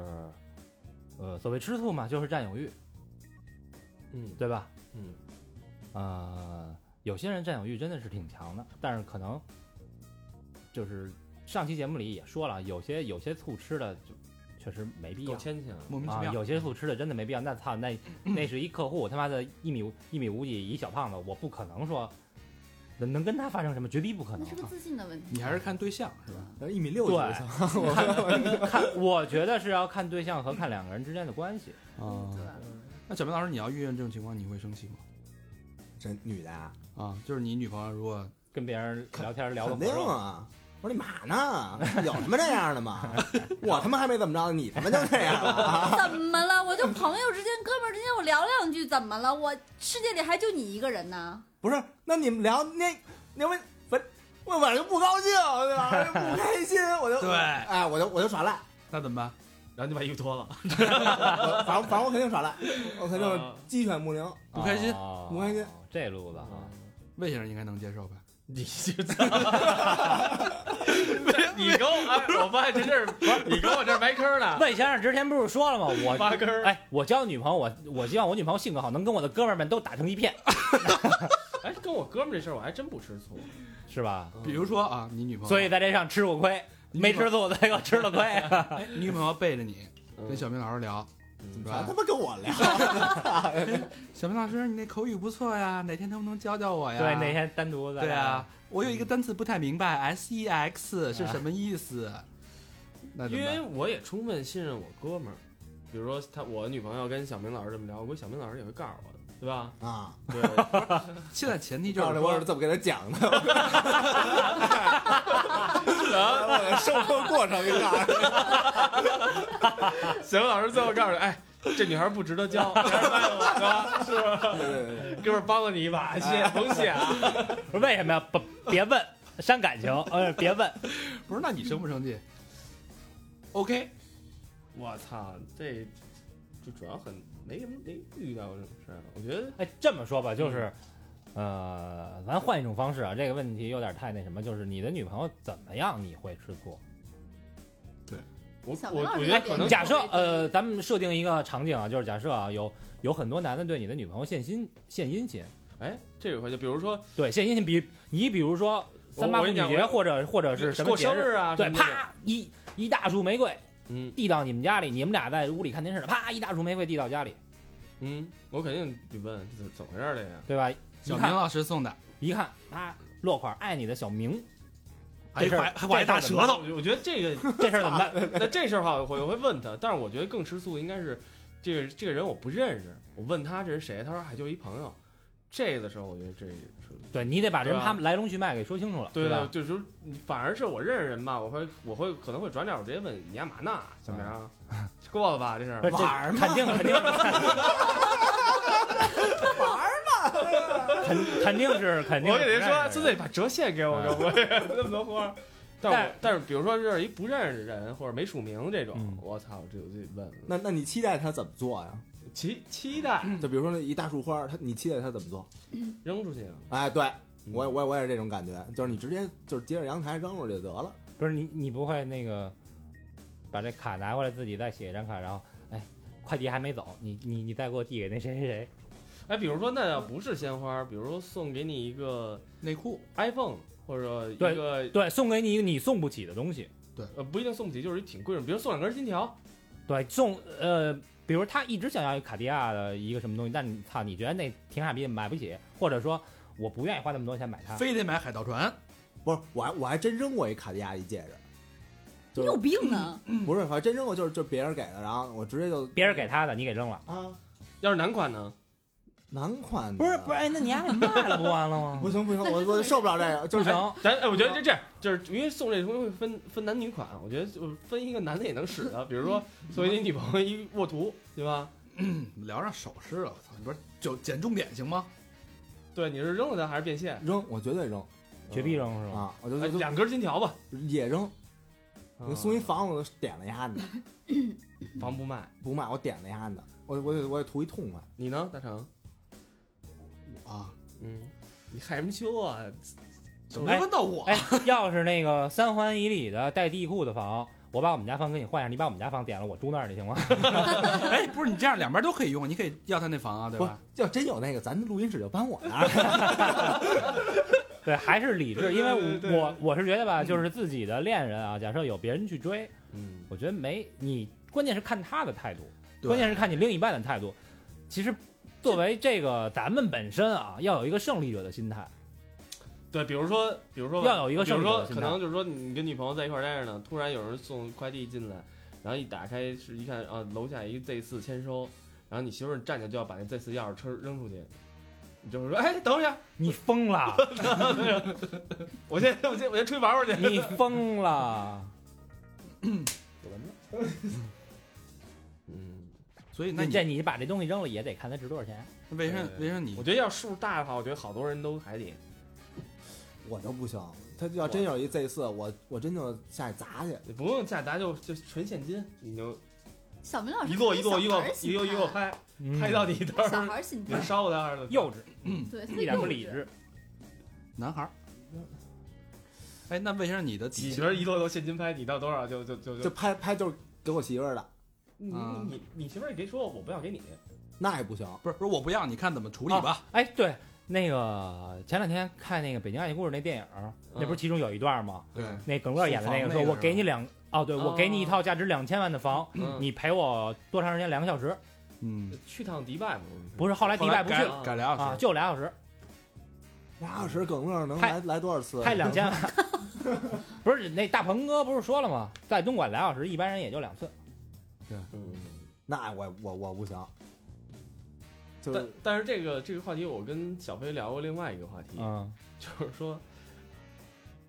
[SPEAKER 2] 呃，所谓吃醋嘛，就是占有欲，
[SPEAKER 4] 嗯
[SPEAKER 2] 对吧？
[SPEAKER 4] 嗯，
[SPEAKER 2] 呃，有些人占有欲真的是挺强的，但是可能啊就是上期节目里也说了，有些有些醋吃的就确实没必
[SPEAKER 4] 够
[SPEAKER 2] 要。
[SPEAKER 4] 牵强。
[SPEAKER 3] 莫名其
[SPEAKER 2] 啊，
[SPEAKER 3] 妙。
[SPEAKER 2] 有些路吃的真的没必要。那操，那那是一客户，他妈的一米五一米五几，一小胖子，我不可能说能能跟他发生什么，绝对不可
[SPEAKER 4] 哦
[SPEAKER 6] 那 (laughs)
[SPEAKER 2] 能
[SPEAKER 6] 是。个自信的问题。
[SPEAKER 3] 你还是看对象是吧？
[SPEAKER 5] 但是一米六几就行。我
[SPEAKER 2] 看，我觉得是要看对象和看两个人之间的关系。
[SPEAKER 3] 啊
[SPEAKER 6] 嗯对，
[SPEAKER 3] 那小明老师，你要遇见这种情况，你会生气吗？
[SPEAKER 5] (laughs) 这女的啊，
[SPEAKER 3] 啊，就是你女朋友如果
[SPEAKER 2] 跟别人聊天聊的
[SPEAKER 5] 肯定啊。我说你嘛呢？有他妈这样的吗？ (laughs) 我他妈还没怎么着，你他妈就这样了
[SPEAKER 4] 哦
[SPEAKER 5] 啊！
[SPEAKER 6] 怎么了？我就朋友之间、哥们儿之间，我聊两句，怎么了？我世界里还就你一个人呢。
[SPEAKER 5] 不是，那你们聊那那我我我晚上就不高兴，对吧？我就不开心，我就
[SPEAKER 3] 对
[SPEAKER 5] 哎，我就我就耍赖，
[SPEAKER 3] 那怎么办？
[SPEAKER 4] 然后你把衣服脱了，
[SPEAKER 5] 我反正反正我肯定耍赖，我肯定是鸡犬不宁。
[SPEAKER 3] 不开心
[SPEAKER 2] 哦
[SPEAKER 5] 不开心
[SPEAKER 2] 这路子啊，
[SPEAKER 3] 魏先生应该能接受吧？
[SPEAKER 4] (laughs) 你就操！你跟我，哎我发现这事儿，你跟我这儿埋坑 (laughs) 呢。
[SPEAKER 2] 魏先生之前不是说了吗？我
[SPEAKER 4] (laughs) 挖坑儿，
[SPEAKER 2] 哎，我交女朋友，我我希望我女朋友性格好，能跟我的哥们儿们都打成一片，
[SPEAKER 4] 哎，跟我哥们儿这事儿，我还真不吃醋。
[SPEAKER 2] 是吧？
[SPEAKER 3] 比如说啊，你女朋友，
[SPEAKER 2] 嗯所以在这上吃过亏，
[SPEAKER 3] 你
[SPEAKER 2] 没
[SPEAKER 3] 女朋
[SPEAKER 2] 吃
[SPEAKER 3] 友，
[SPEAKER 2] 醋，最后吃了亏。
[SPEAKER 3] 哎你女朋友背着你
[SPEAKER 4] 嗯
[SPEAKER 3] 跟小明老师聊，
[SPEAKER 2] 嗯
[SPEAKER 3] 是
[SPEAKER 5] 全
[SPEAKER 3] 吧
[SPEAKER 5] 他？妈跟我聊，
[SPEAKER 3] 小明老师，你那口语不错呀，哪天能不能教教我呀？
[SPEAKER 2] 对，那天单独在
[SPEAKER 3] 对啊，，我有一个单词不太明白，S E X 是什么意思？那怎
[SPEAKER 4] 因
[SPEAKER 3] 么
[SPEAKER 4] 为
[SPEAKER 3] 办？
[SPEAKER 4] 我也充分信任我哥们儿，比如说他，我女朋友跟小明老师这么聊，我估计小明老师也会告诉 (laughs) 我的，对吧？
[SPEAKER 5] 啊！
[SPEAKER 4] 对，
[SPEAKER 3] 现在前提就
[SPEAKER 5] 告
[SPEAKER 3] 是
[SPEAKER 5] 诉我是
[SPEAKER 3] 说，
[SPEAKER 5] 怎么给他讲的，我的生活过程给告诉你
[SPEAKER 4] 小明老师最后告诉你，哎，这女孩不值得 (laughs) 交，你还是卖了我吧，是吧？
[SPEAKER 5] 对对对对
[SPEAKER 4] 哥们儿帮了你一把，哎谢谢，甭谢啊。
[SPEAKER 2] 不是为什么呀？不，别问，伤感情，呃，别问。
[SPEAKER 3] 不是，那你生不生
[SPEAKER 2] (laughs)
[SPEAKER 3] 气？OK，
[SPEAKER 4] 我操，这就主要很没什么没遇到过这种事儿，我觉得
[SPEAKER 2] 哎，这么说吧，就是，呃，咱换一种方式啊，这个问题有点太那什么，就是你的女朋友怎么样，你会吃醋？
[SPEAKER 4] 我
[SPEAKER 6] 小
[SPEAKER 4] 我
[SPEAKER 6] 明老师
[SPEAKER 4] 我觉得
[SPEAKER 6] 那
[SPEAKER 4] 可
[SPEAKER 6] 点
[SPEAKER 4] 能
[SPEAKER 6] 嗯
[SPEAKER 2] 假设，呃，咱们设定一个场景啊，就是假设啊，有有很多男的对你的女朋友献殷献殷勤，
[SPEAKER 4] 哎，这有回就比如说
[SPEAKER 2] 对，献殷勤比，你比如说三八妇
[SPEAKER 4] 我
[SPEAKER 2] 女
[SPEAKER 4] 跟你讲
[SPEAKER 2] 节
[SPEAKER 4] 我
[SPEAKER 2] 或者或者呃是什么
[SPEAKER 4] 过
[SPEAKER 2] 节
[SPEAKER 4] 生
[SPEAKER 2] 日，
[SPEAKER 4] 日啊，
[SPEAKER 2] 对，
[SPEAKER 4] 什么的，
[SPEAKER 2] 啪一一大束玫瑰
[SPEAKER 4] 嗯
[SPEAKER 2] 递到你们家里，你们俩在屋里看电视呢，啪一大束玫瑰递到家里，
[SPEAKER 4] 嗯，我肯定得问这怎怎么回事儿这个，
[SPEAKER 2] 对吧？
[SPEAKER 3] 小
[SPEAKER 2] 一
[SPEAKER 3] 明
[SPEAKER 2] 看
[SPEAKER 3] 老师送的，
[SPEAKER 2] 一看，啪落款爱你的小明，
[SPEAKER 7] 还
[SPEAKER 2] 这事儿
[SPEAKER 7] 还还还大舌头，
[SPEAKER 4] 我我觉得
[SPEAKER 2] (laughs)
[SPEAKER 4] 这个
[SPEAKER 2] 这事儿怎么办？
[SPEAKER 4] 那这事儿的话，我会我会问他，但是我觉得更吃醋的应该是这个这个人我不认识，我问他这是谁，他说哎就是一朋友。这个的时候，我觉得这是
[SPEAKER 2] 对你得把人
[SPEAKER 4] 对吧
[SPEAKER 2] 他们来龙去脉给说清楚了，
[SPEAKER 4] 对
[SPEAKER 2] 吧？
[SPEAKER 4] 的，就是反而是我认识人吧，我会我会可能会转脸我直接问你干嘛呢，小明啊，过了吧这
[SPEAKER 2] (laughs)
[SPEAKER 4] 事儿
[SPEAKER 2] 不是，这
[SPEAKER 5] 玩儿嘛
[SPEAKER 2] 肯定肯定玩嘛， (laughs) 肯肯定是肯定。
[SPEAKER 4] 我给您说，孙子，你把折现给我，
[SPEAKER 2] 嗯
[SPEAKER 4] 我 (laughs) 也那么多花。但我但是，比如说这是一不认识的人或者没署名这种
[SPEAKER 2] 嗯，
[SPEAKER 4] 我操，我这我就得问
[SPEAKER 5] 那那你期待他怎么做呀？
[SPEAKER 4] 期期待
[SPEAKER 5] 就比如说那一大束花，他你期待他怎么做？
[SPEAKER 4] 扔出去啊，
[SPEAKER 5] 哎，对我也我也我也是这种感觉，就是你直接就是接着阳台扔出去就得了。
[SPEAKER 2] 不是你，你不会那个把这卡拿过来，自己再写一张卡，然后哎，快递还没走，你你你再给我递给那谁谁谁。
[SPEAKER 4] 哎，比如说那要不是鲜花，比如说送给你一个
[SPEAKER 3] 内裤
[SPEAKER 4] iPhone 或者一
[SPEAKER 2] 对
[SPEAKER 4] 个
[SPEAKER 2] 对，送给你一个你送不起的东西，
[SPEAKER 4] 呃不一定送不起，就是一挺贵的，比如送两根金条，
[SPEAKER 2] 对，送呃，比如他一直想要一卡地亚的一个什么东西，但你操，你觉得那挺傻逼，买不起，或者说我不愿意花那么多钱买它。
[SPEAKER 3] 非得买海盗船，
[SPEAKER 5] 不是，我还我还真扔过一卡地亚一戒指，
[SPEAKER 6] 你有病啊！
[SPEAKER 5] 不是，我还真扔过，就是就是别人给的，然后我直接就
[SPEAKER 2] 别人给他的，你给扔了，
[SPEAKER 5] 啊，
[SPEAKER 4] 要是男款呢？ (laughs)
[SPEAKER 5] 男款的
[SPEAKER 2] 不是不是，哎，那你还给卖 (laughs) 了不完了吗？
[SPEAKER 5] 不行不行，我我受不了这个，就
[SPEAKER 2] 不 (laughs)
[SPEAKER 5] 是
[SPEAKER 2] 行，
[SPEAKER 4] 咱哎，我觉得这这样就是因为送这东西会分分男女款，我觉得就分一个男的也能使的，比如说送给你女朋友一沃图，对吧？
[SPEAKER 3] 聊上首饰了，我操！你不是就捡重点行吗？
[SPEAKER 4] 对，你是扔了它还是变现？
[SPEAKER 5] 扔，我绝对扔
[SPEAKER 2] 绝壁扔是吗？
[SPEAKER 5] 啊，我就
[SPEAKER 4] 哎
[SPEAKER 5] 就
[SPEAKER 4] 两根金条吧，
[SPEAKER 5] 就也扔，
[SPEAKER 4] 啊
[SPEAKER 5] 嗯送一房我都点了一下子，
[SPEAKER 4] 房不卖，
[SPEAKER 5] 不卖我点了一下子，我我得我得图一痛快，
[SPEAKER 4] 你呢，大成？
[SPEAKER 3] 啊，
[SPEAKER 4] 嗯，你害什么羞啊？
[SPEAKER 3] 怎么问到我？ (laughs)
[SPEAKER 2] 哎，要是那个三环以里的带地库的房，我把我们家房给你换上，你把我们家房点了， (laughs) 我住那儿去行吗？
[SPEAKER 3] 哎，不是你这样两边都可以用，你可以要他那房啊，对
[SPEAKER 5] 不是
[SPEAKER 3] 吧？
[SPEAKER 5] 要真有那个，咱录音室就搬我那儿， (laughs)
[SPEAKER 2] 对，还是理智，因为
[SPEAKER 4] 对对对对
[SPEAKER 2] 我我我是觉得吧，就是自己的恋人啊，假设有别人去追，
[SPEAKER 4] 嗯，
[SPEAKER 2] 我觉得没你关键是看他的态度，
[SPEAKER 5] 对
[SPEAKER 2] 关键是看你另一半的态度。其实，作为这个咱们本身啊，要有一个胜利者的心态。
[SPEAKER 4] 对，比如说，比如说吧
[SPEAKER 2] 要有一个
[SPEAKER 4] 比如
[SPEAKER 2] 胜利
[SPEAKER 4] 说
[SPEAKER 2] 者的
[SPEAKER 4] 可
[SPEAKER 2] 心态
[SPEAKER 4] 能就是说你跟女朋友在一块儿待着呢，突然有人送快递进来，然后一打开是一看啊，楼下一 Z 四签收，然后你媳妇儿站起来就要把那 Z 四钥匙车扔出去，你就会说，哎，等会儿去，
[SPEAKER 2] 你疯了，
[SPEAKER 4] 我先我先我先出去玩会儿去。
[SPEAKER 2] (laughs) 你疯了！
[SPEAKER 4] 嗯，
[SPEAKER 3] 所以那
[SPEAKER 2] 那
[SPEAKER 3] 你呃
[SPEAKER 2] 这你把这东西扔了也得看它值多少钱。
[SPEAKER 3] 为啥为啥你
[SPEAKER 4] (laughs) 我觉得要数大的话，我觉得好多人都还得
[SPEAKER 5] 我就不行，他要真有一 Z 四，我我真就下去砸去。
[SPEAKER 4] 不用价达就就纯现金，你就
[SPEAKER 6] 小明老师
[SPEAKER 4] 一摞一摞
[SPEAKER 6] 啊小
[SPEAKER 4] 一摞
[SPEAKER 6] 孩儿心
[SPEAKER 4] 一摞一摞
[SPEAKER 6] 态
[SPEAKER 4] 拍，
[SPEAKER 2] 嗯
[SPEAKER 4] 拍到你到时
[SPEAKER 6] 小
[SPEAKER 4] 候
[SPEAKER 6] 孩儿心
[SPEAKER 4] 你
[SPEAKER 6] 态，
[SPEAKER 4] 烧我的二的。
[SPEAKER 2] 幼稚，
[SPEAKER 6] 对，特
[SPEAKER 2] 一
[SPEAKER 6] 别
[SPEAKER 2] 点不
[SPEAKER 6] 幼
[SPEAKER 2] 理
[SPEAKER 6] 稚
[SPEAKER 2] 智。
[SPEAKER 3] 男孩儿，哎，那为啥你的
[SPEAKER 4] 几
[SPEAKER 3] 底
[SPEAKER 4] 个人一摞都现金拍，你到多少就就就
[SPEAKER 5] 这
[SPEAKER 4] 就
[SPEAKER 5] 拍拍就是给我媳妇儿的，
[SPEAKER 4] 你
[SPEAKER 3] 啊
[SPEAKER 4] 你你媳妇儿也可以说我不要给你，
[SPEAKER 5] 那也不行。
[SPEAKER 3] 不是不是我不要，你看怎么处理吧。
[SPEAKER 2] 哎，对，那个前两天看那个《北京爱情故事》那电影儿，那不是其中有一段吗？
[SPEAKER 3] 对，
[SPEAKER 2] 那耿乐演的那
[SPEAKER 3] 送
[SPEAKER 2] 个，
[SPEAKER 3] 房
[SPEAKER 2] 说
[SPEAKER 3] 那个
[SPEAKER 2] 我给你两哦，对我给你一
[SPEAKER 4] 哦
[SPEAKER 2] 套价值两千万的房，
[SPEAKER 4] 嗯
[SPEAKER 2] 你陪我多长时间？两个小时？
[SPEAKER 3] 嗯，
[SPEAKER 4] 去趟迪拜嘛，
[SPEAKER 2] 不是，后来迪拜不去
[SPEAKER 3] 改
[SPEAKER 4] 了
[SPEAKER 3] 改俩
[SPEAKER 2] 啊，
[SPEAKER 3] 小时，
[SPEAKER 2] 就俩小时，
[SPEAKER 5] 俩小时耿乐能
[SPEAKER 2] 拍
[SPEAKER 5] 来来多少次？
[SPEAKER 2] 拍两千 (laughs) 万。不是那大鹏哥不是说了吗？在东莞俩小时，一般人也就两次。
[SPEAKER 4] 嗯，
[SPEAKER 5] 那我我我不行，就
[SPEAKER 4] 但
[SPEAKER 5] 是
[SPEAKER 4] 但是这个这个话题，我跟小飞聊过另外一个话题，
[SPEAKER 2] 嗯
[SPEAKER 4] (laughs) 就是说，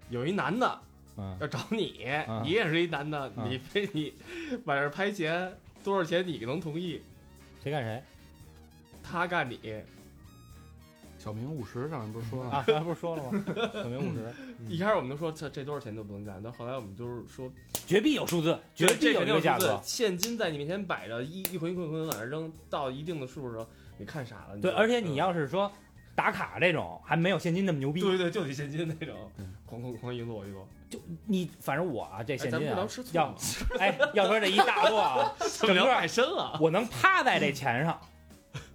[SPEAKER 4] 有一男的
[SPEAKER 2] 嗯，
[SPEAKER 4] 要找你，
[SPEAKER 2] 嗯
[SPEAKER 4] 你也是一男的，
[SPEAKER 2] 嗯
[SPEAKER 4] 你非你晚上拍钱多少钱你能同意？
[SPEAKER 2] 谁干谁
[SPEAKER 4] 他干
[SPEAKER 2] 嗯
[SPEAKER 4] 你，
[SPEAKER 3] 小明五十上面不是说了
[SPEAKER 2] (laughs) 啊？
[SPEAKER 3] 吗？
[SPEAKER 2] 刚才不是说了吗？小明五十，
[SPEAKER 5] 嗯
[SPEAKER 4] 一开始我们都说这这多少钱都不能干，到后来我们就是说，
[SPEAKER 2] (laughs) 绝必有数字，嗯绝必
[SPEAKER 4] 这
[SPEAKER 2] 有
[SPEAKER 4] 肯
[SPEAKER 2] 一
[SPEAKER 4] 定
[SPEAKER 2] 个
[SPEAKER 4] 是
[SPEAKER 2] 价
[SPEAKER 4] 对
[SPEAKER 2] 格。
[SPEAKER 4] 现金在你面前摆着，一一捆一捆一捆往那扔，到一定的数的时候，你看傻了。你就
[SPEAKER 2] 对，而且你
[SPEAKER 4] 嗯
[SPEAKER 2] 要是说打卡这种，还没有现金那么牛逼。
[SPEAKER 4] 对对，就得现金那种，哐哐哐一摞一摞。
[SPEAKER 2] 就你反正我啊，这
[SPEAKER 4] 哎，
[SPEAKER 2] 现
[SPEAKER 4] 咱们
[SPEAKER 2] 金
[SPEAKER 4] 不
[SPEAKER 2] 啊
[SPEAKER 4] 聊，吃醋
[SPEAKER 2] 要 (laughs)
[SPEAKER 4] 吗？
[SPEAKER 2] 哎，要说这一大摞啊，
[SPEAKER 4] 怎 (laughs) 么聊
[SPEAKER 2] 整个
[SPEAKER 4] 太深了？
[SPEAKER 2] 我能趴在这钱上，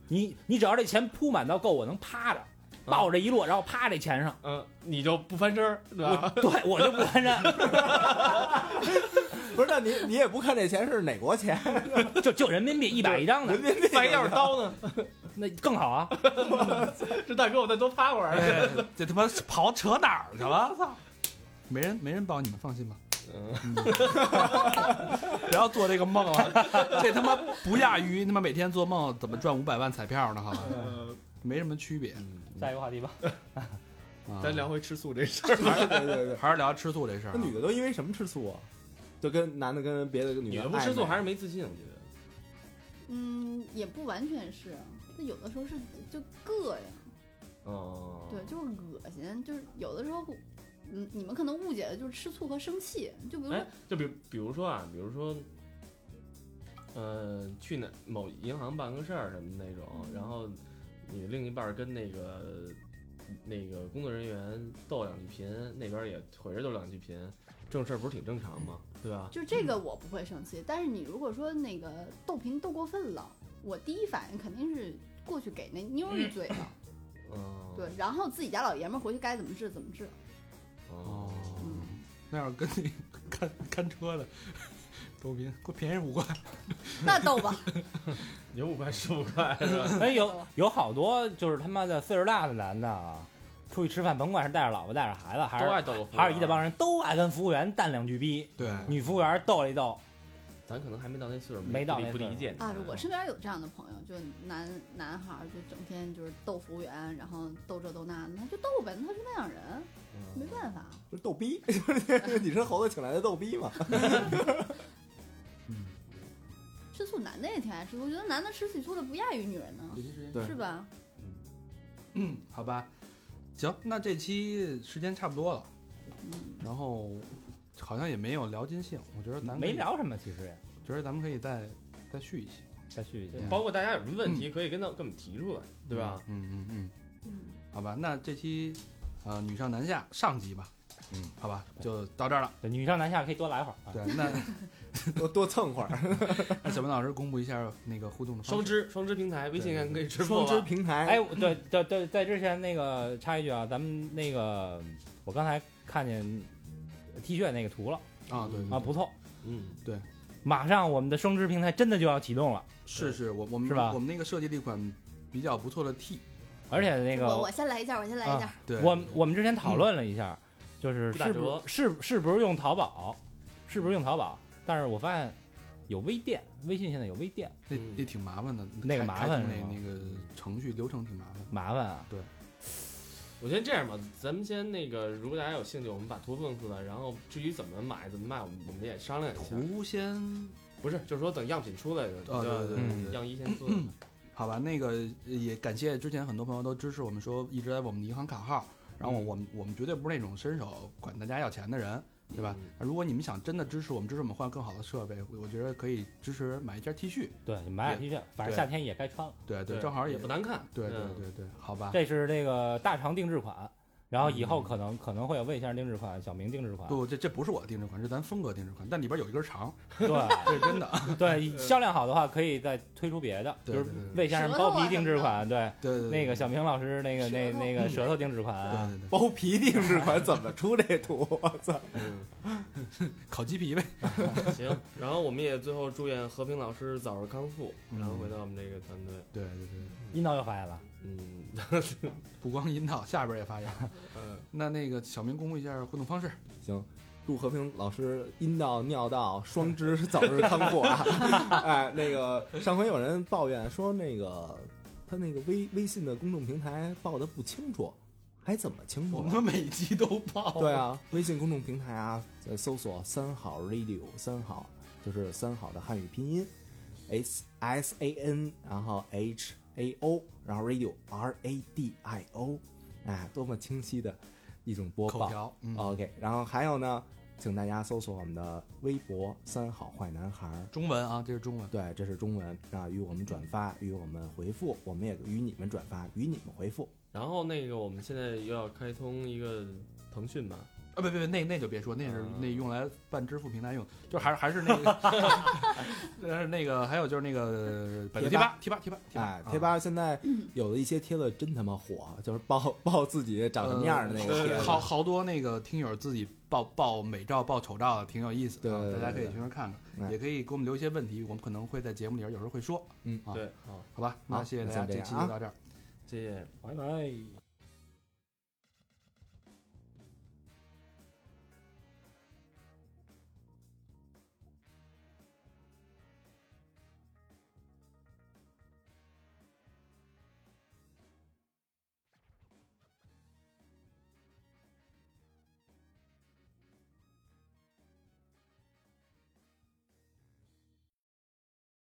[SPEAKER 2] 你你只要这钱铺满到够，我能趴着，抱着一摞，然后趴这钱 (laughs) 上，
[SPEAKER 4] 嗯，你就不翻身儿，对吧？
[SPEAKER 2] 对我就不翻身，
[SPEAKER 5] 不是？那你你也不看这钱是哪国钱？
[SPEAKER 2] 就就人民币一百一张的，
[SPEAKER 5] 人民币
[SPEAKER 4] 翻钥匙刀呢？
[SPEAKER 2] 那更好啊。
[SPEAKER 4] 这大哥，我再多趴会儿。
[SPEAKER 3] 哎 (laughs) 这他妈跑扯哪儿去了？操！没人没人帮你们，放心吧。(laughs)
[SPEAKER 4] 嗯
[SPEAKER 3] 不要做这个梦了， (laughs) 这他妈不亚于他妈每天做梦怎么赚五百万彩票呢？好吧，
[SPEAKER 4] 嗯
[SPEAKER 3] 没什么区别。
[SPEAKER 2] (laughs) 下一个话题吧，
[SPEAKER 3] 啊
[SPEAKER 4] 咱聊回吃醋这事儿。(laughs)
[SPEAKER 5] 还是对对对，
[SPEAKER 3] 还是聊吃醋这事儿啊
[SPEAKER 5] 那。女的都因为什么吃醋啊？就跟男的跟别的啊女
[SPEAKER 4] 女的
[SPEAKER 5] 的
[SPEAKER 4] 不吃醋还
[SPEAKER 5] 是
[SPEAKER 4] 是没自信，我觉得。
[SPEAKER 6] 嗯，也不完全是，那有的时候是就膈应，
[SPEAKER 4] 哦，
[SPEAKER 6] 对，就是恶心，就是有的时候，嗯，你们可能误解的就是吃醋和生气，就比如说
[SPEAKER 4] 哎，就比比如说啊，比如说，呃，去哪某银行办个事儿什么那种，
[SPEAKER 6] 嗯
[SPEAKER 4] 然后你的另一半儿跟那个那个工作人员斗两句贫，那边儿也回着斗两句贫，这种事儿不是挺正常吗？对吧？
[SPEAKER 6] 就这个我不会生气，但是你如果说那个斗贫斗过分了，我第一反应肯定是过去给那妞儿一嘴巴，
[SPEAKER 4] 嗯，
[SPEAKER 6] 对，然后自己家老爷们儿回去该怎么治怎么治，
[SPEAKER 4] 哦
[SPEAKER 3] 哦，
[SPEAKER 6] 嗯，
[SPEAKER 3] 那要是跟你 (laughs) 看看车的， (laughs) 周斌给我便宜五块，
[SPEAKER 6] 那斗吧，
[SPEAKER 4] 有五块十五块是吧？
[SPEAKER 2] (laughs) 哎有有好多就是他妈的岁数大的男的啊，出去吃饭甭管是带着老婆带着孩子，还
[SPEAKER 4] (laughs) 都
[SPEAKER 2] 是
[SPEAKER 4] 爱斗，
[SPEAKER 2] 还是一大帮人都爱跟服务员干两句逼，
[SPEAKER 3] 对，
[SPEAKER 2] 女服务员斗一斗，
[SPEAKER 4] 啊咱可能还没到那岁数，
[SPEAKER 2] 没到
[SPEAKER 4] 不理
[SPEAKER 2] 那
[SPEAKER 4] 不
[SPEAKER 2] 岁数
[SPEAKER 4] 理解你
[SPEAKER 6] 啊，我身边有这样的朋友，就男男孩儿就整天就是斗服务员，然后斗这斗那，那就斗呗，他是那样人，
[SPEAKER 4] 嗯
[SPEAKER 6] 没办法。
[SPEAKER 5] 不是逗逼， (laughs) 就是你是猴子请来的逗逼嘛？
[SPEAKER 6] 吃醋男的也挺爱吃醋，我觉得男的吃起醋的不亚于女人呢，
[SPEAKER 5] 对
[SPEAKER 6] 是吧？
[SPEAKER 3] 嗯，好吧，行，那这期时间差不多了，
[SPEAKER 6] 嗯，
[SPEAKER 3] 然后好像也没有聊尽兴，我觉得咱们可以
[SPEAKER 2] 没，聊什么其实也。
[SPEAKER 3] 觉得咱们可以再再续一期，
[SPEAKER 2] 再续一下
[SPEAKER 3] 嗯
[SPEAKER 4] 包括大家有什么问题，可以跟到跟我们提出来，对吧？
[SPEAKER 3] 嗯嗯嗯，
[SPEAKER 6] 嗯，
[SPEAKER 3] 好吧，那这期呃女上男下上集吧，
[SPEAKER 2] 嗯，
[SPEAKER 3] 好吧，就到这儿了。
[SPEAKER 2] 对女上男下可以多来会儿啊。
[SPEAKER 3] 对，那
[SPEAKER 5] 多多蹭会儿。
[SPEAKER 3] 那小明老师公布一下那个互动的方
[SPEAKER 4] 双
[SPEAKER 3] 式。
[SPEAKER 4] 支双支平台，微信上可以直播
[SPEAKER 5] 双支
[SPEAKER 4] 吧？
[SPEAKER 5] 平台，
[SPEAKER 2] 哎，我对对对，在之前那个插一句啊，咱们那个我刚才看见 T 恤那个图了
[SPEAKER 3] 啊，对对
[SPEAKER 2] 嗯啊，不错，
[SPEAKER 4] 嗯，
[SPEAKER 2] 马上我们的双支平台真的就要启动了，
[SPEAKER 3] 是是，我我们
[SPEAKER 2] 是吧
[SPEAKER 3] 我们那个设计了一款比较不错的 T，
[SPEAKER 2] 而且那个啊
[SPEAKER 6] 我我先来一件，我先来一件。
[SPEAKER 3] 对，嗯
[SPEAKER 2] 我们我们之前讨论了一下，就是
[SPEAKER 4] 不打
[SPEAKER 2] 是
[SPEAKER 4] 折
[SPEAKER 2] 不是是不是用淘宝，是不是用淘宝？但是我发现有微店，微信现在有微店，
[SPEAKER 3] 那那挺麻烦的，
[SPEAKER 2] 那个
[SPEAKER 3] 开
[SPEAKER 2] 麻
[SPEAKER 3] 开
[SPEAKER 2] 烦
[SPEAKER 3] 通
[SPEAKER 2] 是吗
[SPEAKER 3] 那那个程序流程挺麻烦。
[SPEAKER 2] 麻烦啊。
[SPEAKER 4] 我觉得这样吧，咱们先那个，如果大家有兴趣，我们把图放出来，然后至于怎么买、怎么卖，我们我们也商量一下。
[SPEAKER 3] 图先，
[SPEAKER 4] 不是，就是说等样品出来的，
[SPEAKER 3] 啊对对
[SPEAKER 2] 嗯
[SPEAKER 3] 对对，
[SPEAKER 4] 样
[SPEAKER 3] (clears throat)
[SPEAKER 4] 衣先做。嗯
[SPEAKER 3] 好吧，那个也感谢之前很多朋友都支持我们，说一直在我们的银行卡号，然后我我们我们绝对不是那种伸手管大家要钱的人，对吧？如果你们想真的支持我们，支持我们换更好的设备，我我觉得可以支持买一件 T 恤，
[SPEAKER 2] 对，你买点 T 恤，反正夏天也该穿了。
[SPEAKER 3] 对
[SPEAKER 4] 对，
[SPEAKER 3] 正好
[SPEAKER 4] 也
[SPEAKER 3] 也
[SPEAKER 4] 不难看。
[SPEAKER 3] 对对
[SPEAKER 4] 嗯
[SPEAKER 3] 对对，好吧。
[SPEAKER 2] 这是这个大肠定制款，然后
[SPEAKER 3] 嗯
[SPEAKER 2] 以后可能可能会有魏先生定制款、小明定制款。
[SPEAKER 3] 不，这这不是我的定制款，是咱峰哥定制款，但里边有一根肠，
[SPEAKER 2] 对
[SPEAKER 3] 这是真的。
[SPEAKER 2] 对，销量好的话可以再推出别的，就
[SPEAKER 3] 对
[SPEAKER 2] 是
[SPEAKER 3] 对对
[SPEAKER 2] 魏先生包皮定制款，对，
[SPEAKER 3] 对对，对
[SPEAKER 2] 那个小明老师那个那
[SPEAKER 6] 舌头
[SPEAKER 2] 那个舌头定制
[SPEAKER 3] 对
[SPEAKER 2] 款，
[SPEAKER 3] 对对，
[SPEAKER 5] 包皮定制款怎么出这图？我操！
[SPEAKER 3] (laughs) 烤鸡皮呗。
[SPEAKER 4] 嗯行，然后我们也最后祝愿和平老师早日康复，
[SPEAKER 3] 嗯
[SPEAKER 4] 然后回到我们这个团队。
[SPEAKER 3] 对对对，
[SPEAKER 2] 阴道又发炎了。
[SPEAKER 4] 嗯，
[SPEAKER 3] 不光阴道，下边也发炎。
[SPEAKER 4] 呃，
[SPEAKER 3] 那那个小明公布一下互动方式，
[SPEAKER 5] 行，祝和平老师阴道、尿道双肢早日康复啊！哎，那个上回有人抱怨说，那个他那个微微信的公众平台报的不清楚，还怎么清
[SPEAKER 3] 我
[SPEAKER 5] 楚了？
[SPEAKER 3] 们每集都报。
[SPEAKER 5] 对，啊，微信公众平台啊，呃搜索“三好 radio”，三好就是三好的汉语拼音，s s a n，然后 h a o，然后 radio r a d i o，哎，多么清晰的一种播
[SPEAKER 3] 口
[SPEAKER 5] 报。
[SPEAKER 3] 条，嗯，
[SPEAKER 5] OK，然后还有呢，请大家搜索我们的微博“三好坏男孩”，儿
[SPEAKER 3] 中文啊，这是中文”，。
[SPEAKER 5] 对，这是中文啊，与我们转发，与我们回复，我们也与你们转发，与你们回复。
[SPEAKER 4] 然后那个我们现在又要开通一个腾讯吧，
[SPEAKER 3] 啊，不不不，那那就别说，那是
[SPEAKER 4] 嗯
[SPEAKER 3] 那用来办支付平台用，就还是还是那
[SPEAKER 5] (laughs)
[SPEAKER 3] 个，还是那个，还有就是那个百度贴
[SPEAKER 5] 贴
[SPEAKER 3] 吧，贴吧，贴吧，
[SPEAKER 5] 哎，
[SPEAKER 3] 啊
[SPEAKER 5] 贴吧现在有的一些帖子真他妈火，就是报报自己长什么样的那个帖
[SPEAKER 3] 呃
[SPEAKER 5] 子。
[SPEAKER 3] 好好多那个听友自己报报美照、报丑照的，挺有意思的，啊
[SPEAKER 5] 对对对
[SPEAKER 3] 大家可以
[SPEAKER 5] 对
[SPEAKER 3] 去那儿看看，
[SPEAKER 5] 哎
[SPEAKER 3] 也可以给我们留一些问题，我们可能会在节目里边有时候会说，
[SPEAKER 5] 嗯
[SPEAKER 3] 啊，
[SPEAKER 4] 对，好，
[SPEAKER 3] 好吧，那谢谢大家，
[SPEAKER 5] 那先这
[SPEAKER 3] 这
[SPEAKER 5] 样啊
[SPEAKER 3] 期就到这儿。
[SPEAKER 4] 谢谢。
[SPEAKER 2] 拜拜。